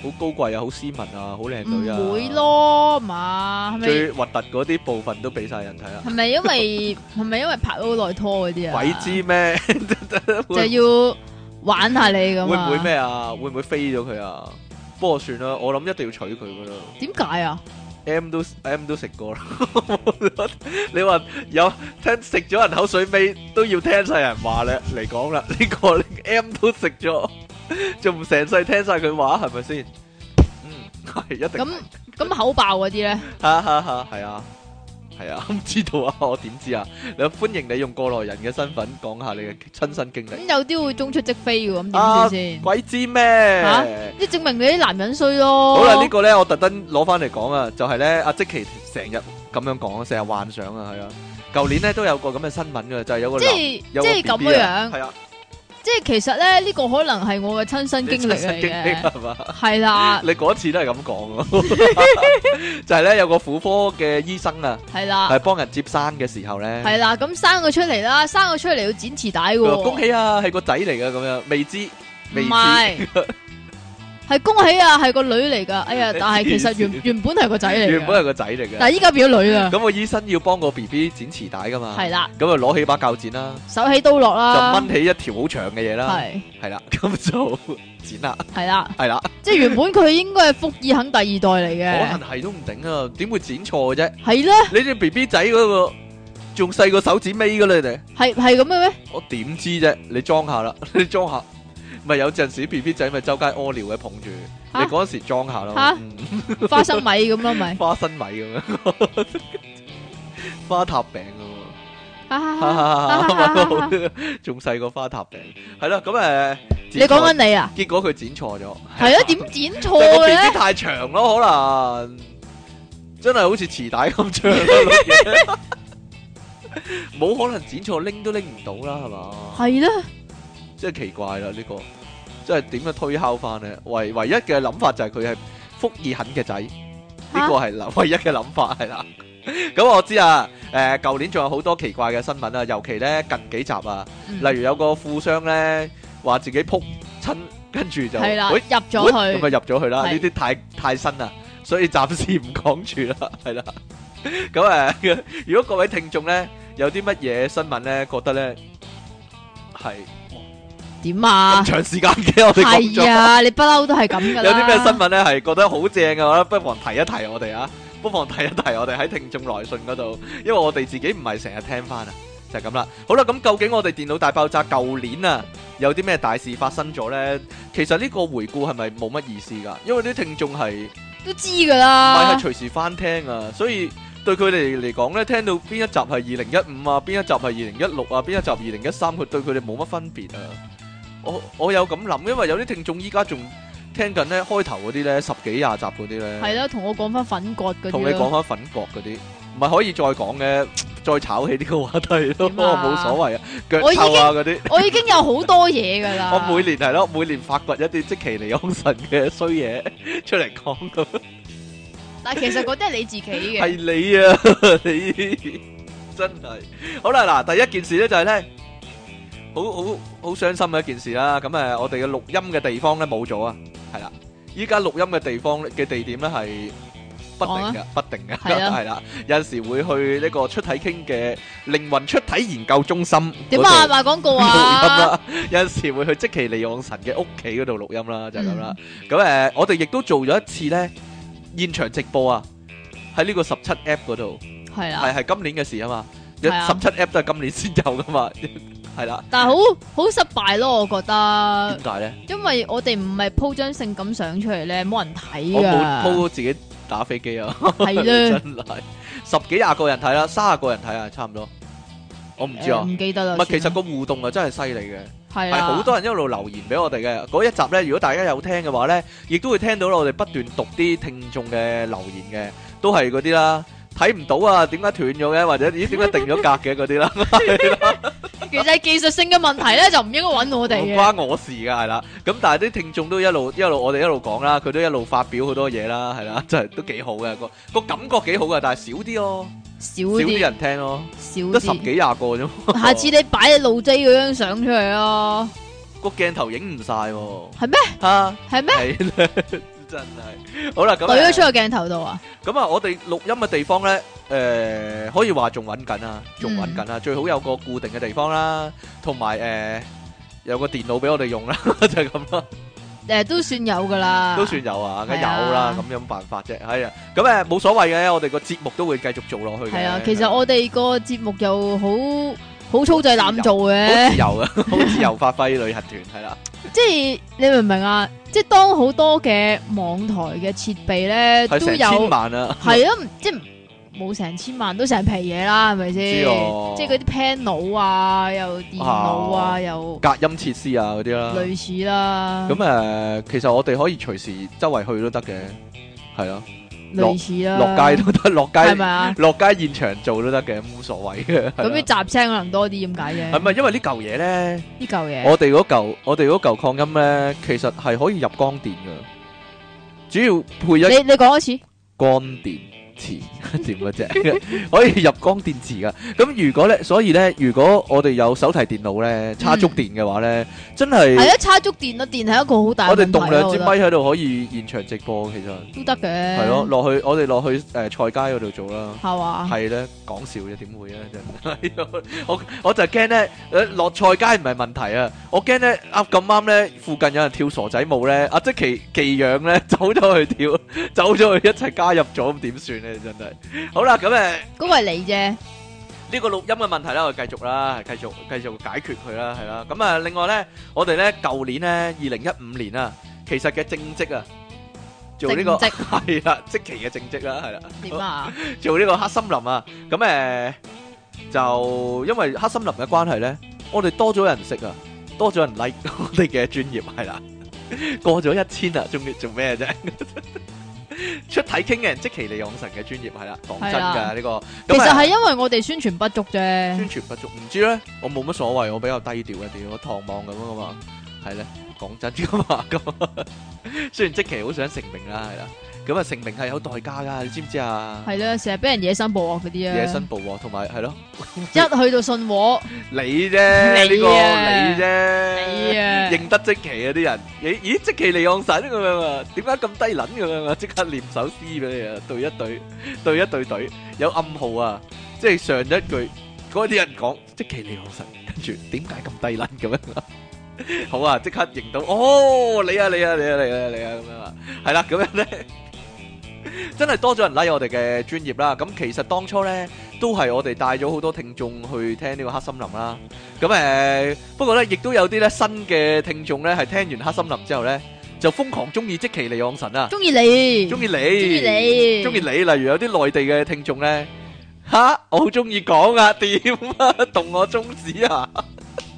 Speaker 1: 好高貴啊，好斯文啊，好靚女啊，
Speaker 2: 唔會，咯嘛，係咪？
Speaker 1: 最核突嗰啲部分都俾晒人睇 啦，
Speaker 2: 係咪因為係咪因為拍咗好耐拖嗰啲啊？
Speaker 1: 鬼知咩？
Speaker 2: 就要玩下你咁
Speaker 1: 會
Speaker 2: 啊？
Speaker 1: 唔會？咩啊？會唔會飛咗佢啊？不過算啦，我諗一定要娶佢噶啦。
Speaker 2: 點解啊？
Speaker 1: M 都 M 都食過啦， 你話有聽食咗人口水尾都要聽晒人話咧嚟講啦， 呢、個 M 都食咗， 仲唔成世聽晒佢話係咪先？嗯，係一定
Speaker 2: 咁咁口爆嗰啲咧，
Speaker 1: 哈哈哈，係啊，係啊， 唔知道啊，我點知啊？你歡迎你用過來人嘅身份講下你嘅親身經歷，
Speaker 2: 咁有啲會中出即飛嘅，
Speaker 1: 啊
Speaker 2: 咁點算先？
Speaker 1: 鬼知咩？
Speaker 2: 嚇即係證明你啲男人衰咯。
Speaker 1: 好啦，呢個咧我特登攞翻嚟講啊，就係咧阿即奇成日咁樣講，成日幻想啊，係啊。舊年咧都有個咁嘅新聞嘅，就係有個
Speaker 2: 即
Speaker 1: 男
Speaker 2: 係
Speaker 1: 有
Speaker 2: 即係咁樣樣，
Speaker 1: 係啊，
Speaker 2: 即係其實咧呢個可能係我嘅親身經歷 啊嚟
Speaker 1: 經歷
Speaker 2: 嘅，
Speaker 1: 係嘛？
Speaker 2: 係啦
Speaker 1: 你嗰次都係咁講喎， 就係咧有個婦科嘅醫生啊，
Speaker 2: 係啦
Speaker 1: 係幫人接生嘅時候咧，
Speaker 2: 係啦，咁生佢出嚟啦，生佢出嚟要剪臍帶嘅
Speaker 1: 佢話
Speaker 2: 喎，
Speaker 1: 恭喜啊，係個仔嚟嘅咁樣，未知未
Speaker 2: 唔
Speaker 1: 知。
Speaker 2: 係。啊係恭喜啊，係個女嚟噶，哎 呀！
Speaker 1: 你
Speaker 2: 但係其實
Speaker 1: 黐線
Speaker 2: 原原本係個仔嚟㗎，
Speaker 1: 原本係個仔嚟
Speaker 2: 但
Speaker 1: 嘅，
Speaker 2: 係依家啊變咗女啦，
Speaker 1: 咁個醫生要幫個 B B 剪臍帶噶嘛，
Speaker 2: 係啦，
Speaker 1: 咁啊攞起把鉸剪啦，
Speaker 2: 手起刀落
Speaker 1: 就
Speaker 2: 啦，
Speaker 1: 掹起一條好長嘅嘢啦，
Speaker 2: 係
Speaker 1: 係啦，咁就剪啦，
Speaker 2: 係啦，
Speaker 1: 係啦。
Speaker 2: 即係原本佢應該係福爾肯第二代
Speaker 1: 可
Speaker 2: 嚟嘅，
Speaker 1: 能係都唔定啊，點會剪錯嘅啫？
Speaker 2: 係咧，
Speaker 1: 你只 B B 仔嗰、個仲細過手指尾噶啦，你哋
Speaker 2: 係係咁嘅 咩？
Speaker 1: 我點知啫？你裝下 啦，你裝下，咪有陣時 B B 仔咪周街屙尿嘅捧住，你
Speaker 2: 嚇
Speaker 1: 嗰陣時裝下咯，
Speaker 2: 嚇
Speaker 1: 嗯
Speaker 2: 花生米咁咯，咪
Speaker 1: 花生米咁樣， 花塔餅咁
Speaker 2: 你
Speaker 1: 喎，仲細過花塔餅，係啦，咁誒，剪
Speaker 2: 講緊
Speaker 1: 錯
Speaker 2: 你啊？
Speaker 1: 結果佢剪錯咗，
Speaker 2: 係啊，點剪錯
Speaker 1: 但係個 B
Speaker 2: 嘅咧
Speaker 1: B？太長咯，可能真係好似磁帶咁長咯，冇可能剪錯拎都拎唔到啦，係嘛？
Speaker 2: 係啦，
Speaker 1: 真係奇怪啦，呢個真係點樣推敲翻咧？唯唯一嘅諗法就係佢係福爾肯嘅仔，呢個係諗 唯一嘅諗法係啦。咁我知啊，誒舊年仲有好多奇怪嘅新聞啊，尤其咧近幾集啊，
Speaker 2: 嗯
Speaker 1: 例如有個富商咧話自己撲親，跟住就
Speaker 2: 係啦，
Speaker 1: 喂
Speaker 2: 入
Speaker 1: 喂咁
Speaker 2: 咗去，
Speaker 1: 啊入咗去啦。
Speaker 2: 係
Speaker 1: 呢啲太太新啦，所以暫時唔講住啦，係啦。咁誒， 如果各位聽眾咧有啲乜嘢新聞咧，覺得咧係
Speaker 2: 點啊
Speaker 1: 咁？長時間嘅，我哋講
Speaker 2: 係
Speaker 1: 咗。
Speaker 2: 啊，你不嬲都係咁噶啦。
Speaker 1: 有啲咩新？聞咧係覺得好正嘅話，不妨提一提我哋啊！不妨提一提我哋喺聽眾來信嗰度，因為我哋自己唔係成日聽翻啊，就係咁啦。好啦，咁究竟我哋電腦大爆炸舊年啊有啲咩大事發生咗咧？其實呢個回顧係咪冇乜意思㗎？因為啲聽眾係。
Speaker 2: 都知
Speaker 1: 唔
Speaker 2: 噶
Speaker 1: 係係
Speaker 2: 啦。
Speaker 1: 隨時翻聽啊，所以對佢哋嚟講咧，聽到邊一集係二零一五啊，邊一集係二零一六啊，邊一集二零一三，佢對佢哋冇乜分別啊。我我有咁諗，因為有啲聽眾依家仲聽緊咧開頭嗰啲咧十幾廿集嗰啲咧，
Speaker 2: 係啦，同我講翻粉葛嗰啲。
Speaker 1: 同你講。開粉角嗰啲，唔係可以再講嘅，再炒起呢個話題咯，
Speaker 2: 點啊
Speaker 1: 冇所謂啊，腳
Speaker 2: 我已經啊
Speaker 1: 臭啊嗰啲。
Speaker 2: 我已經有好多嘢噶啦。
Speaker 1: 我每年係咯，每年發掘一啲即其尼康神嘅衰嘢出嚟講咁。
Speaker 2: 但其實嗰啲係你自己
Speaker 1: 系
Speaker 2: 嘅。
Speaker 1: 你啊， 你真系好啦嗱，第一件事咧就系咧，好好好伤心嘅一件事啦。咁诶，我哋嘅录音嘅地方咧冇咗啊，系啦，依家錄音嘅地方嘅地點咧係不定
Speaker 2: 講
Speaker 1: 嘅，不定嘅，
Speaker 2: 係 啊
Speaker 1: 係啦，有陣時會去呢個出體傾嘅靈魂出體研究中心嗰
Speaker 2: 點啊？
Speaker 1: 度
Speaker 2: 賣 廣告
Speaker 1: 錄音
Speaker 2: 啊？
Speaker 1: 啦，有陣時會去即其利昂神嘅屋企嗰度錄音啦，就係咁啦。咁誒、我哋亦都做咗一次咧現場直播啊，喺呢個十七 App 嗰度，
Speaker 2: 係啊
Speaker 1: 係。係今年嘅事啊嘛。十
Speaker 2: 係啊
Speaker 1: 七 App 都係今年先有噶嘛， 係啦。
Speaker 2: 但係好好失敗咯，我覺得
Speaker 1: 點，解咧？
Speaker 2: 因為我哋唔係鋪張性感相出嚟咧，冇人睇
Speaker 1: 我冇
Speaker 2: 噶，
Speaker 1: 鋪自己打飛機啊，
Speaker 2: 係咧
Speaker 1: 真係十幾廿個人睇啦，三十個人睇啊，差唔多。我唔知
Speaker 2: 誒
Speaker 1: 啊，
Speaker 2: 唔記得啦。
Speaker 1: 唔係其實
Speaker 2: 算
Speaker 1: 個
Speaker 2: 啦
Speaker 1: 互動啊真係犀利嘅。
Speaker 2: 係
Speaker 1: 係
Speaker 2: 啊
Speaker 1: 好多人一路留言俾我哋嘅嗰一集呢，如果大家有聽嘅話呢，亦都會聽到我哋不斷讀啲聽眾嘅留言嘅，都係嗰啲 啦，睇唔到啊，點解斷咗嘅，或者咦點解定咗格嘅嗰啲啦，係啦
Speaker 2: 其實技術性嘅問題咧，就唔應該揾我哋
Speaker 1: 唔
Speaker 2: 嘅。
Speaker 1: 關我事㗎，係啦。咁但係啲聽眾都一路一路，我哋一路講啦，佢都一路發表好多嘢啦， 係啦，真係都幾好嘅，個個感覺幾好嘅，但係少啲咯，少
Speaker 2: 少
Speaker 1: 啲
Speaker 2: 啲，
Speaker 1: 人聽咯，
Speaker 2: 少
Speaker 1: 得十
Speaker 2: 啲。
Speaker 1: 幾廿個啫嘛。
Speaker 2: 下次你擺路 J 嗰張相出嚟咯，
Speaker 1: 個鏡頭影唔晒喎。
Speaker 2: 係咩？
Speaker 1: 嚇，
Speaker 2: 係咩？
Speaker 1: 係 啦，真係。好啦，咁
Speaker 2: 懟咗出
Speaker 1: 誒
Speaker 2: 個鏡頭度啊！
Speaker 1: 咁啊，我哋錄音嘅地方咧，誒可以話仲揾緊啊，仲揾
Speaker 2: 嗯
Speaker 1: 緊啊，最好有個固定嘅地方啦，同埋誒有個電腦俾我哋用啦， 就係咁啦。
Speaker 2: 誒，都算有噶啦，
Speaker 1: 都算有啊，梗
Speaker 2: 係
Speaker 1: 有
Speaker 2: 啊
Speaker 1: 啦，咁有乜辦法啫？係啊，咁誒冇所謂嘅，我哋個節目都會繼續做落去嘅。
Speaker 2: 係啊。其實我哋個節目又好好粗製濫造
Speaker 1: 好
Speaker 2: 嘅，
Speaker 1: 自由啊，好自由發揮旅行團係啦，
Speaker 2: 即係你明唔明啊？即係當好多嘅網台嘅設備咧
Speaker 1: 係
Speaker 2: 都
Speaker 1: 成
Speaker 2: 有
Speaker 1: 千。萬啊，
Speaker 2: 系啊，唔即系冇成千萬都成皮嘢啦，係咪先？
Speaker 1: 知啊喎
Speaker 2: 即係嗰啲 panel 啊，又電腦啊，
Speaker 1: 啊
Speaker 2: 又
Speaker 1: 隔音設施啊嗰啲啦。
Speaker 2: 類似啦，
Speaker 1: 咁啊誒，其實我哋可以隨時周圍去都得嘅，係咯，
Speaker 2: 類似啦，
Speaker 1: 落街都得，落
Speaker 2: 啊係
Speaker 1: 街
Speaker 2: 咪啊？
Speaker 1: 落街現場做都得嘅，冇所謂嘅。係
Speaker 2: 咁
Speaker 1: 啦
Speaker 2: 啲雜聲可能多啲，點解啫？
Speaker 1: 係咪因為呢嚿嘢咧？
Speaker 2: 呢嚿嘢？
Speaker 1: 我哋嗰嚿我哋嗰嚿擴音咧，其實係可以入光電嘅，主要配一。
Speaker 2: 你你讲一次，
Speaker 1: 光電池 點嘅啫，可以入光電池噶。咁如果咧，所以咧，如果我哋有手提電腦咧，插足電嘅話咧，真
Speaker 2: 係
Speaker 1: 係
Speaker 2: 啊，叉足電咯，電係一個好大嘅
Speaker 1: 我哋
Speaker 2: 問題
Speaker 1: 動
Speaker 2: 啊
Speaker 1: 兩支咪
Speaker 2: 我覺
Speaker 1: 喺度可以現場直播，其實
Speaker 2: 得都得嘅，
Speaker 1: 係咯，，落去我哋落去誒菜街嗰度做啦。
Speaker 2: 系嘛？
Speaker 1: 係咧，講笑啫，點會啊？真係，我我就係驚咧，誒落菜街唔係問題啊，我驚咧啊咁啱咧，附近有人跳傻仔舞咧，阿即其寄養咧 走咗去跳，走咗去一齊加入咗，咁點算咧？真係，好啦，咁誒
Speaker 2: 嗰個係你啫，
Speaker 1: 呢個錄音嘅問題啦，我哋繼續啦，繼續繼續解決佢啦，係啦。咁啊，另外咧，我哋咧舊年咧，二零一五年啊，其實嘅正職啊，做呢個
Speaker 2: 正職
Speaker 1: 係啦，即其嘅正職啦，係啦。
Speaker 2: 點啊？
Speaker 1: 做呢個黑森林啊，咁誒、就因為黑森林嘅關係咧，我哋多咗人識啊，多咗人 like 我哋嘅專業係啦， 過咗一千啦，仲要做咩啫？ 出體傾嘅人即其利用神嘅專業係啦，講真
Speaker 2: 係啦
Speaker 1: 㗎呢、個，
Speaker 2: 其實
Speaker 1: 咁啊
Speaker 2: 係因為我哋宣傳不足啫
Speaker 1: 宣，傳不足，唔知咧，我冇乜所謂，我比較低調一啲，我唐望咁啊嘛，係咧，講真噶嘛，咁啊 雖然即其好想成名啦，係啦，咁啊成名係有代價㗎，你知唔知啊？
Speaker 2: 係啦，成日俾人野生捕獲嗰啲啊，
Speaker 1: 野生捕獲同埋係咯。
Speaker 2: 一去到信和，
Speaker 1: 你啫，呢個你
Speaker 2: 你
Speaker 1: 啫，
Speaker 2: 啊，
Speaker 1: 認得即奇啊啲人，咦咦即奇利昂神咁樣啊，點解咁低撚咁樣啊？即刻念首詩俾你啊，對一對，對一對對，有暗號啊，即係上一句嗰啲人講即奇利昂神，跟住點解咁低撚咁樣啊？ 好啊，即刻認到，哦，你啊你啊你啊你啊你啊咁樣啊，係啦，咁樣咧。真係多咗人 like 我哋嘅專業啦，咁其實當初呢，都係我哋帶咗好多聽眾去聽呢個黑森林啦，咁誒、不過咧，亦都有啲咧新嘅聽眾咧，係聽完黑森林之後咧，就瘋狂中意即其利昂神啊，
Speaker 2: 中意你，
Speaker 1: 中
Speaker 2: 中
Speaker 1: 意
Speaker 2: 意
Speaker 1: 你，
Speaker 2: 你，
Speaker 1: 中意你。例如有啲內地嘅聽眾咧，吓我好中意講啊， 點啊，動我中指啊，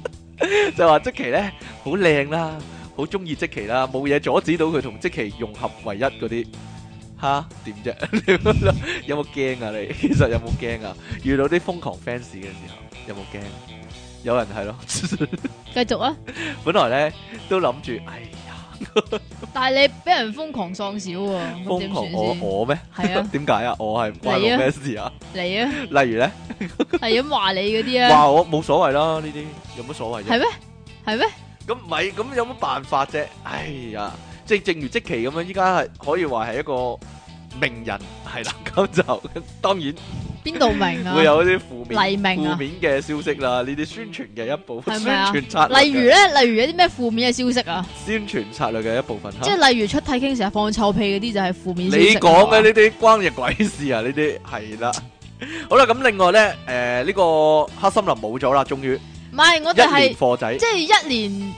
Speaker 1: 就話即其咧好靚啦，好中意即其啦，冇嘢阻止到佢同即其融合為一嗰啲。吓點啫？ 有冇驚啊你？ 其實有冇驚啊？遇到啲瘋狂 fans 嘅時候，有冇驚？有人係咯，
Speaker 2: 繼續啊！
Speaker 1: 本來咧都諗住，哎呀，
Speaker 2: 但係你俾人瘋狂喪少喎，咁
Speaker 1: 瘋
Speaker 2: 點
Speaker 1: 狂
Speaker 2: 算
Speaker 1: 我
Speaker 2: 先？
Speaker 1: 我咩？
Speaker 2: 係啊，
Speaker 1: 點解啊？我係關
Speaker 2: 你啊
Speaker 1: 我咩事啊？
Speaker 2: 你啊，
Speaker 1: 例如咧，
Speaker 2: 係咁話你嗰啲啊，
Speaker 1: 話我冇所謂啦，呢啲有乜所謂啫
Speaker 2: 係？咩？係咩？
Speaker 1: 咁唔係，咁有乜辦法啫？哎呀，即係正如即期咁樣，依家係可以話係一個名人係啦， 咁就當然
Speaker 2: 邊度明
Speaker 1: 會
Speaker 2: 啊？
Speaker 1: 有啲負面
Speaker 2: 黎明
Speaker 1: 負
Speaker 2: 啊，
Speaker 1: 面嘅消息啦，呢啲宣傳嘅一部分，
Speaker 2: 係
Speaker 1: 宣
Speaker 2: 咪啊
Speaker 1: 傳策略嘅，
Speaker 2: 例如咧，例如有啲咩負面嘅消息啊？
Speaker 1: 宣傳策略嘅一部分。
Speaker 2: 即係例如出體傾成日放臭屁嗰啲就係負面消息。
Speaker 1: 你講嘅呢啲關嘅鬼事啊！呢啲係啦， 好啦，咁另外咧，誒呢個黑森林冇咗啦，終於
Speaker 2: 唔係我
Speaker 1: 一
Speaker 2: 哋
Speaker 1: 年
Speaker 2: 係
Speaker 1: 貨仔
Speaker 2: 即係一年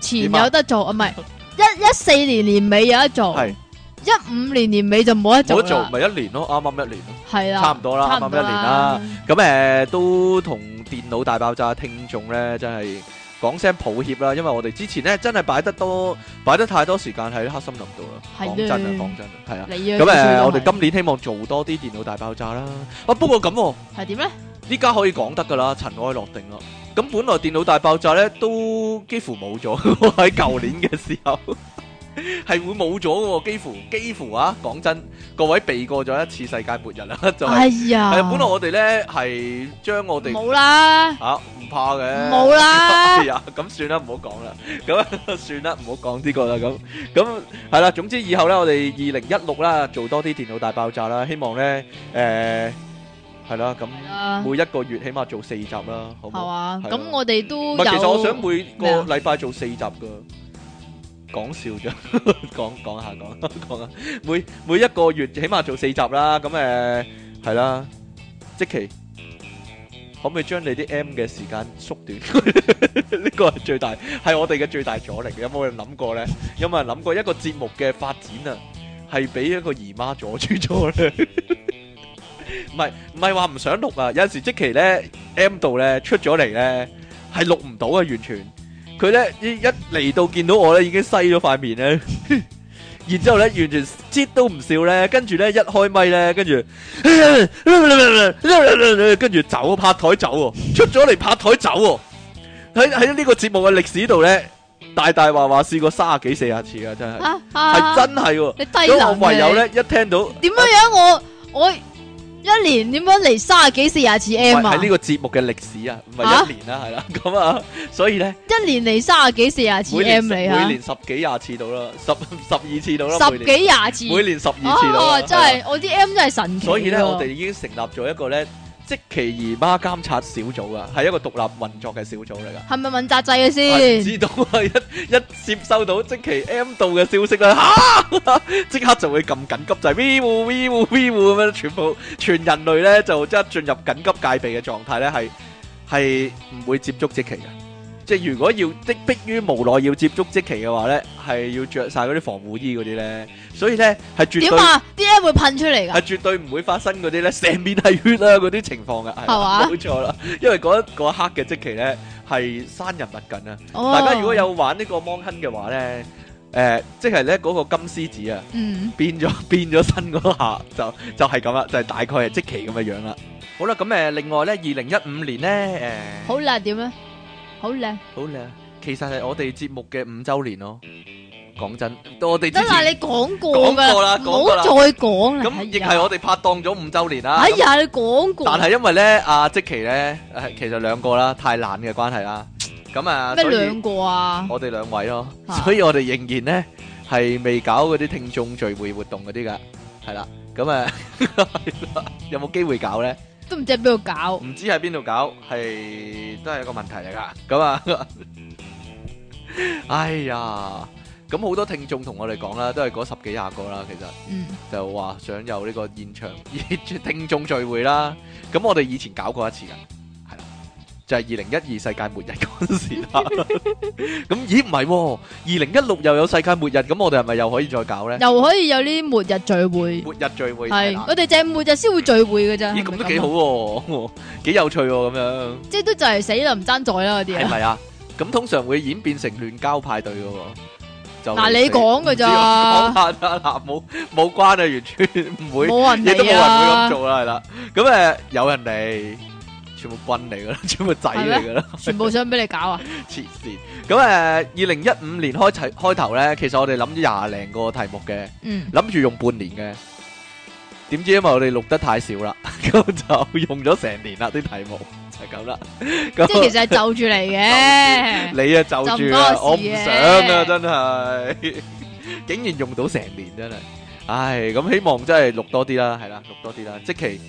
Speaker 2: 前
Speaker 1: 點啊
Speaker 2: 有得做啊，唔係一一四年年尾有得做，
Speaker 1: 係
Speaker 2: 一五年年尾就冇
Speaker 1: 冇
Speaker 2: 得做
Speaker 1: 得做，
Speaker 2: 啦，
Speaker 1: 咪一年咯，啱啱一年咯。
Speaker 2: 係啦，
Speaker 1: 差唔多啦
Speaker 2: 差唔
Speaker 1: 啱啱一
Speaker 2: 多
Speaker 1: 年啦。咁誒、呃都同電腦大爆炸聽眾咧，真係講聲抱歉啦，因為我哋之前咧真係擺得多，擺得太多時間喺黑森林度啦。
Speaker 2: 係
Speaker 1: 講
Speaker 2: 咧
Speaker 1: 真啊，講真啊，係啊。
Speaker 2: 你
Speaker 1: 咁
Speaker 2: 啊，
Speaker 1: 誒、
Speaker 2: 最
Speaker 1: 呃
Speaker 2: 衰
Speaker 1: 我
Speaker 2: 都
Speaker 1: 哋
Speaker 2: 係
Speaker 1: 今年希望做多啲電腦大爆炸啦。啊，不過咁喎、
Speaker 2: 係點咧？
Speaker 1: 呢家可以講得㗎啦，塵埃落定啦。咁本來電腦大爆炸咧都幾乎冇咗， 喺舊年嘅時候係會冇咗嘅喎，幾乎幾乎啊！講真，各位避過咗一次世界末日啦，就係、
Speaker 2: 哎呀，
Speaker 1: 係本來我哋咧係將我哋
Speaker 2: 冇啦，
Speaker 1: 嚇唔怕嘅，
Speaker 2: 冇 啦
Speaker 1: 哎，呀，咁算啦，唔好講啦，咁 算啦，唔好講呢個啦，咁咁係啦，總之以後咧，我哋二零一六啦，做多啲電腦大爆炸啦，希望咧誒係啦，咁
Speaker 2: 啦
Speaker 1: 每一個月起碼做四集啦，好唔
Speaker 2: 係
Speaker 1: 好？
Speaker 2: 嘛？
Speaker 1: 係咯
Speaker 2: 咁我哋都
Speaker 1: 唔係，其實我想
Speaker 2: 有
Speaker 1: 每
Speaker 2: 咩啊
Speaker 1: 個禮拜做四集噶，講笑啫， 講講 下講講下，每每一個月起碼做四集啦，咁誒係啦，即期可唔可以將你啲 M 嘅時間縮 短？呢個係最大，係我哋嘅最大阻力。有冇人諗過咧？有冇人諗過一個節目嘅發展啊，係俾一個姨媽阻住咗咧？唔係唔係話唔想錄啊，有陣時即期咧 M 度咧出咗嚟咧。係錄唔到啊！完全佢咧一一嚟到見到我咧，已經西咗塊面咧， 然之後咧完全擠都唔笑咧，跟住咧一開咪咧，跟住跟住 走拍台走喎，出咗嚟拍台走喎。喺喺呢個節目嘅歷史度咧，大大話話試過三十幾四十次啊，真係
Speaker 2: 啊啊
Speaker 1: 係真係喎。
Speaker 2: 你低
Speaker 1: 咁
Speaker 2: 能
Speaker 1: 我唯有
Speaker 2: 嘅
Speaker 1: 咧一聽到。
Speaker 2: 你，點樣樣我我一年點樣嚟卅幾四廿次
Speaker 1: 唔
Speaker 2: M
Speaker 1: 係
Speaker 2: 啊
Speaker 1: 喺？呢個節目嘅歷史啊，唔係
Speaker 2: 啊
Speaker 1: 一年啦，係啦，咁啊， 所以咧。
Speaker 2: 一年嚟卅幾四廿次
Speaker 1: 每年
Speaker 2: M
Speaker 1: 十
Speaker 2: 嚟
Speaker 1: 每
Speaker 2: 啊？
Speaker 1: 年十幾廿次到啦，十十二次到啦，每
Speaker 2: 十幾
Speaker 1: 年
Speaker 2: 廿次，
Speaker 1: 每年十二次到啦
Speaker 2: 哦，真
Speaker 1: 係
Speaker 2: 係我啲 M 真係神
Speaker 1: 啊
Speaker 2: 奇喎。
Speaker 1: 所以咧，我哋已經成立咗一個咧即期姨媽監察小組啊，係一個獨立運作嘅小組嚟噶。
Speaker 2: 係咪問責制嘅
Speaker 1: 係唔
Speaker 2: 先？
Speaker 1: 知道啊，一一接收到即期 M 度嘅消息啦， 嚇即刻就會撳緊急掣，V 呼 V 呼 V 呼咁樣，全部全人類咧就即刻進入緊急戒備嘅狀態咧，係係唔會接觸即期嘅。即係如果要逼迫於無奈要接觸即期嘅話咧，係要着晒嗰啲防護衣嗰啲咧，所以咧係絕
Speaker 2: 點
Speaker 1: 對
Speaker 2: 啊？啲 M 會噴出嚟㗎
Speaker 1: 係？絕對唔會發生嗰啲咧，成面係血啦嗰啲情況嘅，係
Speaker 2: 係
Speaker 1: 啦
Speaker 2: 嘛
Speaker 1: 冇錯啦，因為嗰一嗰一刻嘅即期咧係生人勿近啊。
Speaker 2: 哦
Speaker 1: 大家如果有玩呢個芒亨嘅話咧，誒、即係咧嗰個金獅子啊，
Speaker 2: 嗯
Speaker 1: 變咗 變咗身嗰下就就係咁啦，就係、大概係即期咁嘅樣啦。好啦，咁誒、另外咧，二零一五年咧，誒、
Speaker 2: 好啦，點咧？好靚
Speaker 1: 好啦，其實係我哋節目嘅五週年咯。講真，我哋
Speaker 2: 得
Speaker 1: 之
Speaker 2: 啦，
Speaker 1: 前
Speaker 2: 你講過
Speaker 1: 講過啦
Speaker 2: 㗎，
Speaker 1: 講過
Speaker 2: 唔
Speaker 1: 啦
Speaker 2: 好再講啦。
Speaker 1: 咁亦
Speaker 2: 哎呀
Speaker 1: 係我哋拍檔咗五週年啦。
Speaker 2: 哎
Speaker 1: 咁
Speaker 2: 呀，你講過
Speaker 1: 但係因為咧，阿、即期咧，誒其實兩個啦，太懶嘅關係啦，咁啊，
Speaker 2: 咩
Speaker 1: 所以
Speaker 2: 兩個啊？
Speaker 1: 我哋兩位咯，
Speaker 2: 啊
Speaker 1: 所以我哋仍然咧係未搞嗰啲聽眾聚會活動嗰啲噶，係啦，咁啊 係啦有冇機會搞咧？
Speaker 2: 都唔知喺邊度搞。
Speaker 1: 唔知喺邊度搞，係都係一個問題嚟噶。咁啊， 哎呀，咁好多聽眾同我哋講啦，都係嗰十幾廿個啦，其實。
Speaker 2: 嗯，
Speaker 1: 就話想有呢個現場聽眾聚會啦。咁我哋以前搞過一次㗎，係啦，就係二零一二世界末日嗰陣時 啦。咁咦唔係喎，二零一六又有世界末日，咁我哋係咪又可以再搞呢？
Speaker 2: 又可以有啲末日聚會。
Speaker 1: 末日聚會係
Speaker 2: 係，
Speaker 1: 啦
Speaker 2: 我哋就係末日先會聚會㗎咋。
Speaker 1: 咦
Speaker 2: 係咪
Speaker 1: 咁都
Speaker 2: 啊
Speaker 1: 幾好，喎， 幾有趣喎咁樣，
Speaker 2: 即係都就係死啦，唔爭在啦嗰啲
Speaker 1: 係
Speaker 2: 啊。
Speaker 1: 咪啊？咁通常會演變成亂交派對㗎喎。就
Speaker 2: 嗱
Speaker 1: 嚟
Speaker 2: 你
Speaker 1: 死
Speaker 2: 講㗎
Speaker 1: 唔知
Speaker 2: 咋
Speaker 1: 我講下啦嗱冇冇關啊，完全唔會。
Speaker 2: 冇人
Speaker 1: 亦都冇人會
Speaker 2: 嚟
Speaker 1: 咁
Speaker 2: 啊，
Speaker 1: 做啦，係啦。咁誒有人嚟，全部軍嚟 噶啦，全部仔嚟 噶啦，
Speaker 2: 全部想俾你搞啊。
Speaker 1: 黐線。咁誒，二零一五年開齊開頭咧，其實我哋諗咗廿零個題目嘅，
Speaker 2: 嗯，
Speaker 1: 諗住用半年嘅。點知因為我哋錄得太少 啦，咁就用咗成年啦啲題目，就係咁啦。咁
Speaker 2: 即係其實係就住嚟 嘅。
Speaker 1: 你啊 就住啦，
Speaker 2: 就唔關我
Speaker 1: 我唔
Speaker 2: 事
Speaker 1: 想啊，
Speaker 2: 嘅
Speaker 1: 真係， 竟然用到成年真係，唉，咁希望真係錄多啲啦，係啦，錄多啲啦，即其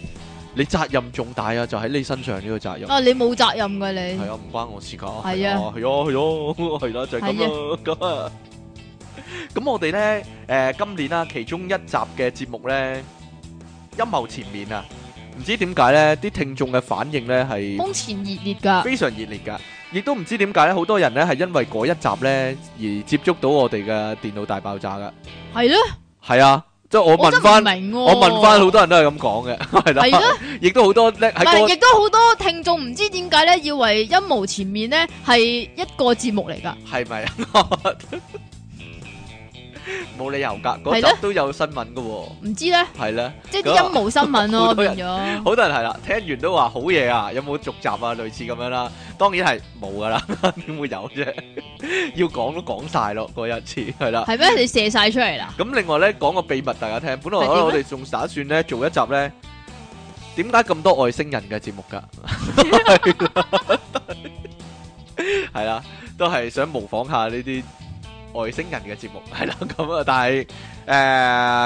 Speaker 1: 你責任重大啊，就喺你身上呢個責任，
Speaker 2: 啊，你冇責任㗎你。
Speaker 1: 係啊，唔關我事噶，
Speaker 2: 係啊
Speaker 1: 係咯，係咯， 係咯，就係咁咯，咁啊，咁我哋咧，誒，今年啊，其中一集嘅節目咧，陰謀前面啊，唔知點解咧，啲聽眾嘅反應咧係。
Speaker 2: 空前熱烈㗎，
Speaker 1: 非常熱烈噶，亦都唔知點解咧，好多人咧係因為嗰一集咧而接觸到我哋嘅電腦大爆炸噶。
Speaker 2: 係咯，
Speaker 1: 係啊，即係我
Speaker 2: 我
Speaker 1: 問
Speaker 2: 真係唔
Speaker 1: 翻，
Speaker 2: 明喎。
Speaker 1: 我問翻好多人都係咁講嘅， 係
Speaker 2: 係
Speaker 1: 啦，
Speaker 2: 咯，
Speaker 1: 亦都好多咧
Speaker 2: 唔
Speaker 1: 喺
Speaker 2: 係
Speaker 1: 嗰
Speaker 2: 亦都好多聽眾唔知點解咧，以為陰謀前 面咧係一個節目嚟㗎，
Speaker 1: 係咪啊？冇理由噶，嗰
Speaker 2: 係咧
Speaker 1: 集都有新聞噶喎，
Speaker 2: 唔知咧，
Speaker 1: 係咧，
Speaker 2: 即系
Speaker 1: 咁
Speaker 2: 啲
Speaker 1: 啊
Speaker 2: 阴谋新聞
Speaker 1: 好
Speaker 2: 咯，
Speaker 1: 多
Speaker 2: 變
Speaker 1: 人
Speaker 2: 咗
Speaker 1: 好多人係啦，聽完都話好嘢啊，有冇續集啊？類似咁樣啦，當然係冇噶啦， 點會有啫？要講都講晒咯，嗰一次係啦。
Speaker 2: 係咩？你射晒出嚟啦，
Speaker 1: 咁另外咧，講個秘密大家聽，本來
Speaker 2: 係點咧
Speaker 1: 我哋仲打算咧做一集咧，點解咁多外星人嘅節目㗎？係啦，都係想模仿下呢啲外星人嘅節目，係啦咁啊，但係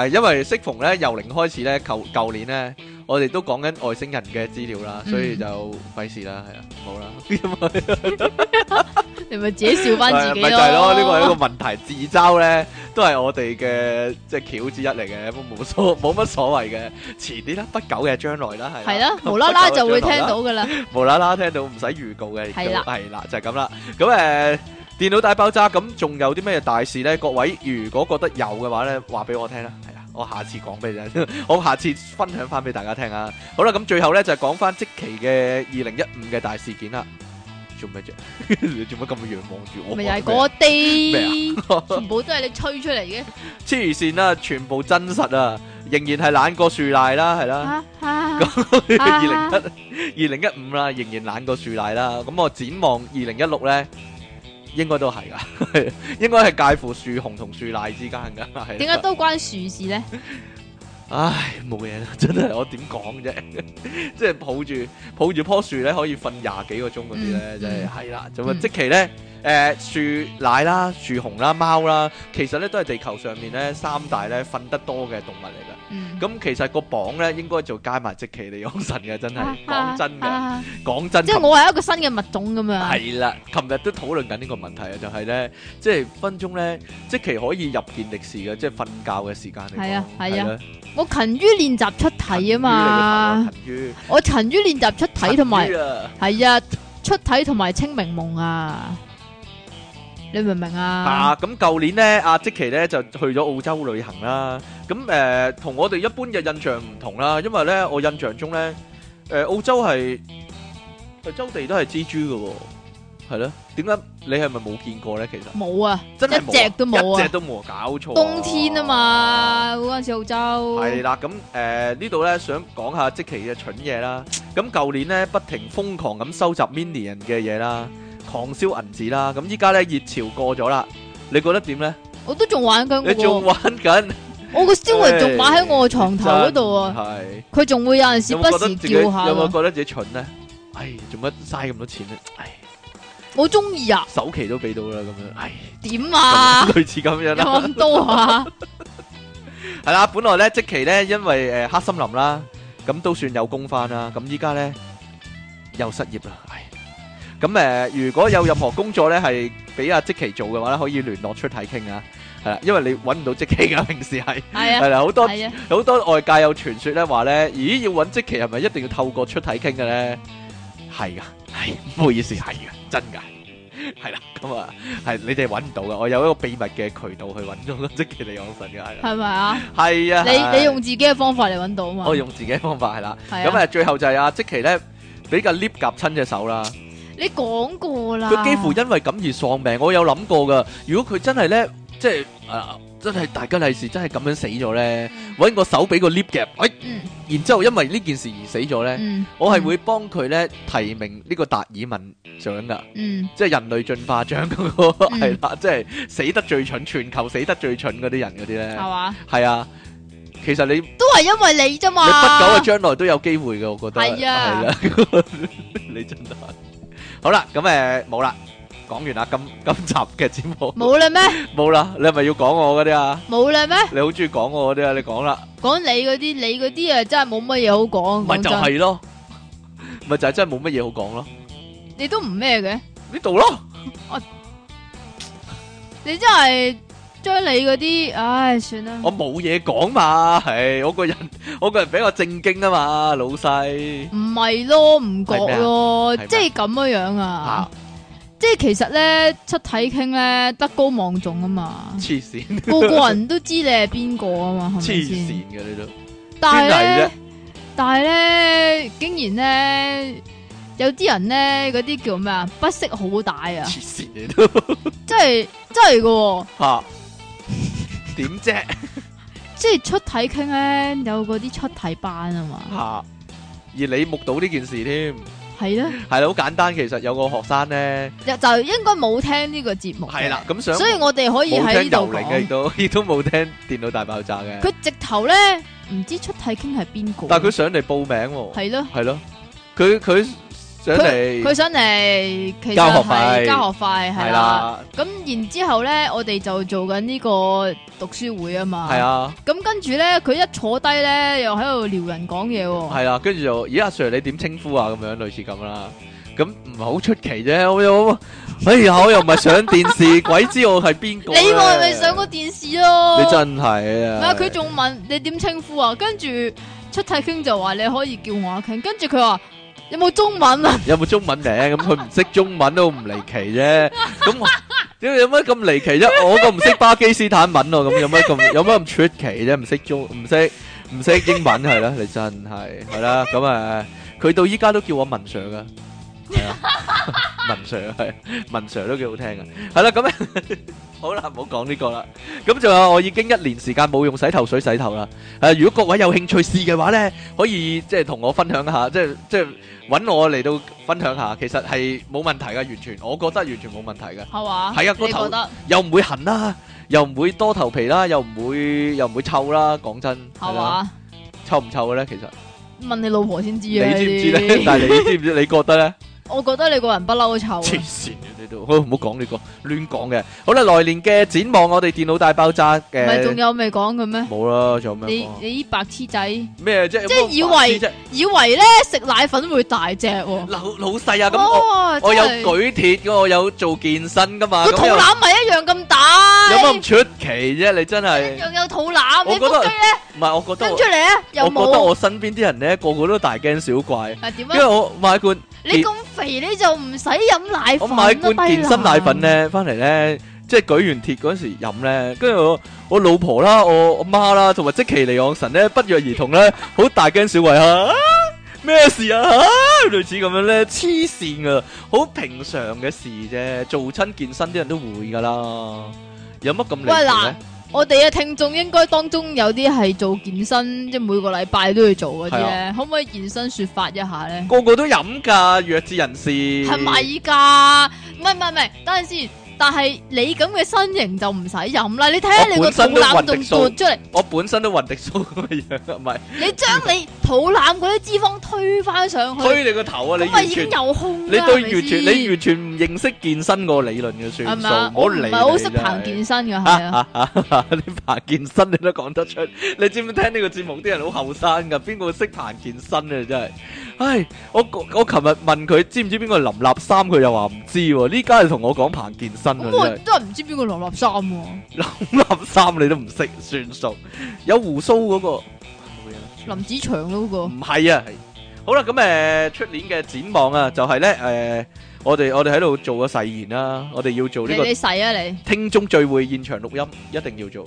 Speaker 1: 誒、因為適逢咧由零開始咧，舊舊年咧。我哋都講緊外星人嘅資料啦，所以
Speaker 2: 嗯
Speaker 1: 就費事啦，係啊，冇啦。
Speaker 2: 你咪自己笑翻自己
Speaker 1: 咪
Speaker 2: 咯。
Speaker 1: 就係咯，呢個係 一個問題，自嘲咧都係我哋嘅即係橋之一嚟嘅，冇冇所冇乜所謂嘅，遲啲啦，不久嘅將來啦，係
Speaker 2: 系啦， 無啦啦就會
Speaker 1: 不久嘅
Speaker 2: 聽
Speaker 1: 將來啦
Speaker 2: 到噶啦，
Speaker 1: 無啦啦聽到唔使預告嘅，亦都
Speaker 2: 係啦
Speaker 1: 係啦，就係咁啦。咁誒電腦大爆炸，咁仲有啲咩大事咧？各位如果覺得有嘅話咧，話俾我聽啦，係啦，我下次講俾你聽， 我下次分享翻俾大家聽啊。好啦，咁最後咧就係講翻即期嘅二零一五嘅大事件啦。做咩啫？ 你做乜咁樣望住我？
Speaker 2: 咪又係嗰啲
Speaker 1: 啊咩，啊
Speaker 2: 全部都係你吹出嚟 嘅。
Speaker 1: 黐線啦，全部真實啊，仍然係懶過樹賴啦，係啦，
Speaker 2: 啊啊
Speaker 1: 二零一二零一五啦，仍然懶過樹賴啦。咁我展望二零一六咧，應該都係噶， 應該係介乎樹紅同樹賴之間噶，係。
Speaker 2: 點解？都關樹事咧？
Speaker 1: 唉，冇嘢啦，真係我點講啫？ 即係抱住抱住棵樹咧，可以瞓廿幾個鐘嗰啲咧，
Speaker 2: 嗯
Speaker 1: 真係係啦。咁啊
Speaker 2: 嗯，
Speaker 1: 即期咧，誒樹奶啦、樹熊啦、貓啦，其實咧都係地球上面咧三大咧瞓得多嘅動物嚟㗎。
Speaker 2: 嗯，
Speaker 1: 咁其實個榜咧應該就加埋即其利昂神嘅，真係講真嘅，
Speaker 2: 啊啊
Speaker 1: 講真
Speaker 2: 即係我係一個新嘅物種咁樣。
Speaker 1: 係啦。琴日都討論緊呢個問題啊，就係咧，即係分鐘咧，即其可以入見歷史嘅，即係瞓覺嘅時間嚟講。
Speaker 2: 係啊係啊
Speaker 1: 啦，
Speaker 2: 我勤於練習出體啊嘛，
Speaker 1: 勤於
Speaker 2: 我勤於練習出
Speaker 1: 你個頭啊，勤於
Speaker 2: 體同埋
Speaker 1: 勤於啊
Speaker 2: 係啊，出體同埋清明夢啊，你明唔明啊？
Speaker 1: 啊，咁舊年咧，阿即奇咧就去咗澳洲旅行啦。咁誒，同、我哋一般嘅印象唔同啦，因為咧，我印象中咧，誒、澳洲係係周地都係蜘蛛嘅喎、係咯。點解你係咪冇見過咧？其實
Speaker 2: 冇啊，
Speaker 1: 真係冇啊
Speaker 2: 一隻都冇啊
Speaker 1: 一隻都冇啊，搞錯、
Speaker 2: 冬天啊。嘛，嗰陣時澳洲
Speaker 1: 係啦，咁誒、呢度咧想講下即期嘅蠢嘢啦。咁舊年咧不停瘋狂咁收集 Minion 嘅嘢啦，狂燒銀紙啦。咁依家咧熱潮過咗啦，你覺得點咧？
Speaker 2: 我都仲玩緊
Speaker 1: 你仲
Speaker 2: 嗰個，
Speaker 1: 玩緊？
Speaker 2: 我個燒雲仲擺喺我個
Speaker 1: 個
Speaker 2: 床頭嗰度啊，
Speaker 1: 係
Speaker 2: 佢仲會有陣時
Speaker 1: 有
Speaker 2: 不
Speaker 1: 冇覺得
Speaker 2: 時
Speaker 1: 自己有
Speaker 2: 叫下
Speaker 1: 冇
Speaker 2: 喎，
Speaker 1: 覺得自己蠢咧？唉，做乜嘥咁多錢咧？唉，
Speaker 2: 我中意啊，
Speaker 1: 首期都俾到啦，咁樣，唉，
Speaker 2: 點 啊
Speaker 1: 咁，類似咁樣
Speaker 2: 有
Speaker 1: 啦。
Speaker 2: 咁多啊？
Speaker 1: 係啦，本來咧即期咧，因為誒黑森林啦，咁都算有工翻啦。咁依家咧又失業啦，唉。咁誒，如果有任何工作咧係俾阿即期做嘅話咧，可以聯絡出體傾啊。係啦，因為你揾唔到即期噶，平時係
Speaker 2: 係
Speaker 1: 係
Speaker 2: 啊，
Speaker 1: 啦，好多。
Speaker 2: 係啊，
Speaker 1: 好多外界有傳說咧話咧，咦要揾即期係咪一定要透過出體傾嘅咧？係噶，係唔好意思，係噶，真噶，係啦，咁啊，係你哋揾唔到噶，我有一個秘密嘅渠道去揾到即期利昂神嘅，係啦，
Speaker 2: 係咪啊？
Speaker 1: 係啊，
Speaker 2: 你
Speaker 1: 係
Speaker 2: 你用自己嘅方法嚟揾到啊嘛？
Speaker 1: 我用自己嘅方法係啦，
Speaker 2: 係
Speaker 1: 咁
Speaker 2: 啊，
Speaker 1: 啊最後就係啊即期咧俾個 lift 夾親隻手啦。
Speaker 2: 你講過啦，
Speaker 1: 佢幾乎因為咁而喪命，我有諗過噶。如果佢真係咧，即係啊，真係大家利是真係咁樣死咗咧，揾個手俾個 lift 夾，哎
Speaker 2: 嗯，
Speaker 1: 然之後因為呢件事而死咗咧，
Speaker 2: 嗯，
Speaker 1: 我係會幫佢咧提名呢個達爾文獎噶，
Speaker 2: 嗯
Speaker 1: 即係人類進化獎嗰、個
Speaker 2: 嗯
Speaker 1: 係啦，即係死得最蠢，全球死得最蠢嗰啲人嗰啲
Speaker 2: 係
Speaker 1: 咧，
Speaker 2: 嘛，
Speaker 1: 係啊。其實你
Speaker 2: 都係因為你
Speaker 1: 你不
Speaker 2: 啫
Speaker 1: 久
Speaker 2: 嘛
Speaker 1: 嘅。將來都有機會嘅，我覺得
Speaker 2: 係啊
Speaker 1: 啦， 你真係好啦，咁誒冇啦，講完啦，今今集嘅節目
Speaker 2: 冇啦咩？
Speaker 1: 冇啦，你係咪要講我嗰啲啊？
Speaker 2: 冇啦咩？
Speaker 1: 你好中意講我嗰啲啊？你講啦，
Speaker 2: 講你嗰啲，你嗰啲啊，真係冇乜嘢好講。
Speaker 1: 咪
Speaker 2: 講
Speaker 1: 就
Speaker 2: 真
Speaker 1: 係咯，咪就係真係冇乜嘢好講咯，
Speaker 2: 你都唔咩嘅，
Speaker 1: 呢度咯，
Speaker 2: 你真係將你嗰啲，唉，算啦。
Speaker 1: 我冇嘢講嘛，係我個人 我個人比較正經啊嘛，老細
Speaker 2: 唔係咯，唔
Speaker 1: 係咩
Speaker 2: 覺
Speaker 1: 啊
Speaker 2: 咯，
Speaker 1: 係咩
Speaker 2: 即係咁樣樣啊
Speaker 1: 啊！，，
Speaker 2: 即係其實咧，出體傾咧，德高望重啊嘛
Speaker 1: 黐線
Speaker 2: 個個人都知你係邊個啊嘛，
Speaker 1: 黐
Speaker 2: 係咪先？
Speaker 1: 線嘅你都，
Speaker 2: 但係
Speaker 1: 邊嚟
Speaker 2: 咧
Speaker 1: 啫，
Speaker 2: 但係咧，竟然咧，有啲人咧，嗰啲叫咩啊？不識好歹啊！
Speaker 1: 黐線你都
Speaker 2: 真係真係噶、
Speaker 1: 嚇，點啫？
Speaker 2: 即系出體傾咧，有嗰啲出體班啊嘛，
Speaker 1: 吓、而你目睹呢件事添，
Speaker 2: 係咧，
Speaker 1: 係啦，好簡單。其實有個學生咧，
Speaker 2: 就就應該冇聽呢個節目嘅，
Speaker 1: 係啦，咁想
Speaker 2: 所以我哋可以
Speaker 1: 冇
Speaker 2: 喺
Speaker 1: 聽
Speaker 2: 呢
Speaker 1: 游
Speaker 2: 度
Speaker 1: 靈嘅，亦
Speaker 2: 講，
Speaker 1: 都 亦都冇聽電腦大爆炸嘅。
Speaker 2: 佢直頭咧唔知出體傾係邊個，
Speaker 1: 但係佢上嚟報名喎，
Speaker 2: 係咯，
Speaker 1: 係咯，佢佢上
Speaker 2: 佢
Speaker 1: 嚟
Speaker 2: 上嚟其實
Speaker 1: 交學
Speaker 2: 係
Speaker 1: 費
Speaker 2: 交學費係
Speaker 1: 係
Speaker 2: 啦，
Speaker 1: 啦，
Speaker 2: 咁然之後咧，我哋就做緊呢個讀書會啊嘛，
Speaker 1: 係，啊，
Speaker 2: 咁跟住咧佢一坐低咧又喺度撩人講嘢喎，
Speaker 1: 係啦，跟住就咦阿 Sir 你點稱呼啊？咁樣類似咁啦，咁唔係好出奇啫。我又哎呀，我又唔係上電視， 鬼知我係邊個
Speaker 2: 你
Speaker 1: 咧？
Speaker 2: 咪咪上過電視咯，
Speaker 1: 你真係
Speaker 2: 唔
Speaker 1: 啊！
Speaker 2: 係佢仲問你點稱呼啊？跟住出體傾就話你可以叫我阿傾，跟住佢話有冇中 文 啊？
Speaker 1: 有冇中文名？咁佢唔識中文都唔離奇啫。咁我屌有乜咁離奇啫？我個唔識巴基斯坦文喎，咁有乜咁有乜咁出奇啫？唔識中唔識唔識英文係啦，你真係係啦。咁啊，佢到依家都叫我文 Sir 噶，係啊，文 Sir 係文 Sir 都幾好聽噶。係啦，咁 好啦，唔好講呢個啦。咁仲有我已經一年時間冇用洗頭水洗頭啦。誒、如果各位有興趣試嘅話咧，可以即係同我分享一下，即係即係。揾我嚟到分享下，其實係冇問題嘅，完全，我覺得完全冇問題嘅，
Speaker 2: 係嘛？
Speaker 1: 係啊個
Speaker 2: 你
Speaker 1: 頭
Speaker 2: 覺得
Speaker 1: 又唔會痕啦，又唔會多頭皮啦，又唔會又唔會臭啦，講真
Speaker 2: 係
Speaker 1: 啦，
Speaker 2: 嘛？
Speaker 1: 臭唔臭嘅咧？其實
Speaker 2: 問你老婆先知
Speaker 1: 你
Speaker 2: 啊！
Speaker 1: 知唔知
Speaker 2: 呢
Speaker 1: 咧
Speaker 2: 啲？
Speaker 1: 但係你知唔知？你覺得咧？
Speaker 2: 我覺得你個人不嬲都臭啊。
Speaker 1: 黐線嘅你都，好唔好講呢個亂講嘅。好啦，來年嘅展望，我哋電腦大爆炸
Speaker 2: 唔係仲
Speaker 1: 嘅
Speaker 2: 有未講嘅咩？
Speaker 1: 冇啦，仲有咩
Speaker 2: 你
Speaker 1: 講啊？
Speaker 2: 你啲白痴仔
Speaker 1: 咩啫？
Speaker 2: 即係以
Speaker 1: 有乜白
Speaker 2: 為
Speaker 1: 痴啫
Speaker 2: 以為咧食奶粉會大隻喎？
Speaker 1: 老老細啊，咁我
Speaker 2: 哦
Speaker 1: 我有
Speaker 2: 真係
Speaker 1: 舉鐵嘅，我有做健身噶嘛，
Speaker 2: 個
Speaker 1: 咁
Speaker 2: 肚
Speaker 1: 又
Speaker 2: 腩咪一樣咁大，
Speaker 1: 有乜咁出奇啫？你真係
Speaker 2: 一。樣有肚腩，
Speaker 1: 我
Speaker 2: 你啊
Speaker 1: 覺
Speaker 2: 腹
Speaker 1: 得
Speaker 2: 肌
Speaker 1: 唔
Speaker 2: 咧
Speaker 1: 係，我覺得
Speaker 2: 拎
Speaker 1: 我
Speaker 2: 出嚟咧又
Speaker 1: 我覺得
Speaker 2: 冇
Speaker 1: 我身邊啲人咧個個都大驚小怪，
Speaker 2: 係點
Speaker 1: 因
Speaker 2: 啊
Speaker 1: 為？我買罐
Speaker 2: 你咁肥你就唔使飲奶
Speaker 1: 我
Speaker 2: 粉啦啊
Speaker 1: 買罐健身奶粉，
Speaker 2: 低能
Speaker 1: 咧翻嚟咧，即係舉完鐵嗰時飲咧，跟住我我老婆啦、我我媽啦，同埋即其尼昂神咧，不約而同 咧，好大驚小怪啊！咩事啊？啊類似咁樣咧，黐線噶，好平常嘅事啫，做親健身啲人都會噶啦，有乜咁離
Speaker 2: 喂
Speaker 1: 奇
Speaker 2: 嗱
Speaker 1: 咧？，
Speaker 2: 我哋嘅啊聽眾應該當中有啲係做健身，即係每個禮拜都要做嗰啲
Speaker 1: 係啊
Speaker 2: 咧，可唔可以現身說法一下咧？
Speaker 1: 個個都飲㗎，弱智人士係
Speaker 2: 係咪噶？唔係唔係唔係，等陣先。但係你咁嘅身形就唔使飲啦，你睇下你個
Speaker 1: 我本身
Speaker 2: 肚
Speaker 1: 都
Speaker 2: 腩
Speaker 1: 運
Speaker 2: 仲
Speaker 1: 力數
Speaker 2: 凸出嚟，
Speaker 1: 我本身都雲迪蘇咁嘅樣，唔係
Speaker 2: 你將你肚腩嗰啲脂肪推翻上去，
Speaker 1: 嗯推你個頭啊！你
Speaker 2: 咁咪
Speaker 1: 完
Speaker 2: 已
Speaker 1: 全
Speaker 2: 經有空
Speaker 1: 你
Speaker 2: 啦
Speaker 1: 對
Speaker 2: 係
Speaker 1: 完
Speaker 2: 咪
Speaker 1: 全
Speaker 2: 先
Speaker 1: 你完全唔認識健身個理論嘅
Speaker 2: 係
Speaker 1: 算
Speaker 2: 咪啊
Speaker 1: 數，
Speaker 2: 我唔
Speaker 1: 理
Speaker 2: 係好識
Speaker 1: 你真
Speaker 2: 行
Speaker 1: 係
Speaker 2: 健身㗎，係啊，
Speaker 1: 你爬健身你都講得出，你知唔知聽呢個節目啲人好後生噶？邊個識爬健身啊？真係，唉！我我琴日問佢知唔知邊個林立三，佢又話唔知喎。呢家就同我講爬健身啊，
Speaker 2: 咁我
Speaker 1: 真係
Speaker 2: 真係唔知邊個羅立衫喎，
Speaker 1: 林立三你都唔識，算數。有胡鬚嗰個，冇嘢啦
Speaker 2: 林子祥嗰個。
Speaker 1: 唔係啊，係好啦，咁誒出年嘅展望啊，就係咧誒，我哋我哋喺度做個誓言啦，我哋要做呢
Speaker 2: 你
Speaker 1: 個
Speaker 2: 你洗啊你，
Speaker 1: 聽眾聚會現場錄音，一定要做。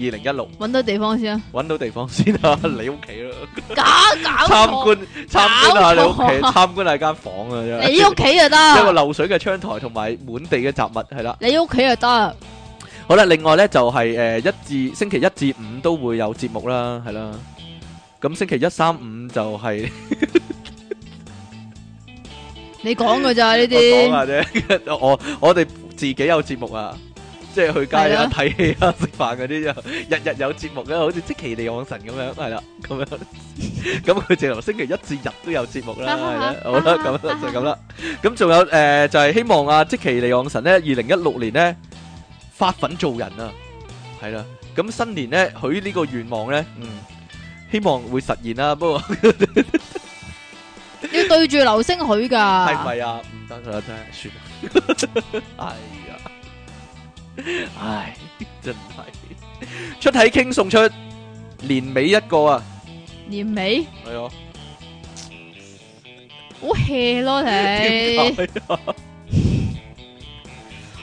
Speaker 1: 二零一六
Speaker 2: 搵到地 方先啊！
Speaker 1: 揾到地方先 啊，你屋企啦，
Speaker 2: 搞搞
Speaker 1: 參
Speaker 2: 錯
Speaker 1: 觀參觀下你屋企，
Speaker 2: 搞錯
Speaker 1: 參觀下間房 啊，真係
Speaker 2: 你屋企啊 就
Speaker 1: 一個
Speaker 2: 得，
Speaker 1: 漏水嘅窗台同埋滿地嘅雜物係啦。
Speaker 2: 你屋企就得，
Speaker 1: 好啦，另外咧就係、誒、一至星期一至五都會有節目啦，係啦。咁星期一三五就係、
Speaker 2: 你講 噶咋呢
Speaker 1: 我講啊
Speaker 2: 啲？
Speaker 1: 下啫，我我哋自己有節目啊，即係去街
Speaker 2: 係
Speaker 1: 啊
Speaker 2: 啊、
Speaker 1: 睇戲啊、食飯嗰啲就日日有節目啦，好似即其利往神咁樣，係啦，咁樣， 咁佢直頭星期一至日都有節目啦，係啦，好啦，咁就咁啦，咁仲有誒就係希望啊，即其利往神咧，二零一六年咧發奮做人啊，係啦，咁新年咧許呢個願望咧，嗯，希望會實現啦，不過。
Speaker 2: 要對住流星許
Speaker 1: 系
Speaker 2: 噶，
Speaker 1: 咪啊？唔得啦， 真系算啦。哎呀，唉，真系出體傾送出年尾一個啊，
Speaker 2: 年尾
Speaker 1: 系啊，
Speaker 2: 好 hea 咯
Speaker 1: 點
Speaker 2: 你，
Speaker 1: 解 啊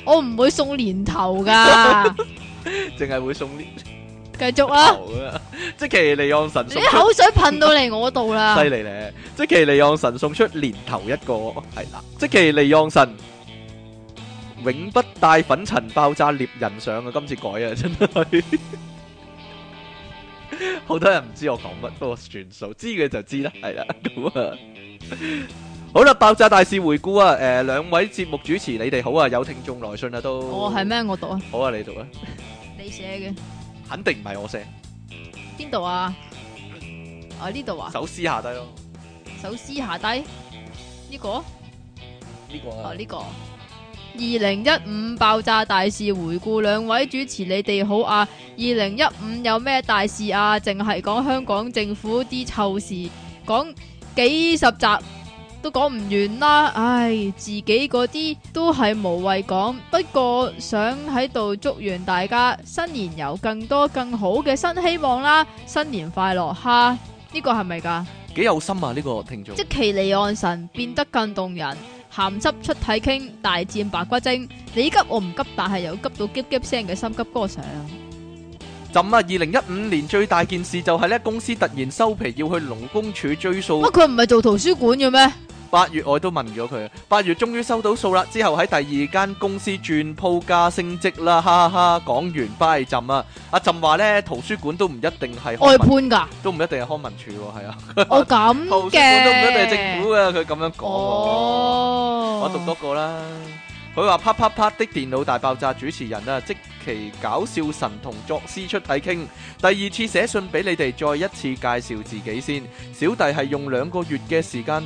Speaker 2: 我唔會送年頭噶，
Speaker 1: 淨係會送呢
Speaker 2: 繼續啦，
Speaker 1: 頭啊！即其利昂神
Speaker 2: 你
Speaker 1: 送
Speaker 2: 啲
Speaker 1: 出
Speaker 2: 口水噴到嚟我度啦
Speaker 1: 犀，利咧，即其利昂神送出年頭一個係啦，即其利昂神永不帶粉塵爆炸獵人上啊！今次改啊，真係 好多人唔知我講乜，不過算數，知嘅就知啦，係啦，咁啊。好啦，爆炸大事回顧啊！誒、兩位節目主持，你哋好啊！有聽眾來信啦都。
Speaker 2: 我係？咩？我讀啊，
Speaker 1: 好啊，你讀啊，
Speaker 2: 你寫嘅
Speaker 1: 肯定唔係我寫，
Speaker 2: 邊度啊？啊呢度啊，
Speaker 1: 手撕下低咯，
Speaker 2: 手撕下低呢個啊
Speaker 1: 呢、個啊
Speaker 2: 哦，呢個。二零一五爆炸大事回顧，兩位主持你哋好啊！二零一五有咩大事啊？淨係講香港政府啲臭事，講幾十集都講唔完啦。唉，自己嗰啲都係無謂講。不過想喺度祝願大家新年有更多更好嘅新希望啦！新年快樂哈！呢、個係咪㗎？
Speaker 1: 幾有心啊！呢、個聽眾。
Speaker 2: 即其離岸神變得更動人，鹹濕出體傾，大戰白骨精。你急我唔急，但係又急到急急聲嘅心急歌上。
Speaker 1: 朕啊，二零一五年最大件事就係咧，公司突然收皮要去勞工處追數
Speaker 2: 乜佢唔係做圖書館嘅咩？
Speaker 1: 八月我都問咗佢，八月終於收到數啦，之後喺第二間公司轉鋪加升職啦，哈哈！講完拜朕啊，阿朕話咧圖書館都唔一定係
Speaker 2: 外
Speaker 1: 康文，
Speaker 2: 判嗯噶，
Speaker 1: 都唔一定係康文署喎，係啊，
Speaker 2: 我咁
Speaker 1: 圖書
Speaker 2: 嘅。
Speaker 1: 館都唔一定係政府啊嘅，佢咁樣講喎。
Speaker 2: 哦，
Speaker 1: 我讀多個啦。佢話啪啪啪的電腦大爆炸主持人啊，即其搞笑神童作詩出體傾。第二次寫信俾你哋，再一次介紹自己先。小弟係用兩個月嘅時間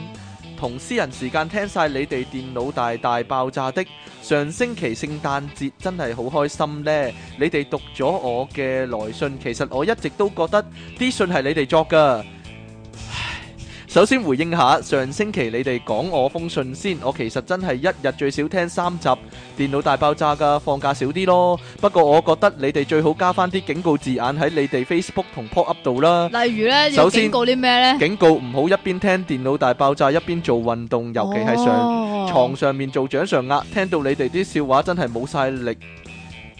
Speaker 1: 同私人時間聽晒你哋電腦大大爆炸的。上星期聖誕節真係好開心呢！你哋讀咗我嘅來信，其實我一直都覺得啲信係你哋作㗎。首先回應下上星期你哋講我封信先，我其實真係一日最少聽三集《電腦大爆炸》噶，放假少啲咯。不過我覺得你哋最好加翻啲警告字眼喺你哋 Facebook 同 Pop Up 度啦。
Speaker 2: 例如咧要
Speaker 1: 首先
Speaker 2: 警告啲咩咧？
Speaker 1: 警告唔好一邊聽《電腦大爆炸》一邊做運動，尤其係上
Speaker 2: 哦
Speaker 1: 床上面做掌上壓，聽到你哋啲笑話真係冇晒力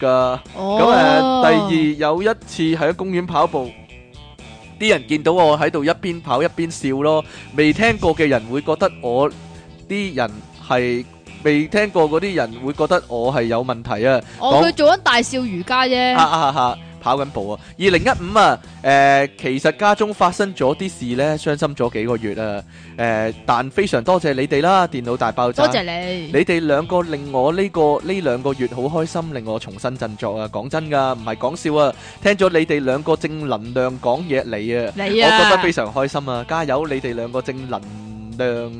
Speaker 1: 㗎。咁誒、
Speaker 2: 哦
Speaker 1: 第二有一次喺公園跑步，啲人見到我喺度一邊跑一邊笑咯。未聽過嘅人會覺得我啲人係未聽過嗰啲人會覺得我係有問題啊！
Speaker 2: 哦，佢做緊大笑瑜伽啫。
Speaker 1: 哈哈哈！跑緊步啊！二零一五啊，誒、其實家中發生咗啲事呢，傷心咗幾個月啊！誒、但非常多謝你哋啦，電腦大爆炸！
Speaker 2: 多謝你。
Speaker 1: 你哋兩個令我呢、個呢兩個月好開心，令我重新振作啊！講真噶，唔係講笑啊！聽咗你哋兩個正能量講嘢你啊，
Speaker 2: 你啊，
Speaker 1: 我覺得非常開心啊！加油，你哋兩個正能量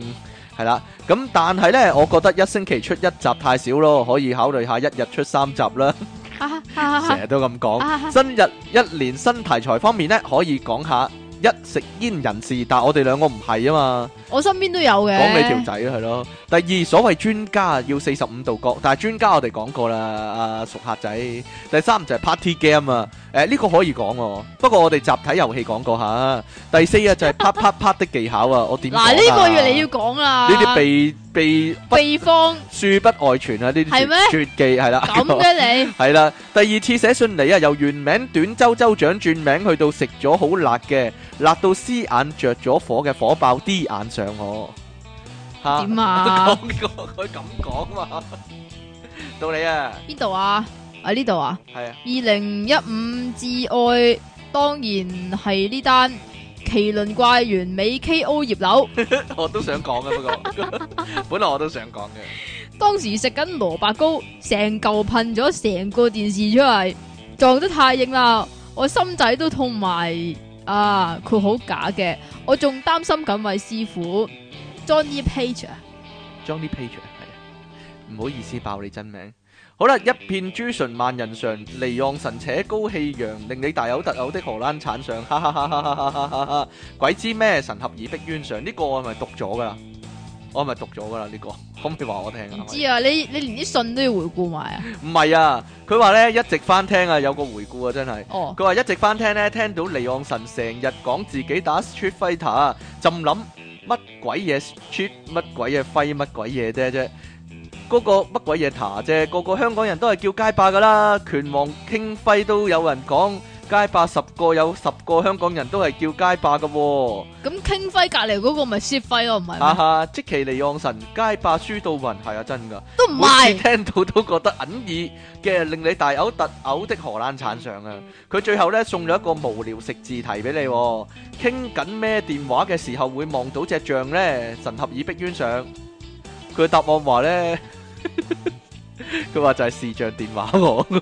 Speaker 1: 係啦。咁但係呢，我覺得一星期出一集太少咯，可以考慮下一日出三集啦。
Speaker 2: 啊 啊
Speaker 1: 成日都咁講。
Speaker 2: 啊
Speaker 1: 新日一年新題材方面呢，可以講下一食煙人士，但我哋兩個唔係啊嘛。
Speaker 2: 我身邊都有嘅。
Speaker 1: 講你條仔啊係咯。第二，所謂專家要四十五度角，但係專家我哋講過啦，阿熟客仔。第三就係 party game 啊，誒、呢、個可以講喎，不過我哋集體遊戲講過下。第四啊就係啪啪啪的技巧啊，我點講啊
Speaker 2: 嗱呢個月你要講啦。
Speaker 1: 呢啲秘秘哎不
Speaker 2: 秘方
Speaker 1: 書不外傳啊，呢啲
Speaker 2: 係咩
Speaker 1: 絕絕技係啦。
Speaker 2: 咁嘅你，
Speaker 1: 係啦，第二次寫信嚟啊，由原名短州州長轉名去到食咗好辣嘅，辣到絲眼着咗火嘅火爆啲眼上我。嚇
Speaker 2: 點啊？
Speaker 1: 講過佢咁講嘛，到你啊，
Speaker 2: 邊度啊？啊呢度啊？
Speaker 1: 係啊，
Speaker 2: 二零一五至愛當然係呢單麒麟怪完美 K.O. 葉柳，
Speaker 1: 我都想講啊嘅，不過 本來我都想講嘅。
Speaker 2: 當時食緊蘿蔔糕，成嚿噴咗成個電視出嚟，撞得太硬啦，我心仔都痛埋啊！佢好假嘅，我仲擔心緊位師傅 Johnny Page 啊，
Speaker 1: Johnny Page 係啊，唔好意思爆你真名。好啦，一片朱唇萬人上，離岸神扯高氣揚，令你大有特有的荷蘭產上，哈哈哈哈哈哈哈哈哈！鬼知咩神合以逼冤上？呢、個我係咪讀咗噶啦？我係咪讀咗噶啦？呢、個可唔可以話我聽啊？
Speaker 2: 唔知啊，你你連啲信都要回顧埋啊？
Speaker 1: 唔係啊，佢話呢，一直翻聽啊，有個回顧啊，真係。
Speaker 2: 哦，
Speaker 1: 佢話一直翻聽呢，聽到離岸神成日講自己打 Street Fighter 啊，朕諗乜鬼嘢 Street 乜鬼嘢揮乜鬼嘢啫啫，嗰、個乜鬼嘢塔啫，個個香港人都係叫街霸噶啦，拳王傾揮都有人講。街霸十個有十個香港人都係叫街霸嘅喎，
Speaker 2: 咁傾輝隔離嗰個咪薛輝咯，唔係
Speaker 1: 哈
Speaker 2: 咩？
Speaker 1: 哈！即其尼昂神街霸輸到暈，係啊真㗎。
Speaker 2: 都唔
Speaker 1: 每
Speaker 2: 係
Speaker 1: 次聽到都覺得銀耳嘅令你大嘔特嘔的荷蘭產上啊！佢最後呢送咗一個無聊食字題俾你、喎。傾緊咩電話嘅時候會望到只象呢？神合耳逼冤上。佢答案話呢， 佢話就係視像電話喎，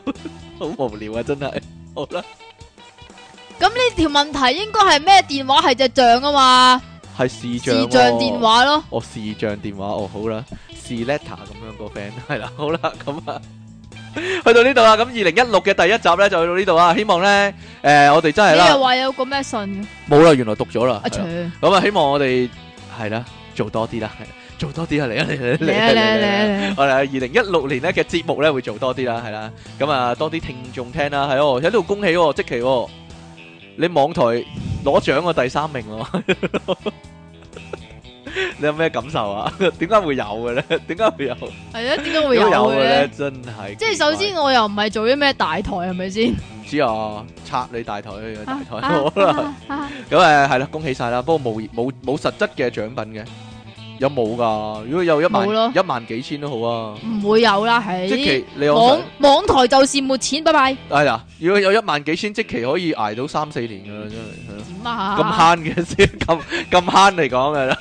Speaker 1: 好無聊啊！真係。好啦，
Speaker 2: 咁呢條問題應該係咩電話係隻象啊嘛？
Speaker 1: 係視
Speaker 2: 視
Speaker 1: 像、喎。
Speaker 2: 像電話咯，
Speaker 1: 哦，視像電話哦，好啦，視 letter 咁樣個 friend 係啦，好啦，咁啊，去到呢度啦，咁二零一六嘅第一集咧就去到呢度啊，希望咧誒、我哋真係
Speaker 2: 你又
Speaker 1: 啦，
Speaker 2: 話有個咩信嘅？
Speaker 1: 冇啦，原來讀咗啦，
Speaker 2: 阿
Speaker 1: 係
Speaker 2: 除
Speaker 1: 啦咁啊，希望我哋係啦，做多啲啦，係啦做多啲啊，嚟啊嚟嚟嚟啊嚟啊嚟啊！
Speaker 2: 嚟
Speaker 1: 我哋二零一六年咧嘅節目咧會做多啲啦，係啦，咁啊多啲聽眾聽啦，係哦，喺度恭喜喎，即期喎，你網台攞獎喎第三名喎， 你有咩感受啊？ 點解會有嘅咧？點解會有？
Speaker 2: 係啊，點解會
Speaker 1: 點
Speaker 2: 有
Speaker 1: 解有
Speaker 2: 嘅
Speaker 1: 嘅咧
Speaker 2: 咧？？
Speaker 1: 真係，
Speaker 2: 即係首先我又唔係做啲咩大台係咪先？
Speaker 1: 唔知啊，拆你大台嘅大台，
Speaker 2: 啊
Speaker 1: 好啦，
Speaker 2: 啊啊
Speaker 1: 咁誒係啦，恭喜晒啦，不過冇冇冇實質嘅獎品嘅，有冇㗎？如果有一萬
Speaker 2: 冇咯
Speaker 1: 一萬幾千都好啊，
Speaker 2: 唔會有啦，係
Speaker 1: 即期你有
Speaker 2: 網
Speaker 1: 想？
Speaker 2: 網台就是沒錢，拜拜。
Speaker 1: 系啦，哎如果有一萬幾千，即期可以捱到三四年噶啦，真係係咯，
Speaker 2: 點啊？
Speaker 1: 咁慳嘅先， 咁咁慳嚟講嘅 啦，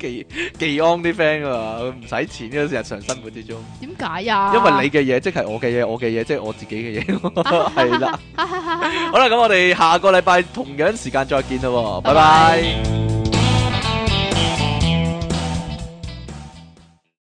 Speaker 1: 技技安啲 friend 啊，佢唔使錢嘅日常生活之中，
Speaker 2: 點解啊？
Speaker 1: 因為你嘅嘢即係我嘅嘢，我嘅嘢即係我自己嘅嘢， 係啦，好啦，咁我哋下個禮拜同樣時間再見啦喎，拜
Speaker 2: 拜
Speaker 1: 拜
Speaker 2: 拜。